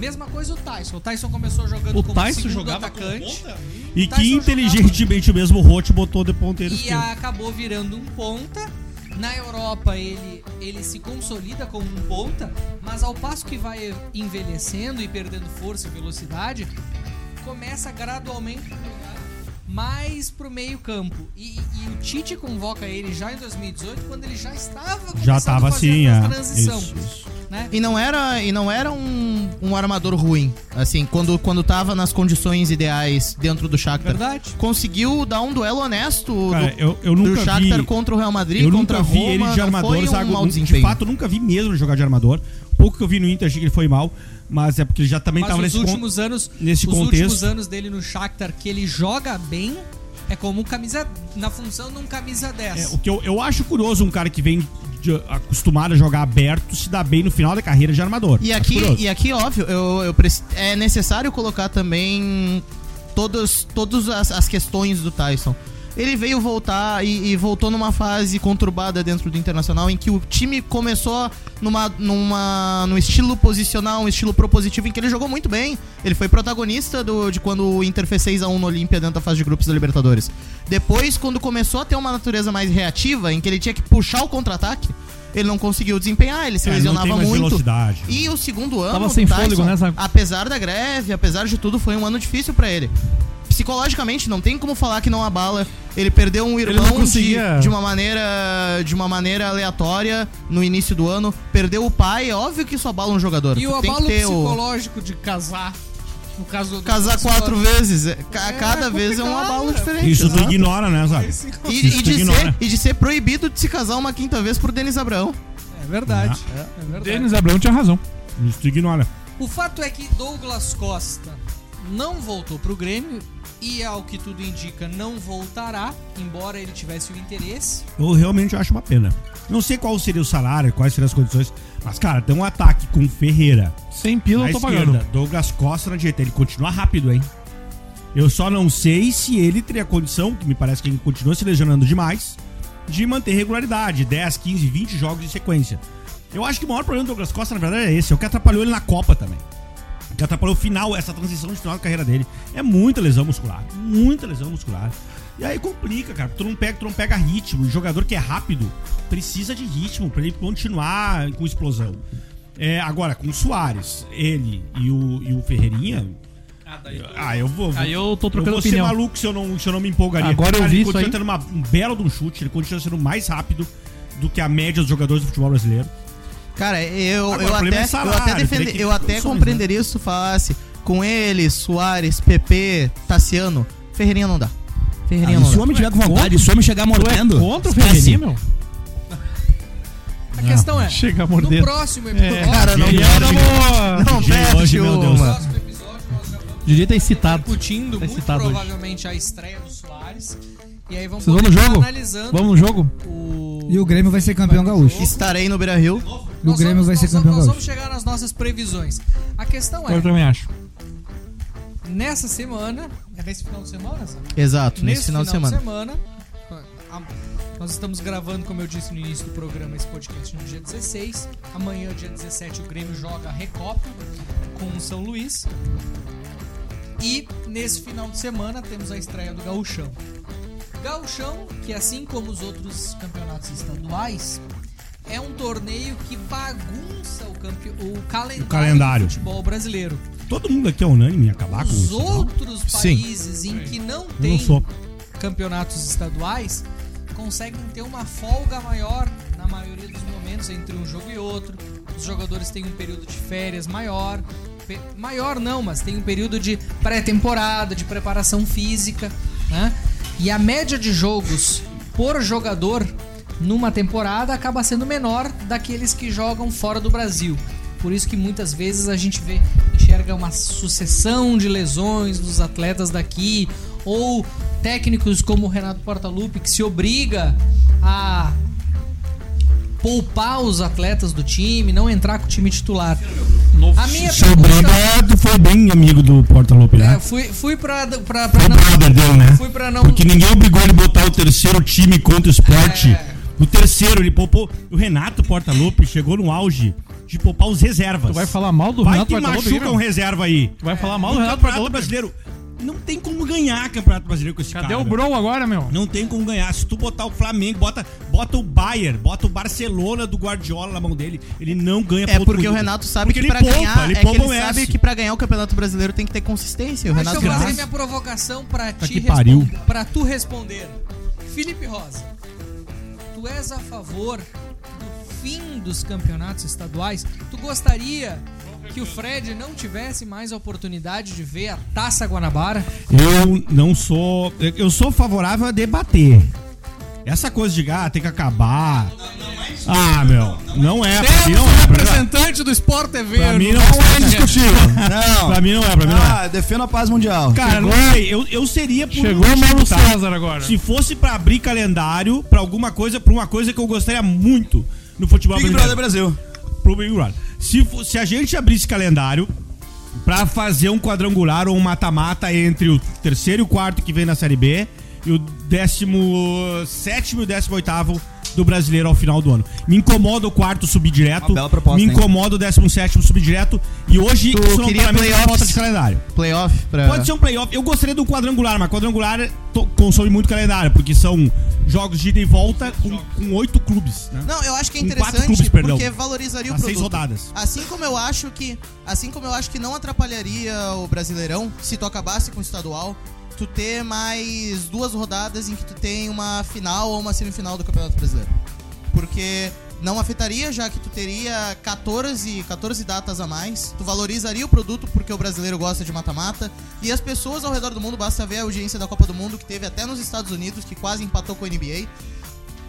Speaker 1: Mesma coisa o Tyson. O Tyson começou jogando
Speaker 5: O
Speaker 1: como
Speaker 5: Tyson
Speaker 1: segundo
Speaker 5: jogava como
Speaker 1: atacante
Speaker 7: E que inteligentemente o mesmo Rote botou de ponteiro
Speaker 1: e
Speaker 7: esquerdo.
Speaker 1: acabou virando um ponta. Na Europa ele, ele se consolida como um ponta, mas ao passo que vai envelhecendo e perdendo força e velocidade, começa gradualmente a jogar mais pro meio campo. E, e o Tite convoca ele já em 2018, quando ele já estava
Speaker 7: Já
Speaker 1: começando
Speaker 7: tava
Speaker 1: a fazer
Speaker 7: assim,
Speaker 1: essa
Speaker 7: é.
Speaker 1: transição.
Speaker 7: Isso,
Speaker 1: né?
Speaker 2: E não era, e não era um, um armador ruim, assim, quando, quando tava nas condições ideais dentro do Shakhtar.
Speaker 1: Verdade.
Speaker 2: Conseguiu dar um duelo honesto
Speaker 7: Cara,
Speaker 2: do,
Speaker 7: eu, eu
Speaker 2: do
Speaker 7: nunca
Speaker 2: Shakhtar
Speaker 7: vi,
Speaker 2: contra o Real Madrid,
Speaker 7: eu
Speaker 2: contra
Speaker 7: nunca vi
Speaker 2: Roma,
Speaker 7: ele de
Speaker 2: não
Speaker 7: armador,
Speaker 2: foi um
Speaker 7: zago-
Speaker 2: mau
Speaker 7: de
Speaker 2: desempenho.
Speaker 7: fato, eu nunca vi mesmo ele jogar de armador. Pouco que eu vi no Inter, achei que ele foi mal, mas é porque ele já também
Speaker 1: Mas
Speaker 7: estava
Speaker 1: os
Speaker 7: nesse
Speaker 1: últimos
Speaker 7: con-
Speaker 1: anos,
Speaker 7: nesse
Speaker 1: os
Speaker 7: contexto.
Speaker 1: últimos anos dele no Shakhtar que ele joga bem é como um camisa na função de um camisa 10.
Speaker 7: É, o que eu, eu acho curioso um cara que vem de- acostumado a jogar aberto se dar bem no final da carreira de armador.
Speaker 2: E
Speaker 7: Acho
Speaker 2: aqui,
Speaker 7: curioso.
Speaker 2: e aqui óbvio, eu, eu preci- é necessário colocar também todas, todas as, as questões do Tyson. Ele veio voltar e, e voltou numa fase conturbada dentro do Internacional em que o time começou numa, numa, num estilo posicional, um estilo propositivo em que ele jogou muito bem. Ele foi protagonista do, de quando o Inter fez 6x1 no Olímpia dentro da fase de grupos da Libertadores. Depois, quando começou a ter uma natureza mais reativa, em que ele tinha que puxar o contra-ataque, ele não conseguiu desempenhar, ele se
Speaker 7: É, não
Speaker 2: lesionava
Speaker 7: tem mais
Speaker 2: muito.
Speaker 7: velocidade. né?
Speaker 2: E o segundo ano,
Speaker 5: Tava sem
Speaker 2: Tyson,
Speaker 5: fôlego, né, Zago?
Speaker 2: apesar da greve, apesar de tudo, foi um ano difícil pra ele. Psicologicamente, não tem como falar que não abala. Ele perdeu um
Speaker 5: Ele
Speaker 2: irmão
Speaker 5: não conseguia-
Speaker 2: de, de uma maneira de uma maneira aleatória no início do ano. Perdeu o pai, é óbvio que isso abala um jogador.
Speaker 1: E
Speaker 2: Tu
Speaker 1: o
Speaker 2: tem que
Speaker 1: abalo
Speaker 2: ter o-
Speaker 1: psicológico de casar, no caso do
Speaker 2: Casar
Speaker 1: Douglas
Speaker 2: quatro
Speaker 1: Costa.
Speaker 2: vezes. é, ca-
Speaker 1: É,
Speaker 2: cada vez é um
Speaker 1: complicado,
Speaker 2: abalo
Speaker 1: né?
Speaker 2: diferente.
Speaker 7: Isso tu
Speaker 2: exato.
Speaker 7: ignora, né, Zago?
Speaker 2: E,
Speaker 7: Isso
Speaker 2: e de
Speaker 7: tu
Speaker 2: ser,
Speaker 5: né?
Speaker 7: ignora.
Speaker 2: e de ser proibido de se casar uma quinta vez por Denis Abrão.
Speaker 1: É verdade.
Speaker 7: Ah.
Speaker 1: É verdade.
Speaker 5: Denis Abrão tinha razão.
Speaker 7: Isso tu ignora.
Speaker 5: Uhum.
Speaker 1: O fato é que Douglas Costa não voltou pro Grêmio e, ao que tudo indica, não voltará, embora ele tivesse o interesse.
Speaker 7: Eu realmente acho uma pena. Não sei qual seria o salário, quais seriam as condições, mas, cara, tem um ataque com Ferreira.
Speaker 5: Sem pila
Speaker 7: na
Speaker 5: eu tô
Speaker 7: esquerda,
Speaker 5: pagando.
Speaker 7: Douglas Costa na direita. Ele continua rápido, hein? Eu só não sei se ele teria condição, que me parece que ele continua se lesionando demais, de manter regularidade, 10, 15, 20 jogos em sequência. Eu acho que o maior problema do Douglas Costa, na verdade, é esse. É o que atrapalhou ele na Copa também. O que atrapalhou o final, essa transição de final da carreira dele. É muita lesão muscular. Muita lesão muscular. E aí complica, cara. porque Tu não pega, tu não pega ritmo. O jogador que é rápido precisa de ritmo pra ele continuar com explosão. É, agora, com o Soares, ele e o, e o Ferreirinha. Ah, eu vou.
Speaker 5: Aí eu tô trocando
Speaker 7: vou ser
Speaker 5: opinião.
Speaker 7: maluco se eu não, se eu não me empolgaria.
Speaker 5: Agora eu
Speaker 7: ele
Speaker 5: vi isso
Speaker 7: continua
Speaker 5: aí.
Speaker 7: tendo uma, um belo de um chute, ele continua sendo mais rápido do que a média dos jogadores do futebol brasileiro.
Speaker 2: Cara, eu,
Speaker 7: Agora,
Speaker 2: eu,
Speaker 7: o problema
Speaker 2: até,
Speaker 7: é salário,
Speaker 2: eu até,
Speaker 7: tem que né?
Speaker 2: defende-
Speaker 7: ter
Speaker 2: eu até
Speaker 7: condições,
Speaker 2: compreenderia se tu falasse com ele, Soares, PP, Tassiano. Ferreirinha não dá. Ferreirinha
Speaker 15: Ah, e
Speaker 2: não
Speaker 15: se o
Speaker 2: dá.
Speaker 15: homem tiver com vontade, se o homem chegar mordendo.
Speaker 5: é Contra o
Speaker 15: esquece.
Speaker 5: Ferreirinha, meu?
Speaker 1: A questão é,
Speaker 5: Chega a
Speaker 1: no
Speaker 5: morder.
Speaker 1: próximo episódio,
Speaker 2: Cara, não
Speaker 5: Guilherme,
Speaker 2: perde. Não
Speaker 7: Gil,
Speaker 2: perde
Speaker 7: tá hoje, meu Deus.
Speaker 2: uma.
Speaker 5: Diria tá excitado.
Speaker 1: discutindo
Speaker 5: Tá
Speaker 1: muito
Speaker 5: excitado hoje.
Speaker 1: provavelmente a estreia do Soares. E aí vamos
Speaker 5: Vocês vão no
Speaker 1: continuar
Speaker 5: jogo?
Speaker 1: analisando
Speaker 5: Vamos no jogo?
Speaker 6: E o Grêmio vai ser campeão gaúcho.
Speaker 2: Estarei no Beira-Rio.
Speaker 6: E o
Speaker 1: Nós
Speaker 6: Grêmio
Speaker 1: vamos-
Speaker 6: vai ser
Speaker 1: nós vamos-
Speaker 6: campeão
Speaker 1: Nós
Speaker 6: gaúcho.
Speaker 1: vamos chegar nas nossas previsões. A questão é,
Speaker 5: Eu também acho.
Speaker 1: nessa semana, é nesse final de semana, sabe?
Speaker 2: Exato, nesse, final, de semana.
Speaker 1: semana, a- nós estamos gravando, como eu disse no início do programa, esse podcast no dia 16. Amanhã, dia 17, o Grêmio joga a Recopa com o São Luís. E nesse final de semana temos a estreia do Gauchão. Gauchão, que assim como os outros campeonatos estaduais, é um torneio que bagunça o, campe... o, calendário,
Speaker 7: calendário.
Speaker 1: do futebol brasileiro.
Speaker 7: Todo mundo aqui é unânime em acabar com
Speaker 1: Os
Speaker 7: isso. não?
Speaker 1: outros países em que não tem
Speaker 7: não sou.
Speaker 1: campeonatos estaduais conseguem ter uma folga maior na maioria dos momentos entre um jogo e outro. os jogadores têm um período de férias maior. Pe- Maior não, mas tem um período de pré-temporada, de preparação física, né? E a média de jogos por jogador numa temporada acaba sendo menor daqueles que jogam fora do Brasil. Por isso que muitas vezes a gente vê, enxerga uma sucessão de lesões dos atletas daqui, ou técnicos como o Renato Portaluppi que se obriga a poupar os atletas do time, não entrar com o time titular. A minha
Speaker 7: Seu
Speaker 1: pergunta
Speaker 7: Breda, tu foi bem amigo do Porta Lope, né?
Speaker 1: é, fui É, fui para para
Speaker 7: brother dele, né?
Speaker 1: Fui pra não
Speaker 7: Porque ninguém obrigou ele a botar o terceiro time contra o esporte.
Speaker 1: É.
Speaker 7: O terceiro, ele poupou. O Renato Portaluppi chegou no auge de poupar os reservas. Tu vai falar mal
Speaker 5: do Renato
Speaker 7: Vai que
Speaker 5: Portaluppi,
Speaker 7: machuca
Speaker 5: Guilherme?
Speaker 7: um É, reserva aí.
Speaker 5: Vai falar mal
Speaker 7: No
Speaker 5: do Renato
Speaker 7: Campeonato
Speaker 5: Portaluppi?
Speaker 7: Brasileiro. Não tem como ganhar Campeonato Brasileiro com esse
Speaker 5: Cadê
Speaker 7: cara.
Speaker 5: o Bro agora, meu?
Speaker 7: Não tem como ganhar. Se tu botar o Flamengo, bota, bota o Bayern, bota o Barcelona do Guardiola na mão dele, ele não ganha
Speaker 2: É
Speaker 7: ponto
Speaker 2: porque o
Speaker 7: corrido.
Speaker 2: Renato sabe
Speaker 7: Porque
Speaker 2: que
Speaker 7: ele
Speaker 2: pra
Speaker 7: poupa,
Speaker 2: ganhar
Speaker 7: ele
Speaker 2: é que
Speaker 7: poupa
Speaker 2: ele
Speaker 7: um
Speaker 2: sabe
Speaker 7: S.
Speaker 2: que para ganhar o Campeonato Brasileiro tem que ter consistência. E O
Speaker 1: Deixa
Speaker 2: Renato
Speaker 1: eu fazer
Speaker 2: Graça-
Speaker 1: minha provocação pra
Speaker 2: Tá
Speaker 1: ti
Speaker 2: que pariu.
Speaker 1: responder- pra tu responder. Felipe Rosa, tu és a favor do fim dos campeonatos estaduais? Tu gostaria que o Fred não tivesse mais a oportunidade de ver a Taça Guanabara?
Speaker 7: Eu não sou. Eu sou favorável a debater. Essa coisa de ah, tem que acabar. Ah, meu, não é. Pra
Speaker 10: um
Speaker 7: mim não é. Pra
Speaker 1: representante do Sport TV.
Speaker 7: pra mim não é discutível. Pra mim não é, pra mim não é.
Speaker 10: Ah, defendo a paz mundial.
Speaker 7: Cara,
Speaker 10: Chegou.
Speaker 7: não sei, eu, eu seria por
Speaker 10: Chegou o Mauro
Speaker 7: tá?
Speaker 10: César agora.
Speaker 7: Se fosse pra abrir calendário pra alguma coisa, pra uma coisa que eu gostaria muito no futebol
Speaker 10: Big
Speaker 7: brasileiro.
Speaker 10: Brother Brasil.
Speaker 7: Pro Big Brother. Se, fo- se a gente abrisse calendário pra fazer um quadrangular ou um mata-mata entre o terceiro e o quarto que vem na Série B e o décimo sétimo e o décimo oitavo do brasileiro ao final do ano. Me incomoda o quarto subir direto.
Speaker 10: Uma bela proposta,
Speaker 7: me
Speaker 10: hein?
Speaker 7: incomoda o décimo sétimo subir direto. E hoje
Speaker 2: Tu
Speaker 7: não
Speaker 2: queria
Speaker 7: tá na minha
Speaker 2: playoffs? Tá.
Speaker 7: falta de calendário.
Speaker 2: Playoff pra...
Speaker 7: Pode ser um playoff. Eu gostaria do quadrangular, mas quadrangular to- consome muito calendário, porque são jogos de ida e volta com com oito clubes. né?
Speaker 2: Não, eu acho que é
Speaker 7: Com quatro
Speaker 2: interessante
Speaker 7: clubes, perdão.
Speaker 2: porque valorizaria o
Speaker 7: Nas
Speaker 2: produto.
Speaker 7: seis rodadas.
Speaker 2: Assim como eu acho que, assim como eu acho que não atrapalharia o Brasileirão se tu acabasse com o estadual, tu ter mais duas rodadas em que tu tem uma final ou uma semifinal do Campeonato Brasileiro. Porque não afetaria, já que tu teria 14, 14 datas a mais. Tu valorizaria o produto porque o brasileiro gosta de mata-mata. E as pessoas ao redor do mundo, basta ver a audiência da Copa do Mundo, que teve até nos Estados Unidos, que quase empatou com a NBA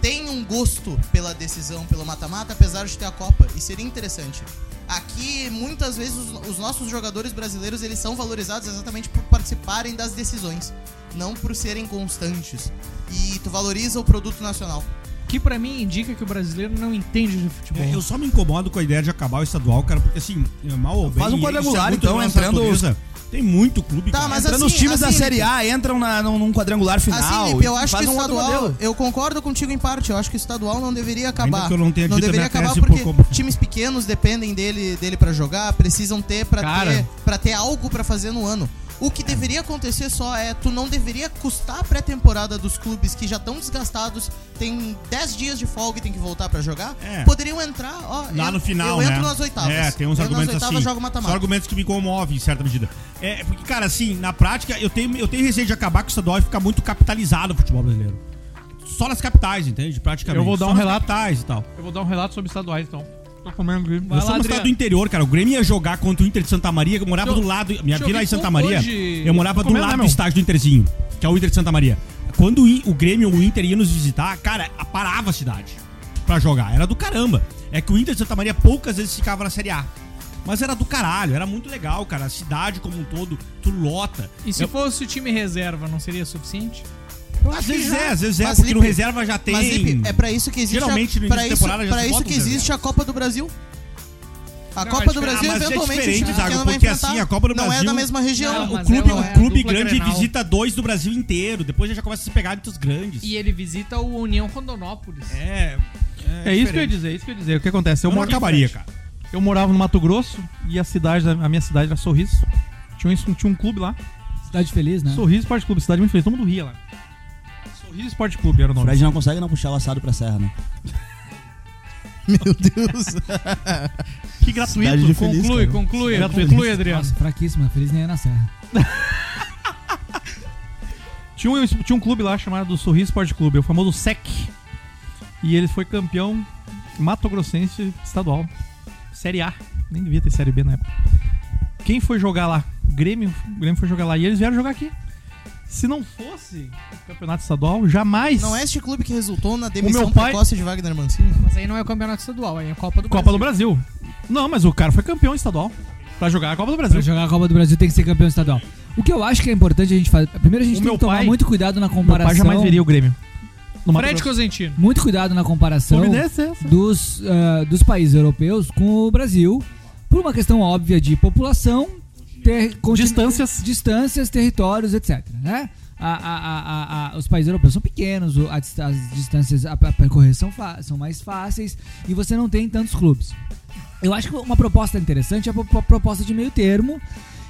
Speaker 2: tem um gosto pela decisão, pelo mata-mata, apesar de ter a Copa, e seria interessante. Aqui, muitas vezes, os, os nossos jogadores brasileiros, eles são valorizados exatamente por participarem das decisões, não por serem constantes. E tu valoriza o produto nacional.
Speaker 1: Que pra mim indica que o brasileiro não entende de futebol.
Speaker 7: É, Eu só me incomodo com a ideia de acabar o estadual, cara, porque assim, mal ou bem.
Speaker 10: Faz um
Speaker 7: isso é
Speaker 10: quadrangular,
Speaker 7: muito
Speaker 10: então,
Speaker 7: da nossa
Speaker 10: entrando os-
Speaker 7: natureza. Tem muito clube. cara.
Speaker 2: mas
Speaker 10: Entrando
Speaker 2: assim-
Speaker 10: os times da
Speaker 2: assim,
Speaker 10: Série A,
Speaker 2: Lipe-
Speaker 10: entram na, num, num quadrangular final.
Speaker 2: assim, Lipe, eu
Speaker 10: e
Speaker 2: acho que
Speaker 10: fazem
Speaker 2: o
Speaker 10: um outro
Speaker 2: estadual.
Speaker 10: modelo.
Speaker 2: Eu concordo contigo em parte. Eu acho que o estadual não deveria acabar.
Speaker 7: que eu não tenha dito a
Speaker 2: deveria
Speaker 7: minha
Speaker 2: acabar
Speaker 7: tese por
Speaker 2: porque
Speaker 7: completo.
Speaker 2: times pequenos dependem dele, dele para jogar, precisam ter para
Speaker 7: Cara. É.
Speaker 2: ter para ter algo para fazer no ano. O que deveria acontecer só é tu não deveria custar a pré-temporada dos clubes que já estão desgastados, tem 10 dias de folga e tem que voltar para jogar.
Speaker 7: É.
Speaker 2: Poderiam entrar, ó,
Speaker 7: Lá
Speaker 2: eu-
Speaker 7: no final,
Speaker 2: eu
Speaker 7: né?
Speaker 2: entro nas oitavas.
Speaker 7: É, tem uns
Speaker 2: eu entro
Speaker 7: argumentos
Speaker 2: nas oitavas,
Speaker 7: assim.
Speaker 2: jogo
Speaker 7: São
Speaker 2: mata-mata.
Speaker 7: argumentos que me comovem, em certa medida. É, porque, cara, assim, na prática, eu tenho, eu tenho receio de acabar com o estadual e ficar muito capitalizado o futebol brasileiro. Só nas capitais, entende? Praticamente.
Speaker 5: Eu vou dar
Speaker 7: Só
Speaker 5: um
Speaker 7: nas
Speaker 5: relato.
Speaker 7: capitais e tal.
Speaker 5: Eu vou dar um relato sobre estaduais, então. Tô comendo aqui.
Speaker 7: Nós somos lá do interior, cara. O Grêmio ia jogar contra o Inter de Santa Maria. Eu morava
Speaker 5: Deixa eu-
Speaker 7: do lado. Minha
Speaker 5: deixa eu
Speaker 7: vila
Speaker 5: ver
Speaker 7: é em Santa
Speaker 5: como
Speaker 7: Maria.
Speaker 5: hoje-
Speaker 7: Eu morava do
Speaker 5: Comenta,
Speaker 7: lado
Speaker 5: né,
Speaker 7: do
Speaker 5: meu?
Speaker 7: estádio do Interzinho, que é o Inter de Santa Maria. Quando o I- o Grêmio ou o Inter ia nos visitar, cara, parava a cidade pra jogar. Era do caramba. É que o Inter de Santa Maria poucas vezes ficava na Série A. Mas era do caralho, era muito legal, cara. A cidade como um todo, tu lota.
Speaker 1: E se
Speaker 7: Eu-
Speaker 1: fosse o time reserva, não seria suficiente?
Speaker 7: Às vezes é, às vezes é,
Speaker 2: Mas,
Speaker 7: porque no
Speaker 2: Lipe,
Speaker 7: reserva já tem.
Speaker 2: Mas Lipe, é pra isso que existe
Speaker 7: Geralmente no
Speaker 2: a,
Speaker 7: início
Speaker 2: pra
Speaker 7: da
Speaker 2: isso,
Speaker 7: temporada já
Speaker 2: pra
Speaker 7: se
Speaker 2: isso
Speaker 7: bota
Speaker 2: que
Speaker 7: um zero.
Speaker 2: existe a Copa do Brasil. A
Speaker 1: Não,
Speaker 2: Copa
Speaker 1: é
Speaker 2: do
Speaker 1: diferente.
Speaker 2: Brasil
Speaker 1: Ah, mas é
Speaker 2: eventualmente
Speaker 7: diferente,
Speaker 2: time
Speaker 7: Zago,
Speaker 2: pequeno vai
Speaker 7: porque
Speaker 2: enfrentar.
Speaker 7: assim, a Copa do
Speaker 2: não
Speaker 7: Brasil.
Speaker 2: é da mesma região.
Speaker 1: Não,
Speaker 7: o
Speaker 1: mas
Speaker 7: clube,
Speaker 1: é uma-
Speaker 2: um
Speaker 7: o clube
Speaker 1: dupla
Speaker 7: grande
Speaker 1: Grenal.
Speaker 7: visita dois do Brasil inteiro. Depois já começa a se pegar entre os grandes.
Speaker 1: E ele visita o União Rondonópolis.
Speaker 7: É.
Speaker 5: É isso que eu ia dizer, é isso que eu ia dizer. O que acontece?
Speaker 16: Então
Speaker 7: Eu não
Speaker 5: morava em
Speaker 7: acabaria,
Speaker 5: frente.
Speaker 7: cara.
Speaker 5: Eu morava no Mato Grosso e a cidade, a minha cidade era Sorriso. Tinha um, tinha um clube lá.
Speaker 6: Cidade feliz, né?
Speaker 5: Sorriso Esporte Clube, cidade muito feliz. Todo mundo ria lá. Sorriso Esporte Clube era o
Speaker 17: O
Speaker 5: nome.
Speaker 17: Fred não consegue não puxar o assado pra serra, né?
Speaker 2: Meu Deus.
Speaker 5: que gratuito.
Speaker 17: Cidade de
Speaker 5: conclui,
Speaker 17: feliz,
Speaker 5: conclui,
Speaker 17: cara.
Speaker 5: conclui,
Speaker 17: Cidade de
Speaker 5: conclui,
Speaker 17: feliz.
Speaker 5: Adriano.
Speaker 6: Nossa, fraquíssima. Feliz nem é na Serra.
Speaker 5: Tinha um, tinha um clube lá chamado Sorriso Esporte Clube, é o famoso SEC. E ele foi campeão mato-grossense estadual. Série A. Nem devia ter Série B na época. Quem foi jogar lá? O Grêmio, o Grêmio foi jogar lá e eles vieram jogar aqui. Se não fosse o campeonato estadual, jamais.
Speaker 2: Não é este clube que resultou na demissão
Speaker 5: O meu pai-
Speaker 2: precoce de Wagner Mancini?
Speaker 1: Mas aí não é o campeonato estadual, aí é a Copa do
Speaker 5: Copa do Brasil. Não, mas o cara foi campeão estadual. Pra jogar a Copa do Brasil.
Speaker 6: Pra jogar a Copa do Brasil tem que ser campeão estadual. O que eu acho que é importante a gente fazer. Primeiro a gente
Speaker 5: O
Speaker 6: tem
Speaker 5: meu
Speaker 6: que tomar
Speaker 5: pai-
Speaker 6: muito cuidado na
Speaker 5: Meu pai
Speaker 6: comparação.
Speaker 5: jamais veria o Grêmio. No Mato
Speaker 1: Fred
Speaker 5: Grosso.
Speaker 1: Cosentino.
Speaker 6: Muito cuidado na comparação
Speaker 5: Fluminense, é,
Speaker 6: dos, ah, dos países europeus com o Brasil, por uma questão óbvia de população, ter, distâncias, distâncias, territórios, etc. Né? A- a- a- a- a- os países europeus são pequenos, o- a dis- as distâncias a, a percorrer são, fa- são mais fáceis e você não tem tantos clubes. Eu acho que uma proposta interessante é a pro- proposta de meio termo.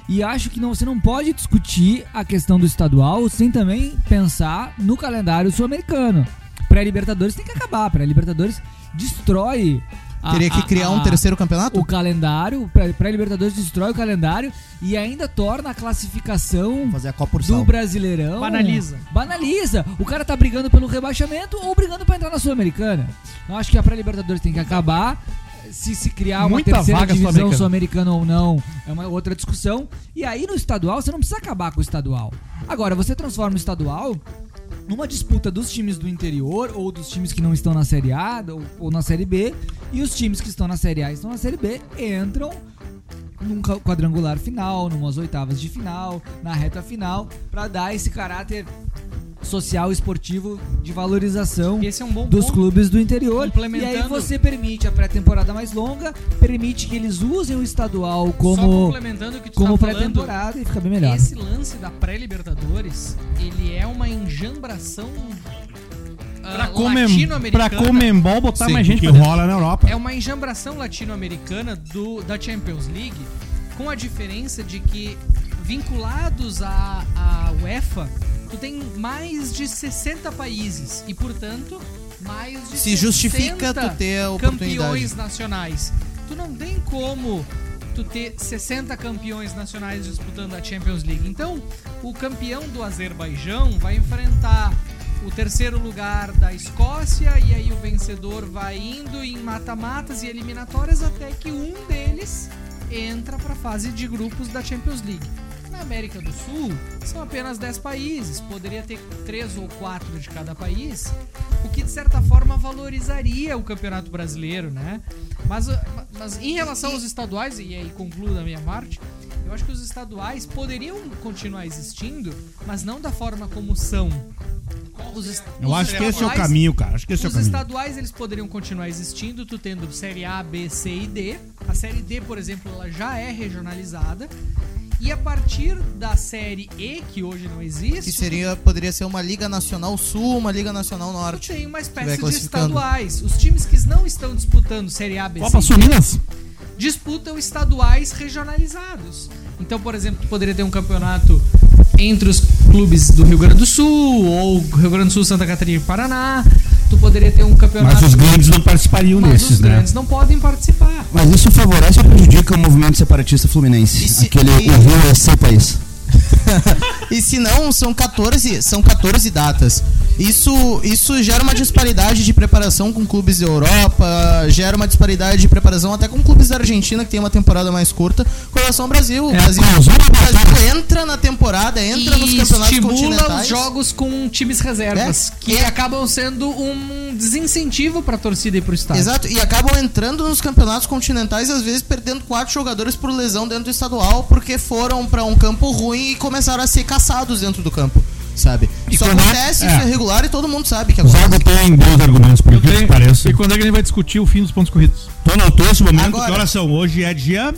Speaker 6: E acho que não, você não pode discutir a questão do estadual sem também pensar no calendário sul-americano. Pré-Libertadores tem que acabar. Pré-Libertadores destrói. a-
Speaker 2: Teria que
Speaker 6: a-
Speaker 2: criar um
Speaker 6: a-
Speaker 2: terceiro campeonato?
Speaker 6: Ah, O calendário. o pré- Pré-Libertadores destrói o calendário e ainda torna a classificação do Brasileirão.
Speaker 1: Banaliza.
Speaker 6: Banaliza. O cara tá brigando pelo rebaixamento ou brigando pra entrar na Sul-Americana. Então acho que a pré-Libertadores tem que acabar. Se se criar uma
Speaker 5: Muita
Speaker 6: terceira
Speaker 5: vaga
Speaker 6: divisão
Speaker 5: sul-americana.
Speaker 6: sul-americana ou não é uma outra discussão. E aí no estadual você não precisa acabar com o estadual. Agora você transforma o estadual numa disputa dos times do interior ou dos times que não estão na Série A ou, ou na Série B e os times que estão na Série A e estão na Série B entram num ca- quadrangular final, numas oitavas de final, na reta final, pra dar esse caráter social e esportivo de valorização
Speaker 1: Esse é um bom
Speaker 6: dos
Speaker 1: ponto.
Speaker 6: clubes do interior. E
Speaker 1: Complementando-
Speaker 6: aí você permite a pré-temporada mais longa, permite que eles usem o estadual
Speaker 1: Só
Speaker 6: como
Speaker 1: complementando o que tu
Speaker 6: como
Speaker 1: tá
Speaker 6: pré-temporada
Speaker 1: falando,
Speaker 6: e fica bem melhor.
Speaker 1: Esse lance da pré-Libertadores, ele é uma enjambração ah,
Speaker 5: Pra, comem, pra
Speaker 1: latino-americana.
Speaker 5: Comembol botar
Speaker 16: Sim,
Speaker 5: mais gente
Speaker 16: que
Speaker 5: pra dentro.
Speaker 16: rola na Europa.
Speaker 1: É uma enjambração latino-americana do- da Champions League, com a diferença de que, vinculados à, à UEFA, tu tem mais de 60 países e, portanto, mais de
Speaker 2: Se justifica
Speaker 1: 60
Speaker 2: tu ter a
Speaker 1: campeões
Speaker 2: oportunidade.
Speaker 1: nacionais. Tu não tem como tu ter 60 campeões nacionais disputando a Champions League. Então, o campeão do Azerbaijão vai enfrentar o terceiro lugar da Escócia e aí o vencedor vai indo em mata-matas e eliminatórias até que um deles entra para a fase de grupos da Champions League. Na América do Sul, são apenas 10 países, poderia ter 3 ou 4 de cada país, o que de certa forma valorizaria o Campeonato Brasileiro, né? Mas, uh, mas em relação aos estaduais, e aí concluo da minha parte, eu acho que os estaduais poderiam continuar existindo, mas não da forma como são. Os est-
Speaker 16: Eu
Speaker 1: os
Speaker 16: acho que esse é o
Speaker 1: estaduais-
Speaker 16: caminho, cara. Acho que esse é o
Speaker 1: os
Speaker 16: caminho.
Speaker 1: estaduais eles poderiam continuar existindo, tu tendo série A, B, C e D. A série D, por exemplo, ela já é regionalizada. E a partir da série E, que hoje não existe,
Speaker 2: Que seria, poderia ser uma Liga Nacional Sul, uma Liga Nacional
Speaker 1: tu
Speaker 2: Norte.
Speaker 1: tem uma
Speaker 2: Vai
Speaker 1: espécie de
Speaker 2: classificando.
Speaker 1: estaduais. Os times que não estão disputando série A, B,
Speaker 5: Copa
Speaker 1: C e D
Speaker 5: Sul-Minas?
Speaker 1: disputam estaduais regionalizados. Então, por exemplo, tu poderia ter um campeonato entre os clubes do Rio Grande do Sul, ou Rio Grande do Sul, Santa Catarina e Paraná. Tu poderia ter um campeonato.
Speaker 16: Mas os grandes não participariam
Speaker 1: Mas
Speaker 16: desses,
Speaker 1: os
Speaker 16: né?
Speaker 1: grandes não podem participar.
Speaker 15: Mas isso favorece ou prejudica o movimento separatista fluminense? Aquele
Speaker 2: e-
Speaker 15: o Rio é seu país.
Speaker 2: E se não, são 14, são 14 datas. Isso, isso gera uma disparidade de preparação com clubes da Europa, gera uma disparidade de preparação até com clubes da Argentina, que tem uma temporada mais curta, com relação ao Brasil. O
Speaker 15: É a
Speaker 2: Brasil,
Speaker 15: clausura
Speaker 2: o Brasil entra na temporada, entra nos
Speaker 1: e
Speaker 2: campeonatos
Speaker 1: estimula
Speaker 2: continentais. É.
Speaker 1: os jogos com times reservas, que acabam sendo um desincentivo pra torcida e pro estado.
Speaker 2: Exato, e acabam entrando nos campeonatos continentais, às vezes perdendo quatro jogadores por lesão dentro do estadual, porque foram pra um campo ruim e começaram a ser caçados dentro do campo, sabe? Isso
Speaker 16: quando é-
Speaker 2: acontece,
Speaker 16: é.
Speaker 2: isso é regular e todo mundo sabe que
Speaker 16: O
Speaker 2: acontece.
Speaker 16: Zago tem bons argumentos, por incrível que pareça.
Speaker 5: E quando é que ele vai discutir o fim dos pontos corridos?
Speaker 16: Tô notou esse momento.
Speaker 2: Agora.
Speaker 16: Que horas são? Hoje é dia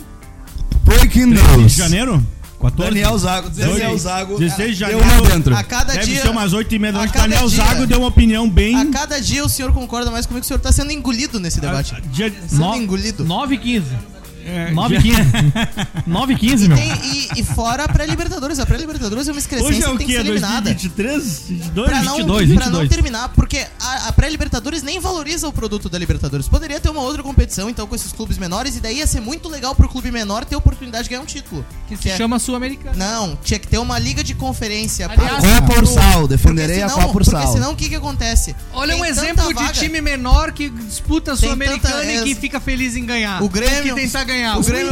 Speaker 15: Breaking
Speaker 16: 13
Speaker 15: news.
Speaker 16: de janeiro? 14?
Speaker 15: Daniel Zago, Daniel
Speaker 16: Dois-
Speaker 15: Zago.
Speaker 16: 16 de
Speaker 15: Deu
Speaker 16: janeiro.
Speaker 15: uma dentro.
Speaker 2: A cada
Speaker 16: Deve
Speaker 2: dia.
Speaker 16: ser umas 8 e meia da
Speaker 2: a
Speaker 16: noite.
Speaker 2: cada
Speaker 16: Daniel
Speaker 2: dia-
Speaker 16: Zago deu uma opinião bem...
Speaker 2: A cada dia o senhor concorda mais comigo, o senhor tá sendo engolido
Speaker 16: Ah,
Speaker 2: nesse debate.
Speaker 16: Dia...
Speaker 2: Sendo engolido.
Speaker 5: 9 e 15. 9 e 15. 9 e 15, meu.
Speaker 2: Tem- e, e fora a pré-libertadores. A pré-libertadores é uma
Speaker 16: Hoje é
Speaker 2: excrescência
Speaker 16: o
Speaker 2: que tem que
Speaker 16: quê?
Speaker 2: ser eliminada.
Speaker 16: 2023? 22?
Speaker 2: Pra não,
Speaker 5: 22,
Speaker 2: pra não
Speaker 5: 22.
Speaker 2: terminar, porque a, a pré-Libertadores nem valoriza o produto da Libertadores. Poderia ter uma outra competição, então, com esses clubes menores, e daí ia ser muito legal pro clube menor ter a oportunidade de ganhar um título.
Speaker 1: Que se
Speaker 2: é-
Speaker 1: chama Sul-Americana.
Speaker 2: Não, tinha que ter uma liga de conferência.
Speaker 1: Aliás,
Speaker 2: para-
Speaker 1: Copa Ursal,
Speaker 15: defenderei a
Speaker 2: porque senão-
Speaker 15: Copa Ursal.
Speaker 2: Porque senão o que que acontece?
Speaker 1: Olha
Speaker 2: Tem
Speaker 1: um
Speaker 2: tanta
Speaker 1: exemplo
Speaker 2: vaga-
Speaker 1: de time menor que disputa a
Speaker 2: Tem
Speaker 1: Sul-Americana
Speaker 2: tanta-
Speaker 1: e que
Speaker 2: é-
Speaker 1: fica feliz em ganhar.
Speaker 2: O Grêmio-
Speaker 1: Tem que tentar ganhar.
Speaker 2: É, o Grêmio-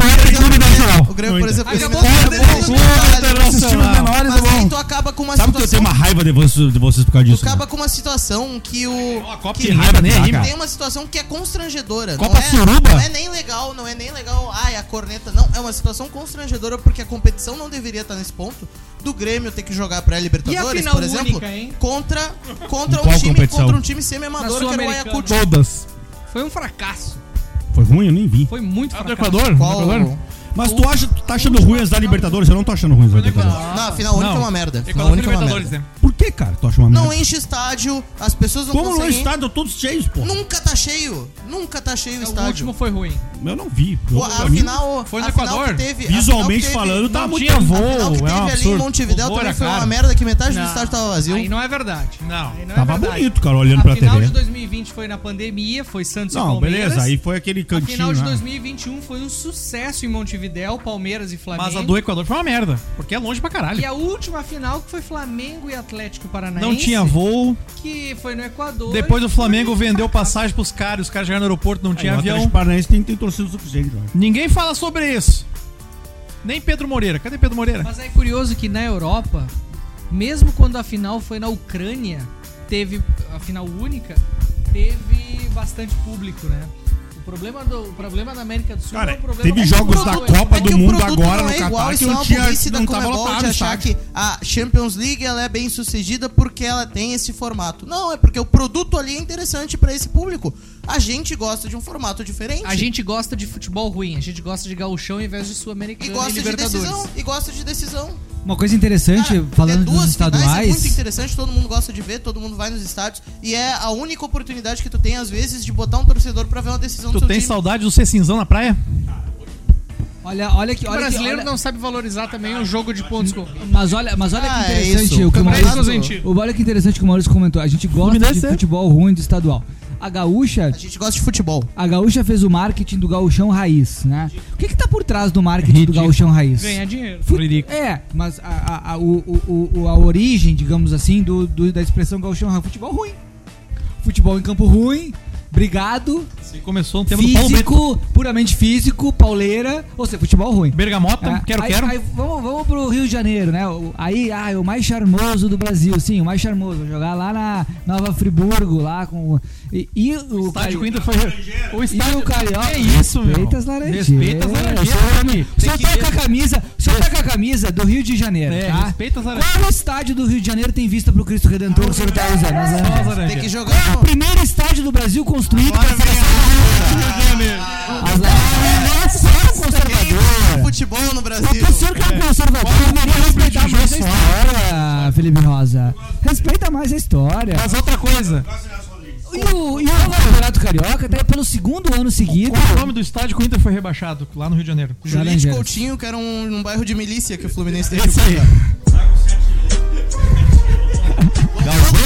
Speaker 2: O Grêmio, por exemplo,
Speaker 1: Acabou
Speaker 2: esse menor-
Speaker 1: perdendo
Speaker 2: Esses
Speaker 1: do
Speaker 2: times
Speaker 1: Internacional.
Speaker 2: menores, Mas aí tu acaba com uma
Speaker 16: Sabe que eu
Speaker 2: situação
Speaker 16: tenho uma raiva de vocês, de vocês por causa
Speaker 2: Tu
Speaker 16: disso? né?
Speaker 2: acaba com uma situação que o. que
Speaker 16: tem raiva, nem aí,
Speaker 2: tem
Speaker 16: cara.
Speaker 2: uma situação que é constrangedora.
Speaker 16: Copa
Speaker 2: não é,
Speaker 16: Suruba?
Speaker 2: Não é nem legal, não é nem legal. Ai, a corneta. Não, é uma situação constrangedora porque a competição não deveria estar nesse ponto. Do Grêmio ter que jogar pra
Speaker 1: E a
Speaker 2: Libertadores,
Speaker 1: final
Speaker 2: por exemplo,
Speaker 1: única, hein?
Speaker 2: contra, contra,
Speaker 16: Em qual
Speaker 2: um time,
Speaker 16: competição?
Speaker 2: contra um time semi-amador
Speaker 1: Na
Speaker 2: que era o
Speaker 1: Sul-Americana.
Speaker 2: Ayacucho.
Speaker 16: Todas.
Speaker 1: Foi um fracasso.
Speaker 16: Foi ruim, eu nem vi.
Speaker 1: Foi muito fracasso.
Speaker 16: Equador?
Speaker 2: Qual-
Speaker 16: Equador? Mas tu acha, tu tá achando ruim as da Libertadores? Eu não tô achando ruim as da Libertadores.
Speaker 2: Não, a final única
Speaker 16: Não.
Speaker 2: é uma merda. A Final
Speaker 5: Equador
Speaker 2: única é uma
Speaker 5: Libertadores,
Speaker 2: merda.
Speaker 5: né?
Speaker 16: Por que, cara, tu acha uma merda?
Speaker 2: Não enche estádio, as pessoas não
Speaker 16: Como não é
Speaker 2: conseguem.
Speaker 16: estádio? Todos cheios, pô.
Speaker 2: Nunca tá cheio. Nunca tá cheio o
Speaker 1: É O
Speaker 2: estádio.
Speaker 1: último foi ruim.
Speaker 16: Eu não vi. Eu,
Speaker 2: Pô, a final,
Speaker 1: Foi no
Speaker 2: a final
Speaker 1: Equador?
Speaker 2: que teve, a
Speaker 16: Visualmente
Speaker 2: final que teve-
Speaker 16: falando, tá
Speaker 5: não
Speaker 16: muito
Speaker 5: tinha voo,
Speaker 2: a final que
Speaker 5: é um
Speaker 2: teve ali em
Speaker 5: absurdo.
Speaker 2: Montevidéu
Speaker 5: Horror,
Speaker 2: também
Speaker 5: é
Speaker 2: foi uma
Speaker 5: claro.
Speaker 2: merda que metade
Speaker 1: Não,
Speaker 2: do estádio tava vazio.
Speaker 1: Aí não é verdade.
Speaker 5: Não.
Speaker 1: Aí não
Speaker 16: Tava
Speaker 1: é verdade.
Speaker 16: bonito, cara, olhando pra
Speaker 1: A final
Speaker 16: TV.
Speaker 1: de 2020 foi na pandemia, foi Santos e
Speaker 16: Não,
Speaker 1: Palmeiras.
Speaker 16: beleza. Aí foi aquele
Speaker 1: A
Speaker 16: cantinho.
Speaker 1: final de
Speaker 16: lá.
Speaker 1: 2021 foi um sucesso em Montevidéu, Palmeiras e Flamengo.
Speaker 5: Mas a do Equador foi uma merda. Porque é longe pra
Speaker 1: E
Speaker 5: caralho.
Speaker 1: a última final que foi Flamengo e Atlético Paranaense.
Speaker 5: Não tinha voo.
Speaker 1: Que foi no Equador.
Speaker 5: Depois o Flamengo vendeu passagem pros caras. Os caras chegaram no aeroporto, não
Speaker 16: Aí,
Speaker 5: tinha
Speaker 16: o
Speaker 5: avião.
Speaker 16: Atlético Paranaense tem, tem torcida suficiente, lá.
Speaker 5: Ninguém fala sobre isso. Nem Pedro Moreira. Cadê Pedro Moreira?
Speaker 1: Mas é curioso que na Europa, mesmo quando a final foi na Ucrânia, teve a final única, teve bastante público, né? O problema, do, o problema da América do Sul
Speaker 16: Cara,
Speaker 1: é um problema
Speaker 16: teve
Speaker 1: muito
Speaker 16: jogos da
Speaker 1: global, é.
Speaker 16: Copa
Speaker 2: É que
Speaker 16: do
Speaker 2: o
Speaker 16: Mundo
Speaker 2: produto
Speaker 16: agora
Speaker 2: não
Speaker 16: no
Speaker 2: é igual,
Speaker 16: Qatar que
Speaker 2: isso é
Speaker 16: não
Speaker 2: uma
Speaker 16: tinha.
Speaker 2: burrice da
Speaker 16: Não tava
Speaker 2: Comebol
Speaker 16: lotado,
Speaker 2: de
Speaker 16: o
Speaker 2: achar
Speaker 16: estádio.
Speaker 2: que a Champions League ela é bem sucedida porque ela tem esse formato. Não, é porque o produto ali é interessante pra esse público. A gente gosta de um formato diferente.
Speaker 1: A gente gosta de futebol ruim, a gente gosta de gauchão ao invés de
Speaker 2: e
Speaker 1: sul-americano e,
Speaker 2: gosta de
Speaker 1: libertadores.
Speaker 2: decisão, e gosta de decisão.
Speaker 6: Uma coisa interessante,
Speaker 2: Cara, ter
Speaker 6: falando
Speaker 2: duas
Speaker 6: dos
Speaker 2: finais é muito
Speaker 6: estaduais.
Speaker 2: interessante, todo mundo gosta de ver, todo mundo vai nos estádios e é a única oportunidade que tu tem às vezes de botar um torcedor pra ver uma decisão do
Speaker 5: Tu
Speaker 2: seu
Speaker 5: tem
Speaker 2: time.
Speaker 5: saudade do Cecinzão na praia?
Speaker 6: Olha, olha que.
Speaker 1: O
Speaker 6: Olha que-
Speaker 1: brasileiro
Speaker 6: olha-
Speaker 1: não sabe valorizar também o jogo de pontos corridos.
Speaker 6: Mas olha, mas olha
Speaker 2: Ah,
Speaker 6: que
Speaker 2: é
Speaker 6: interessante
Speaker 2: isso.
Speaker 6: o que o
Speaker 2: Campeonato
Speaker 6: Maurício,
Speaker 1: argentino.
Speaker 6: o- olha que interessante que o Maurício comentou. A gente gosta
Speaker 5: Fluminense,
Speaker 6: de
Speaker 5: é.
Speaker 6: futebol ruim do estadual. A gaúcha,
Speaker 2: A gente gosta de futebol.
Speaker 6: a gaúcha fez o marketing do gaúchão raiz, né? O que que tá por trás do marketing do gaúchão raiz?
Speaker 1: Ganhar dinheiro.
Speaker 6: Fu- É, mas a, a, a, o, o, o- a origem, digamos assim, do, do- da expressão gauchão é futebol ruim. Futebol em campo ruim, brigado,
Speaker 5: Assim começou no tempo do Paulo Bento.
Speaker 6: físico, puramente físico, pauleira, ou seja, futebol ruim.
Speaker 5: Bergamota,
Speaker 6: Ah,
Speaker 5: tá, quero,
Speaker 6: aí-
Speaker 5: quero.
Speaker 6: aí vamos, vamos pro Rio de Janeiro, né? O- Aí, ah, é o mais charmoso do Brasil, sim, o mais charmoso. Vou Jogar lá na Nova Friburgo, lá com. o- E, e o.
Speaker 5: o estádio
Speaker 6: Cari-
Speaker 5: ainda foi. O
Speaker 6: E o Carioca.
Speaker 5: É isso, meu.
Speaker 6: Respeita as laranjeiras.
Speaker 5: Respeita as laranjeiras.
Speaker 6: O senhor
Speaker 5: Tem
Speaker 6: tá
Speaker 5: que
Speaker 6: com a camisa. O senhor tá com a camisa do Rio de Janeiro.
Speaker 5: É,
Speaker 6: tá?
Speaker 5: respeita as laranjeiras.
Speaker 6: Qual estádio do Rio de Janeiro tem vista pro Cristo Redentor que o senhor tá usando? As
Speaker 5: Só as
Speaker 6: laranjeiras.
Speaker 5: laranjeiras.
Speaker 2: Tem que jogar
Speaker 6: Qual é o primeiro estádio do Brasil construído para as laranjeiras são
Speaker 2: no
Speaker 6: conservadoras.
Speaker 2: futebol no
Speaker 6: Mas
Speaker 2: Brasil.
Speaker 6: O senhor que é um conservador deveria respeitar mais a história, Felipe Rosa. Respeita mais a história.
Speaker 5: Mas outra coisa.
Speaker 6: E o, e o Campeonato Carioca tá aí pelo segundo ano seguido.
Speaker 5: Qual é o nome do estádio que o Inter foi rebaixado? Lá no Rio de Janeiro.
Speaker 6: é
Speaker 2: Julinho de
Speaker 6: Laranjeiras.
Speaker 2: Coutinho, que era um, um bairro de milícia que o Fluminense teve.
Speaker 5: Isso aí.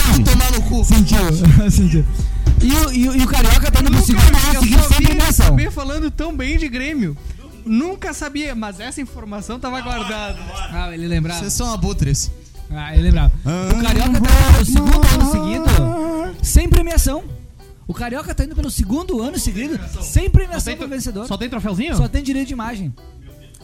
Speaker 2: Vamos tomar no cu.
Speaker 6: Sentiu, sentiu. E o, e, o- e o Carioca tá indo pro segundo ano seguido sem premiação.
Speaker 1: Saber falando tão bem de Grêmio. Nunca sabia, mas essa informação tava guardada.
Speaker 6: Ah, ele lembrava.
Speaker 2: Vocês são abutres.
Speaker 6: Ah, ele lembrava. O Carioca tá indo pelo segundo ano seguido sem premiação. O Carioca tá indo pelo segundo ano seguido sem premiação pro vencedor.
Speaker 5: Só tem troféuzinho?
Speaker 6: Só tem direito de imagem.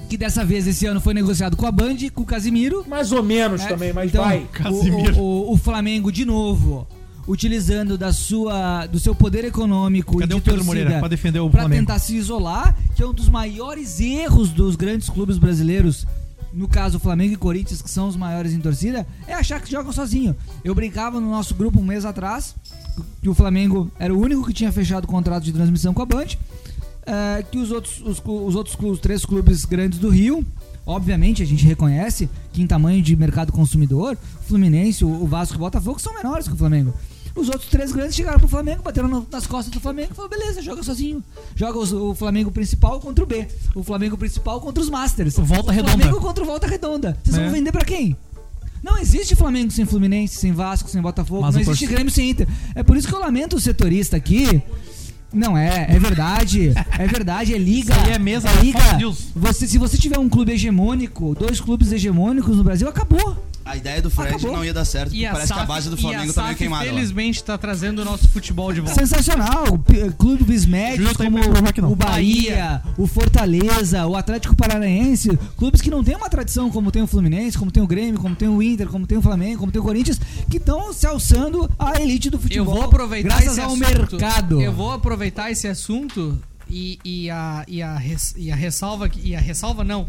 Speaker 6: Que dessa vez, esse ano, foi negociado com a Band, com o Casimiro.
Speaker 18: Mais ou menos
Speaker 6: né?
Speaker 18: também, mas
Speaker 6: Então,
Speaker 18: vai.
Speaker 6: o- O, o- o Flamengo, de novo, utilizando da sua, do seu poder econômico
Speaker 5: Cadê
Speaker 6: e de
Speaker 5: o Pedro
Speaker 6: torcida
Speaker 5: Moreira pra defender o
Speaker 6: pra
Speaker 5: Flamengo?
Speaker 6: tentar se isolar, que é um dos maiores erros dos grandes clubes brasileiros. No caso, Flamengo e Corinthians, que são os maiores em torcida, é achar que jogam sozinho. Eu brincava no nosso grupo um mês atrás que o Flamengo era o único que tinha fechado o contrato de transmissão com a Band, eh, que os outros, os, clu- os outros clubes, os três clubes grandes do Rio, obviamente a gente reconhece que em tamanho de mercado consumidor, o Fluminense, o- o Vasco e o Botafogo são menores que o Flamengo. Os outros três grandes chegaram pro Flamengo, bateram no- nas costas do Flamengo e falaram: beleza, joga sozinho. Joga os- o Flamengo principal contra o B. O Flamengo principal contra os Masters.
Speaker 5: Volta
Speaker 6: o
Speaker 5: Redonda.
Speaker 6: Flamengo contra o Volta Redonda. Vocês
Speaker 5: É.
Speaker 6: vão vender pra quem? Não existe Flamengo sem Fluminense, sem Vasco, sem Botafogo.
Speaker 5: Mas
Speaker 6: não
Speaker 5: o
Speaker 6: existe
Speaker 5: torce-
Speaker 6: Grêmio sem Inter. É por isso que eu lamento o setorista aqui. Não é, é verdade. É verdade, é liga.
Speaker 5: Isso aí é mesa da
Speaker 6: liga.
Speaker 5: Fox News.
Speaker 6: Você, se você tiver um clube hegemônico, dois clubes hegemônicos no Brasil, acabou.
Speaker 15: A ideia do Fred
Speaker 6: Acabou.
Speaker 15: não ia dar certo, porque parece que a base do Flamengo tá meio queimada. lá.
Speaker 1: Felizmente tá trazendo o nosso futebol de volta.
Speaker 6: Sensacional. P- eh, Clubes médios como o Bahia, o Fortaleza, o Atlético Paranaense, clubes que não têm uma tradição como tem o Fluminense, como tem o Grêmio, como tem o Inter, como tem o Flamengo, como tem o Corinthians, que estão se alçando à elite do futebol.
Speaker 1: Eu vou aproveitar
Speaker 6: graças
Speaker 1: esse
Speaker 6: ao
Speaker 1: assunto.
Speaker 6: mercado.
Speaker 1: Eu vou aproveitar esse assunto e, e a, e, a, res- e a ressalva que- e a ressalva não.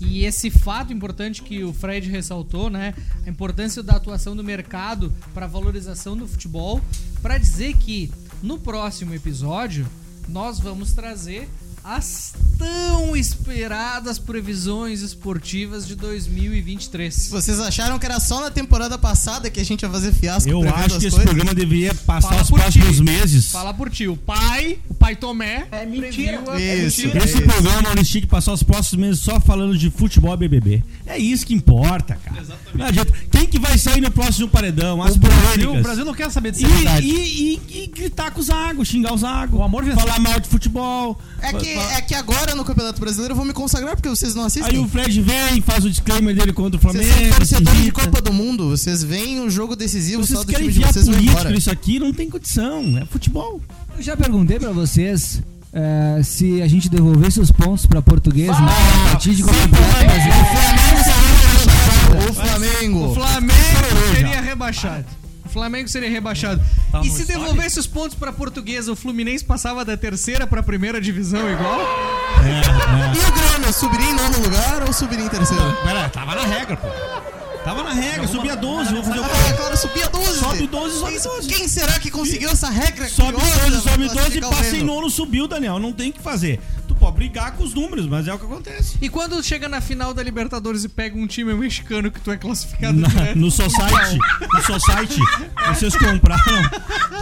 Speaker 1: E esse fato importante que o Fred ressaltou, né? A importância da atuação do mercado para valorização do futebol, para dizer que no próximo episódio nós vamos trazer as tão esperadas previsões esportivas de 2023.
Speaker 2: Vocês acharam que era só na temporada passada que a gente ia fazer fiasco?
Speaker 7: Eu
Speaker 2: prevendo
Speaker 7: acho
Speaker 2: as
Speaker 7: que esse
Speaker 2: coisas?
Speaker 7: programa deveria passar
Speaker 2: Fala
Speaker 7: os
Speaker 2: por
Speaker 7: próximos
Speaker 2: ti.
Speaker 7: meses.
Speaker 1: Fala por ti, o pai, o pai Tomé. É mentira.
Speaker 7: Esse programa eles tinham que passar os próximos meses só falando de futebol e BBB. É isso que importa, cara. Não adianta. Quem que vai sair no próximo paredão? As
Speaker 5: Brasil,
Speaker 7: polêmicas.
Speaker 5: o Brasil não quer saber de
Speaker 7: E,
Speaker 5: seriedade.
Speaker 7: e, e- e gritar com os águas, xingar os águas. O amor
Speaker 5: venceu.
Speaker 7: Falar mal de futebol.
Speaker 2: É que,
Speaker 7: Fa-
Speaker 2: é que agora no Campeonato Brasileiro eu vou me consagrar porque vocês não assistem.
Speaker 7: Aí o Fred vem, faz o disclaimer dele contra o Flamengo.
Speaker 2: Vocês são torcedores
Speaker 7: se
Speaker 2: de
Speaker 7: irrita.
Speaker 2: Copa do Mundo, vocês veem o jogo decisivo
Speaker 7: Vocês
Speaker 2: só do
Speaker 7: querem
Speaker 2: time de
Speaker 7: enviar
Speaker 2: vocês e vão
Speaker 7: político
Speaker 2: embora.
Speaker 7: nisso aqui? Não tem condição. É futebol.
Speaker 6: Eu já perguntei pra vocês eh, se a gente devolvesse os pontos pra português na partida de qualquer
Speaker 2: O Flamengo.
Speaker 1: O Flamengo seria rebaixado. O Flamengo seria rebaixado.
Speaker 5: Tá,
Speaker 1: e se devolvesse os pontos pra portuguesa, o Fluminense passava da terceira pra primeira divisão igual?
Speaker 2: E o Grêmio, subiria em nono lugar ou subiria em terceiro?
Speaker 7: Pera, tava na regra, pô. Tava na regra, subia 12, vou fazer o
Speaker 2: Ah, claro, subia 12.
Speaker 7: Sobe 12, sobe 12.
Speaker 2: Quem será que conseguiu essa regra?
Speaker 7: Sobe
Speaker 2: curiosa
Speaker 7: 12,
Speaker 2: pra
Speaker 7: sobe 12 e
Speaker 2: classificar o
Speaker 7: passa em
Speaker 2: Grêmio?
Speaker 7: nono, subiu, Daniel. Não tem o que fazer. Tu pode brigar com os números, mas é o que acontece.
Speaker 1: E quando chega na final da Libertadores e pega um time mexicano que tu é classificado
Speaker 7: Na-
Speaker 1: direto?
Speaker 7: no Society, no Society, vocês compraram,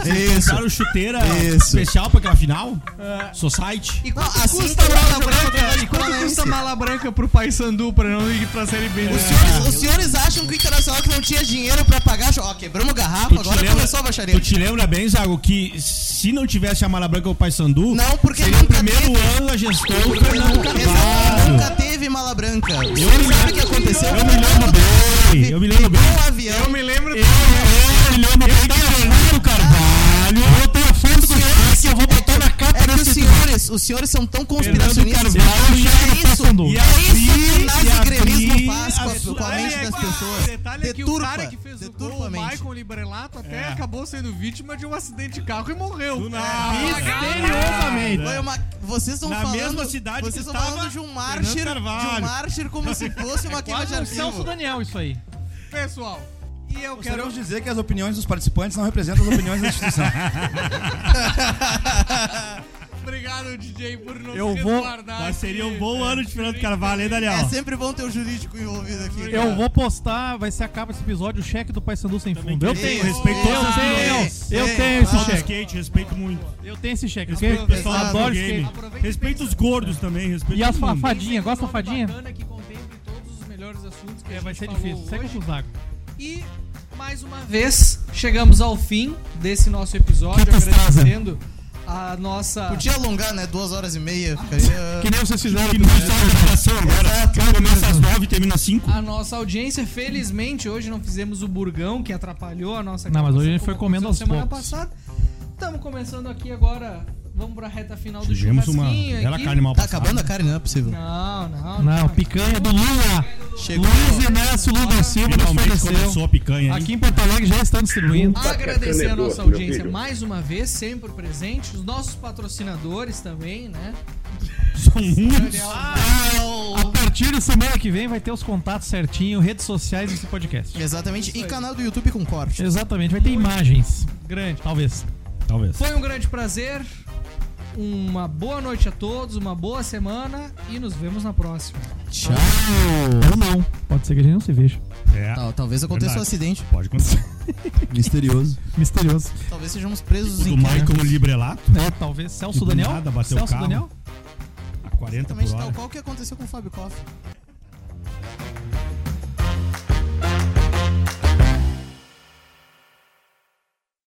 Speaker 7: vocês
Speaker 2: Isso.
Speaker 7: compraram chuteira
Speaker 2: Isso.
Speaker 7: especial pra aquela final? É. Society?
Speaker 1: E quanto
Speaker 2: Não, assim
Speaker 7: tá
Speaker 1: custa a
Speaker 2: que eu
Speaker 1: mala
Speaker 2: tava jogando
Speaker 1: branca?
Speaker 2: contra
Speaker 1: E quanto
Speaker 2: Paranaense.
Speaker 1: custa a mala branca pro Paysandu pra não ir pra Série
Speaker 5: É.
Speaker 1: B? né?
Speaker 2: Os senhores, os senhores acham que o Internacional que não tinha dinheiro pra pagar... Ó, quebramos garrafa, agora começou a baixaria.
Speaker 7: tu te lembra bem, Zago, que se não tivesse a Mala Branca ou o Paysandu,
Speaker 2: Não, porque
Speaker 7: seria o
Speaker 2: nunca
Speaker 7: primeiro
Speaker 2: teve.
Speaker 7: ano da gestão do Fernando
Speaker 2: Exato,
Speaker 7: Carvalho.
Speaker 2: Nunca teve mala branca. Eu sabe o que aconteceu?
Speaker 7: Eu me lembro bem, eu me lembro bem.
Speaker 2: Um avião.
Speaker 1: Eu me lembro.
Speaker 7: Eu me lembro bem do Fernando Carvalho. Eu tô a fundo com isso, eu vou botar na capa
Speaker 2: É que os
Speaker 7: desse
Speaker 2: senhores, os senhores são tão conspiracionistas.
Speaker 7: Fernando Carvalho
Speaker 2: E
Speaker 7: já
Speaker 2: é isso.
Speaker 7: aprofundou.
Speaker 2: E
Speaker 7: E
Speaker 2: é isso que
Speaker 7: abri-
Speaker 2: o
Speaker 7: e abri-
Speaker 2: nazi-gremismo faz com a-
Speaker 7: abri-
Speaker 2: com a mente das pessoas.
Speaker 1: detalhe é que o cara que fez o gol,
Speaker 2: deturpa a
Speaker 1: o
Speaker 2: mente.
Speaker 1: Michael Librelato,
Speaker 5: É.
Speaker 1: até acabou sendo vítima de um acidente de carro e morreu.
Speaker 7: Do nada.
Speaker 2: Foi
Speaker 7: Misteriosamente.
Speaker 2: uma- Vocês estão
Speaker 7: É. Na
Speaker 2: falando.
Speaker 7: mesma cidade
Speaker 2: vocês
Speaker 7: que
Speaker 2: estão
Speaker 7: estava
Speaker 2: falando de um
Speaker 7: Fernando
Speaker 2: mártir. De um
Speaker 7: Carvalho.
Speaker 2: mártir como se fosse uma queima de
Speaker 5: Quase um Celso
Speaker 2: arquivo.
Speaker 5: Daniel isso aí.
Speaker 1: Pessoal, e eu quero...
Speaker 15: Queremos dizer que as opiniões dos participantes não representam as opiniões da instituição.
Speaker 1: Obrigado, DJ, por nos
Speaker 7: Eu vou.
Speaker 1: resguardar
Speaker 7: Mas seria
Speaker 1: aqui.
Speaker 7: um bom ano de Fernando Carvalho, hein,
Speaker 2: É
Speaker 7: Daniel?
Speaker 2: sempre bom ter o jurídico envolvido aqui.
Speaker 5: Eu vou postar, vai ser a capa desse episódio, o cheque do Paysandu sem fundo. Eu tenho.
Speaker 7: Respeito
Speaker 5: eu
Speaker 7: todos
Speaker 5: tenho,
Speaker 7: vocês.
Speaker 5: eu
Speaker 2: Ei,
Speaker 5: tenho esse
Speaker 7: Pessoal do
Speaker 5: cheque.
Speaker 7: skate, respeito muito.
Speaker 5: Eu tenho esse cheque, ok?
Speaker 1: Aproveita.
Speaker 7: Respeito o pessoal
Speaker 2: Pesado,
Speaker 7: adora
Speaker 5: adoro
Speaker 7: game.
Speaker 5: skate.
Speaker 1: Aproveita
Speaker 7: Respeito os gordos também, respeito
Speaker 5: E as
Speaker 7: todo mundo.
Speaker 5: fafadinhas, gosta
Speaker 1: Nome
Speaker 5: da fadinha?
Speaker 1: bacana que contemple todos os melhores assuntos que a
Speaker 5: É,
Speaker 1: gente
Speaker 5: vai ser
Speaker 1: falou
Speaker 5: difícil. Segue
Speaker 1: hoje.
Speaker 5: com o Zago.
Speaker 1: E mais uma vez chegamos ao fim desse nosso episódio,
Speaker 7: Que tristeza.
Speaker 1: agradecendo a nossa
Speaker 2: Podia alongar, né? Duas horas e meia. Ficaria...
Speaker 7: Que nem vocês fizeram que nós estamos na gravação agora. Começa às nove e termina às cinco.
Speaker 1: a nossa audiência. Felizmente hoje não fizemos o burgão que atrapalhou a nossa.
Speaker 5: Não, mas hoje a gente
Speaker 1: gravação,
Speaker 5: foi
Speaker 1: como
Speaker 5: comendo
Speaker 1: aconteceu
Speaker 5: aos
Speaker 1: semana
Speaker 5: poucos.
Speaker 1: passada. Estamos começando aqui agora. Vamos para a reta final do
Speaker 7: Tivemos uma
Speaker 1: churrasquinho
Speaker 7: bela
Speaker 1: aqui.
Speaker 7: carne mal
Speaker 2: Tá
Speaker 7: passada.
Speaker 2: acabando a carne, não é possível.
Speaker 1: Não, não,
Speaker 5: Não, picanha do Lula.
Speaker 2: Chegou.
Speaker 5: Luiz Inácio Lula Silva nos
Speaker 7: Finalmente começou
Speaker 5: forneceu.
Speaker 7: a picanha, hein?
Speaker 5: Aqui em Porto Alegre já estão distribuindo.
Speaker 1: Agradecer a
Speaker 13: Bacana,
Speaker 1: nossa
Speaker 13: boa, meu
Speaker 1: audiência
Speaker 13: filho.
Speaker 1: mais uma vez, sempre presente. Os nossos patrocinadores também, né?
Speaker 7: São
Speaker 5: um
Speaker 7: muitos.
Speaker 5: Ah, A partir de semana que vem vai ter os contatos certinho, redes sociais desse podcast.
Speaker 2: Exatamente. E canal do YouTube com corte.
Speaker 5: Exatamente, vai ter imagens.
Speaker 1: Grande.
Speaker 5: Talvez.
Speaker 7: Talvez.
Speaker 1: Foi um grande prazer. Uma boa noite a todos, uma boa semana e nos vemos na próxima.
Speaker 2: Tchau.
Speaker 5: Ou um não. Pode ser que a gente não se veja.
Speaker 7: É,
Speaker 2: Tal- Talvez aconteça um
Speaker 7: Verdade.
Speaker 2: acidente.
Speaker 7: pode acontecer.
Speaker 15: Misterioso.
Speaker 5: Misterioso.
Speaker 2: Talvez sejamos presos
Speaker 7: O do
Speaker 2: em casa.
Speaker 7: Michael Librelato,
Speaker 5: É, talvez.
Speaker 7: E
Speaker 5: Celso
Speaker 7: do
Speaker 5: Daniel?
Speaker 7: nada bateu o
Speaker 5: Celso
Speaker 7: carro.
Speaker 5: Daniel?
Speaker 7: a 40 por
Speaker 2: Exatamente tal
Speaker 7: hora.
Speaker 2: qual que aconteceu com o Fábio Koff.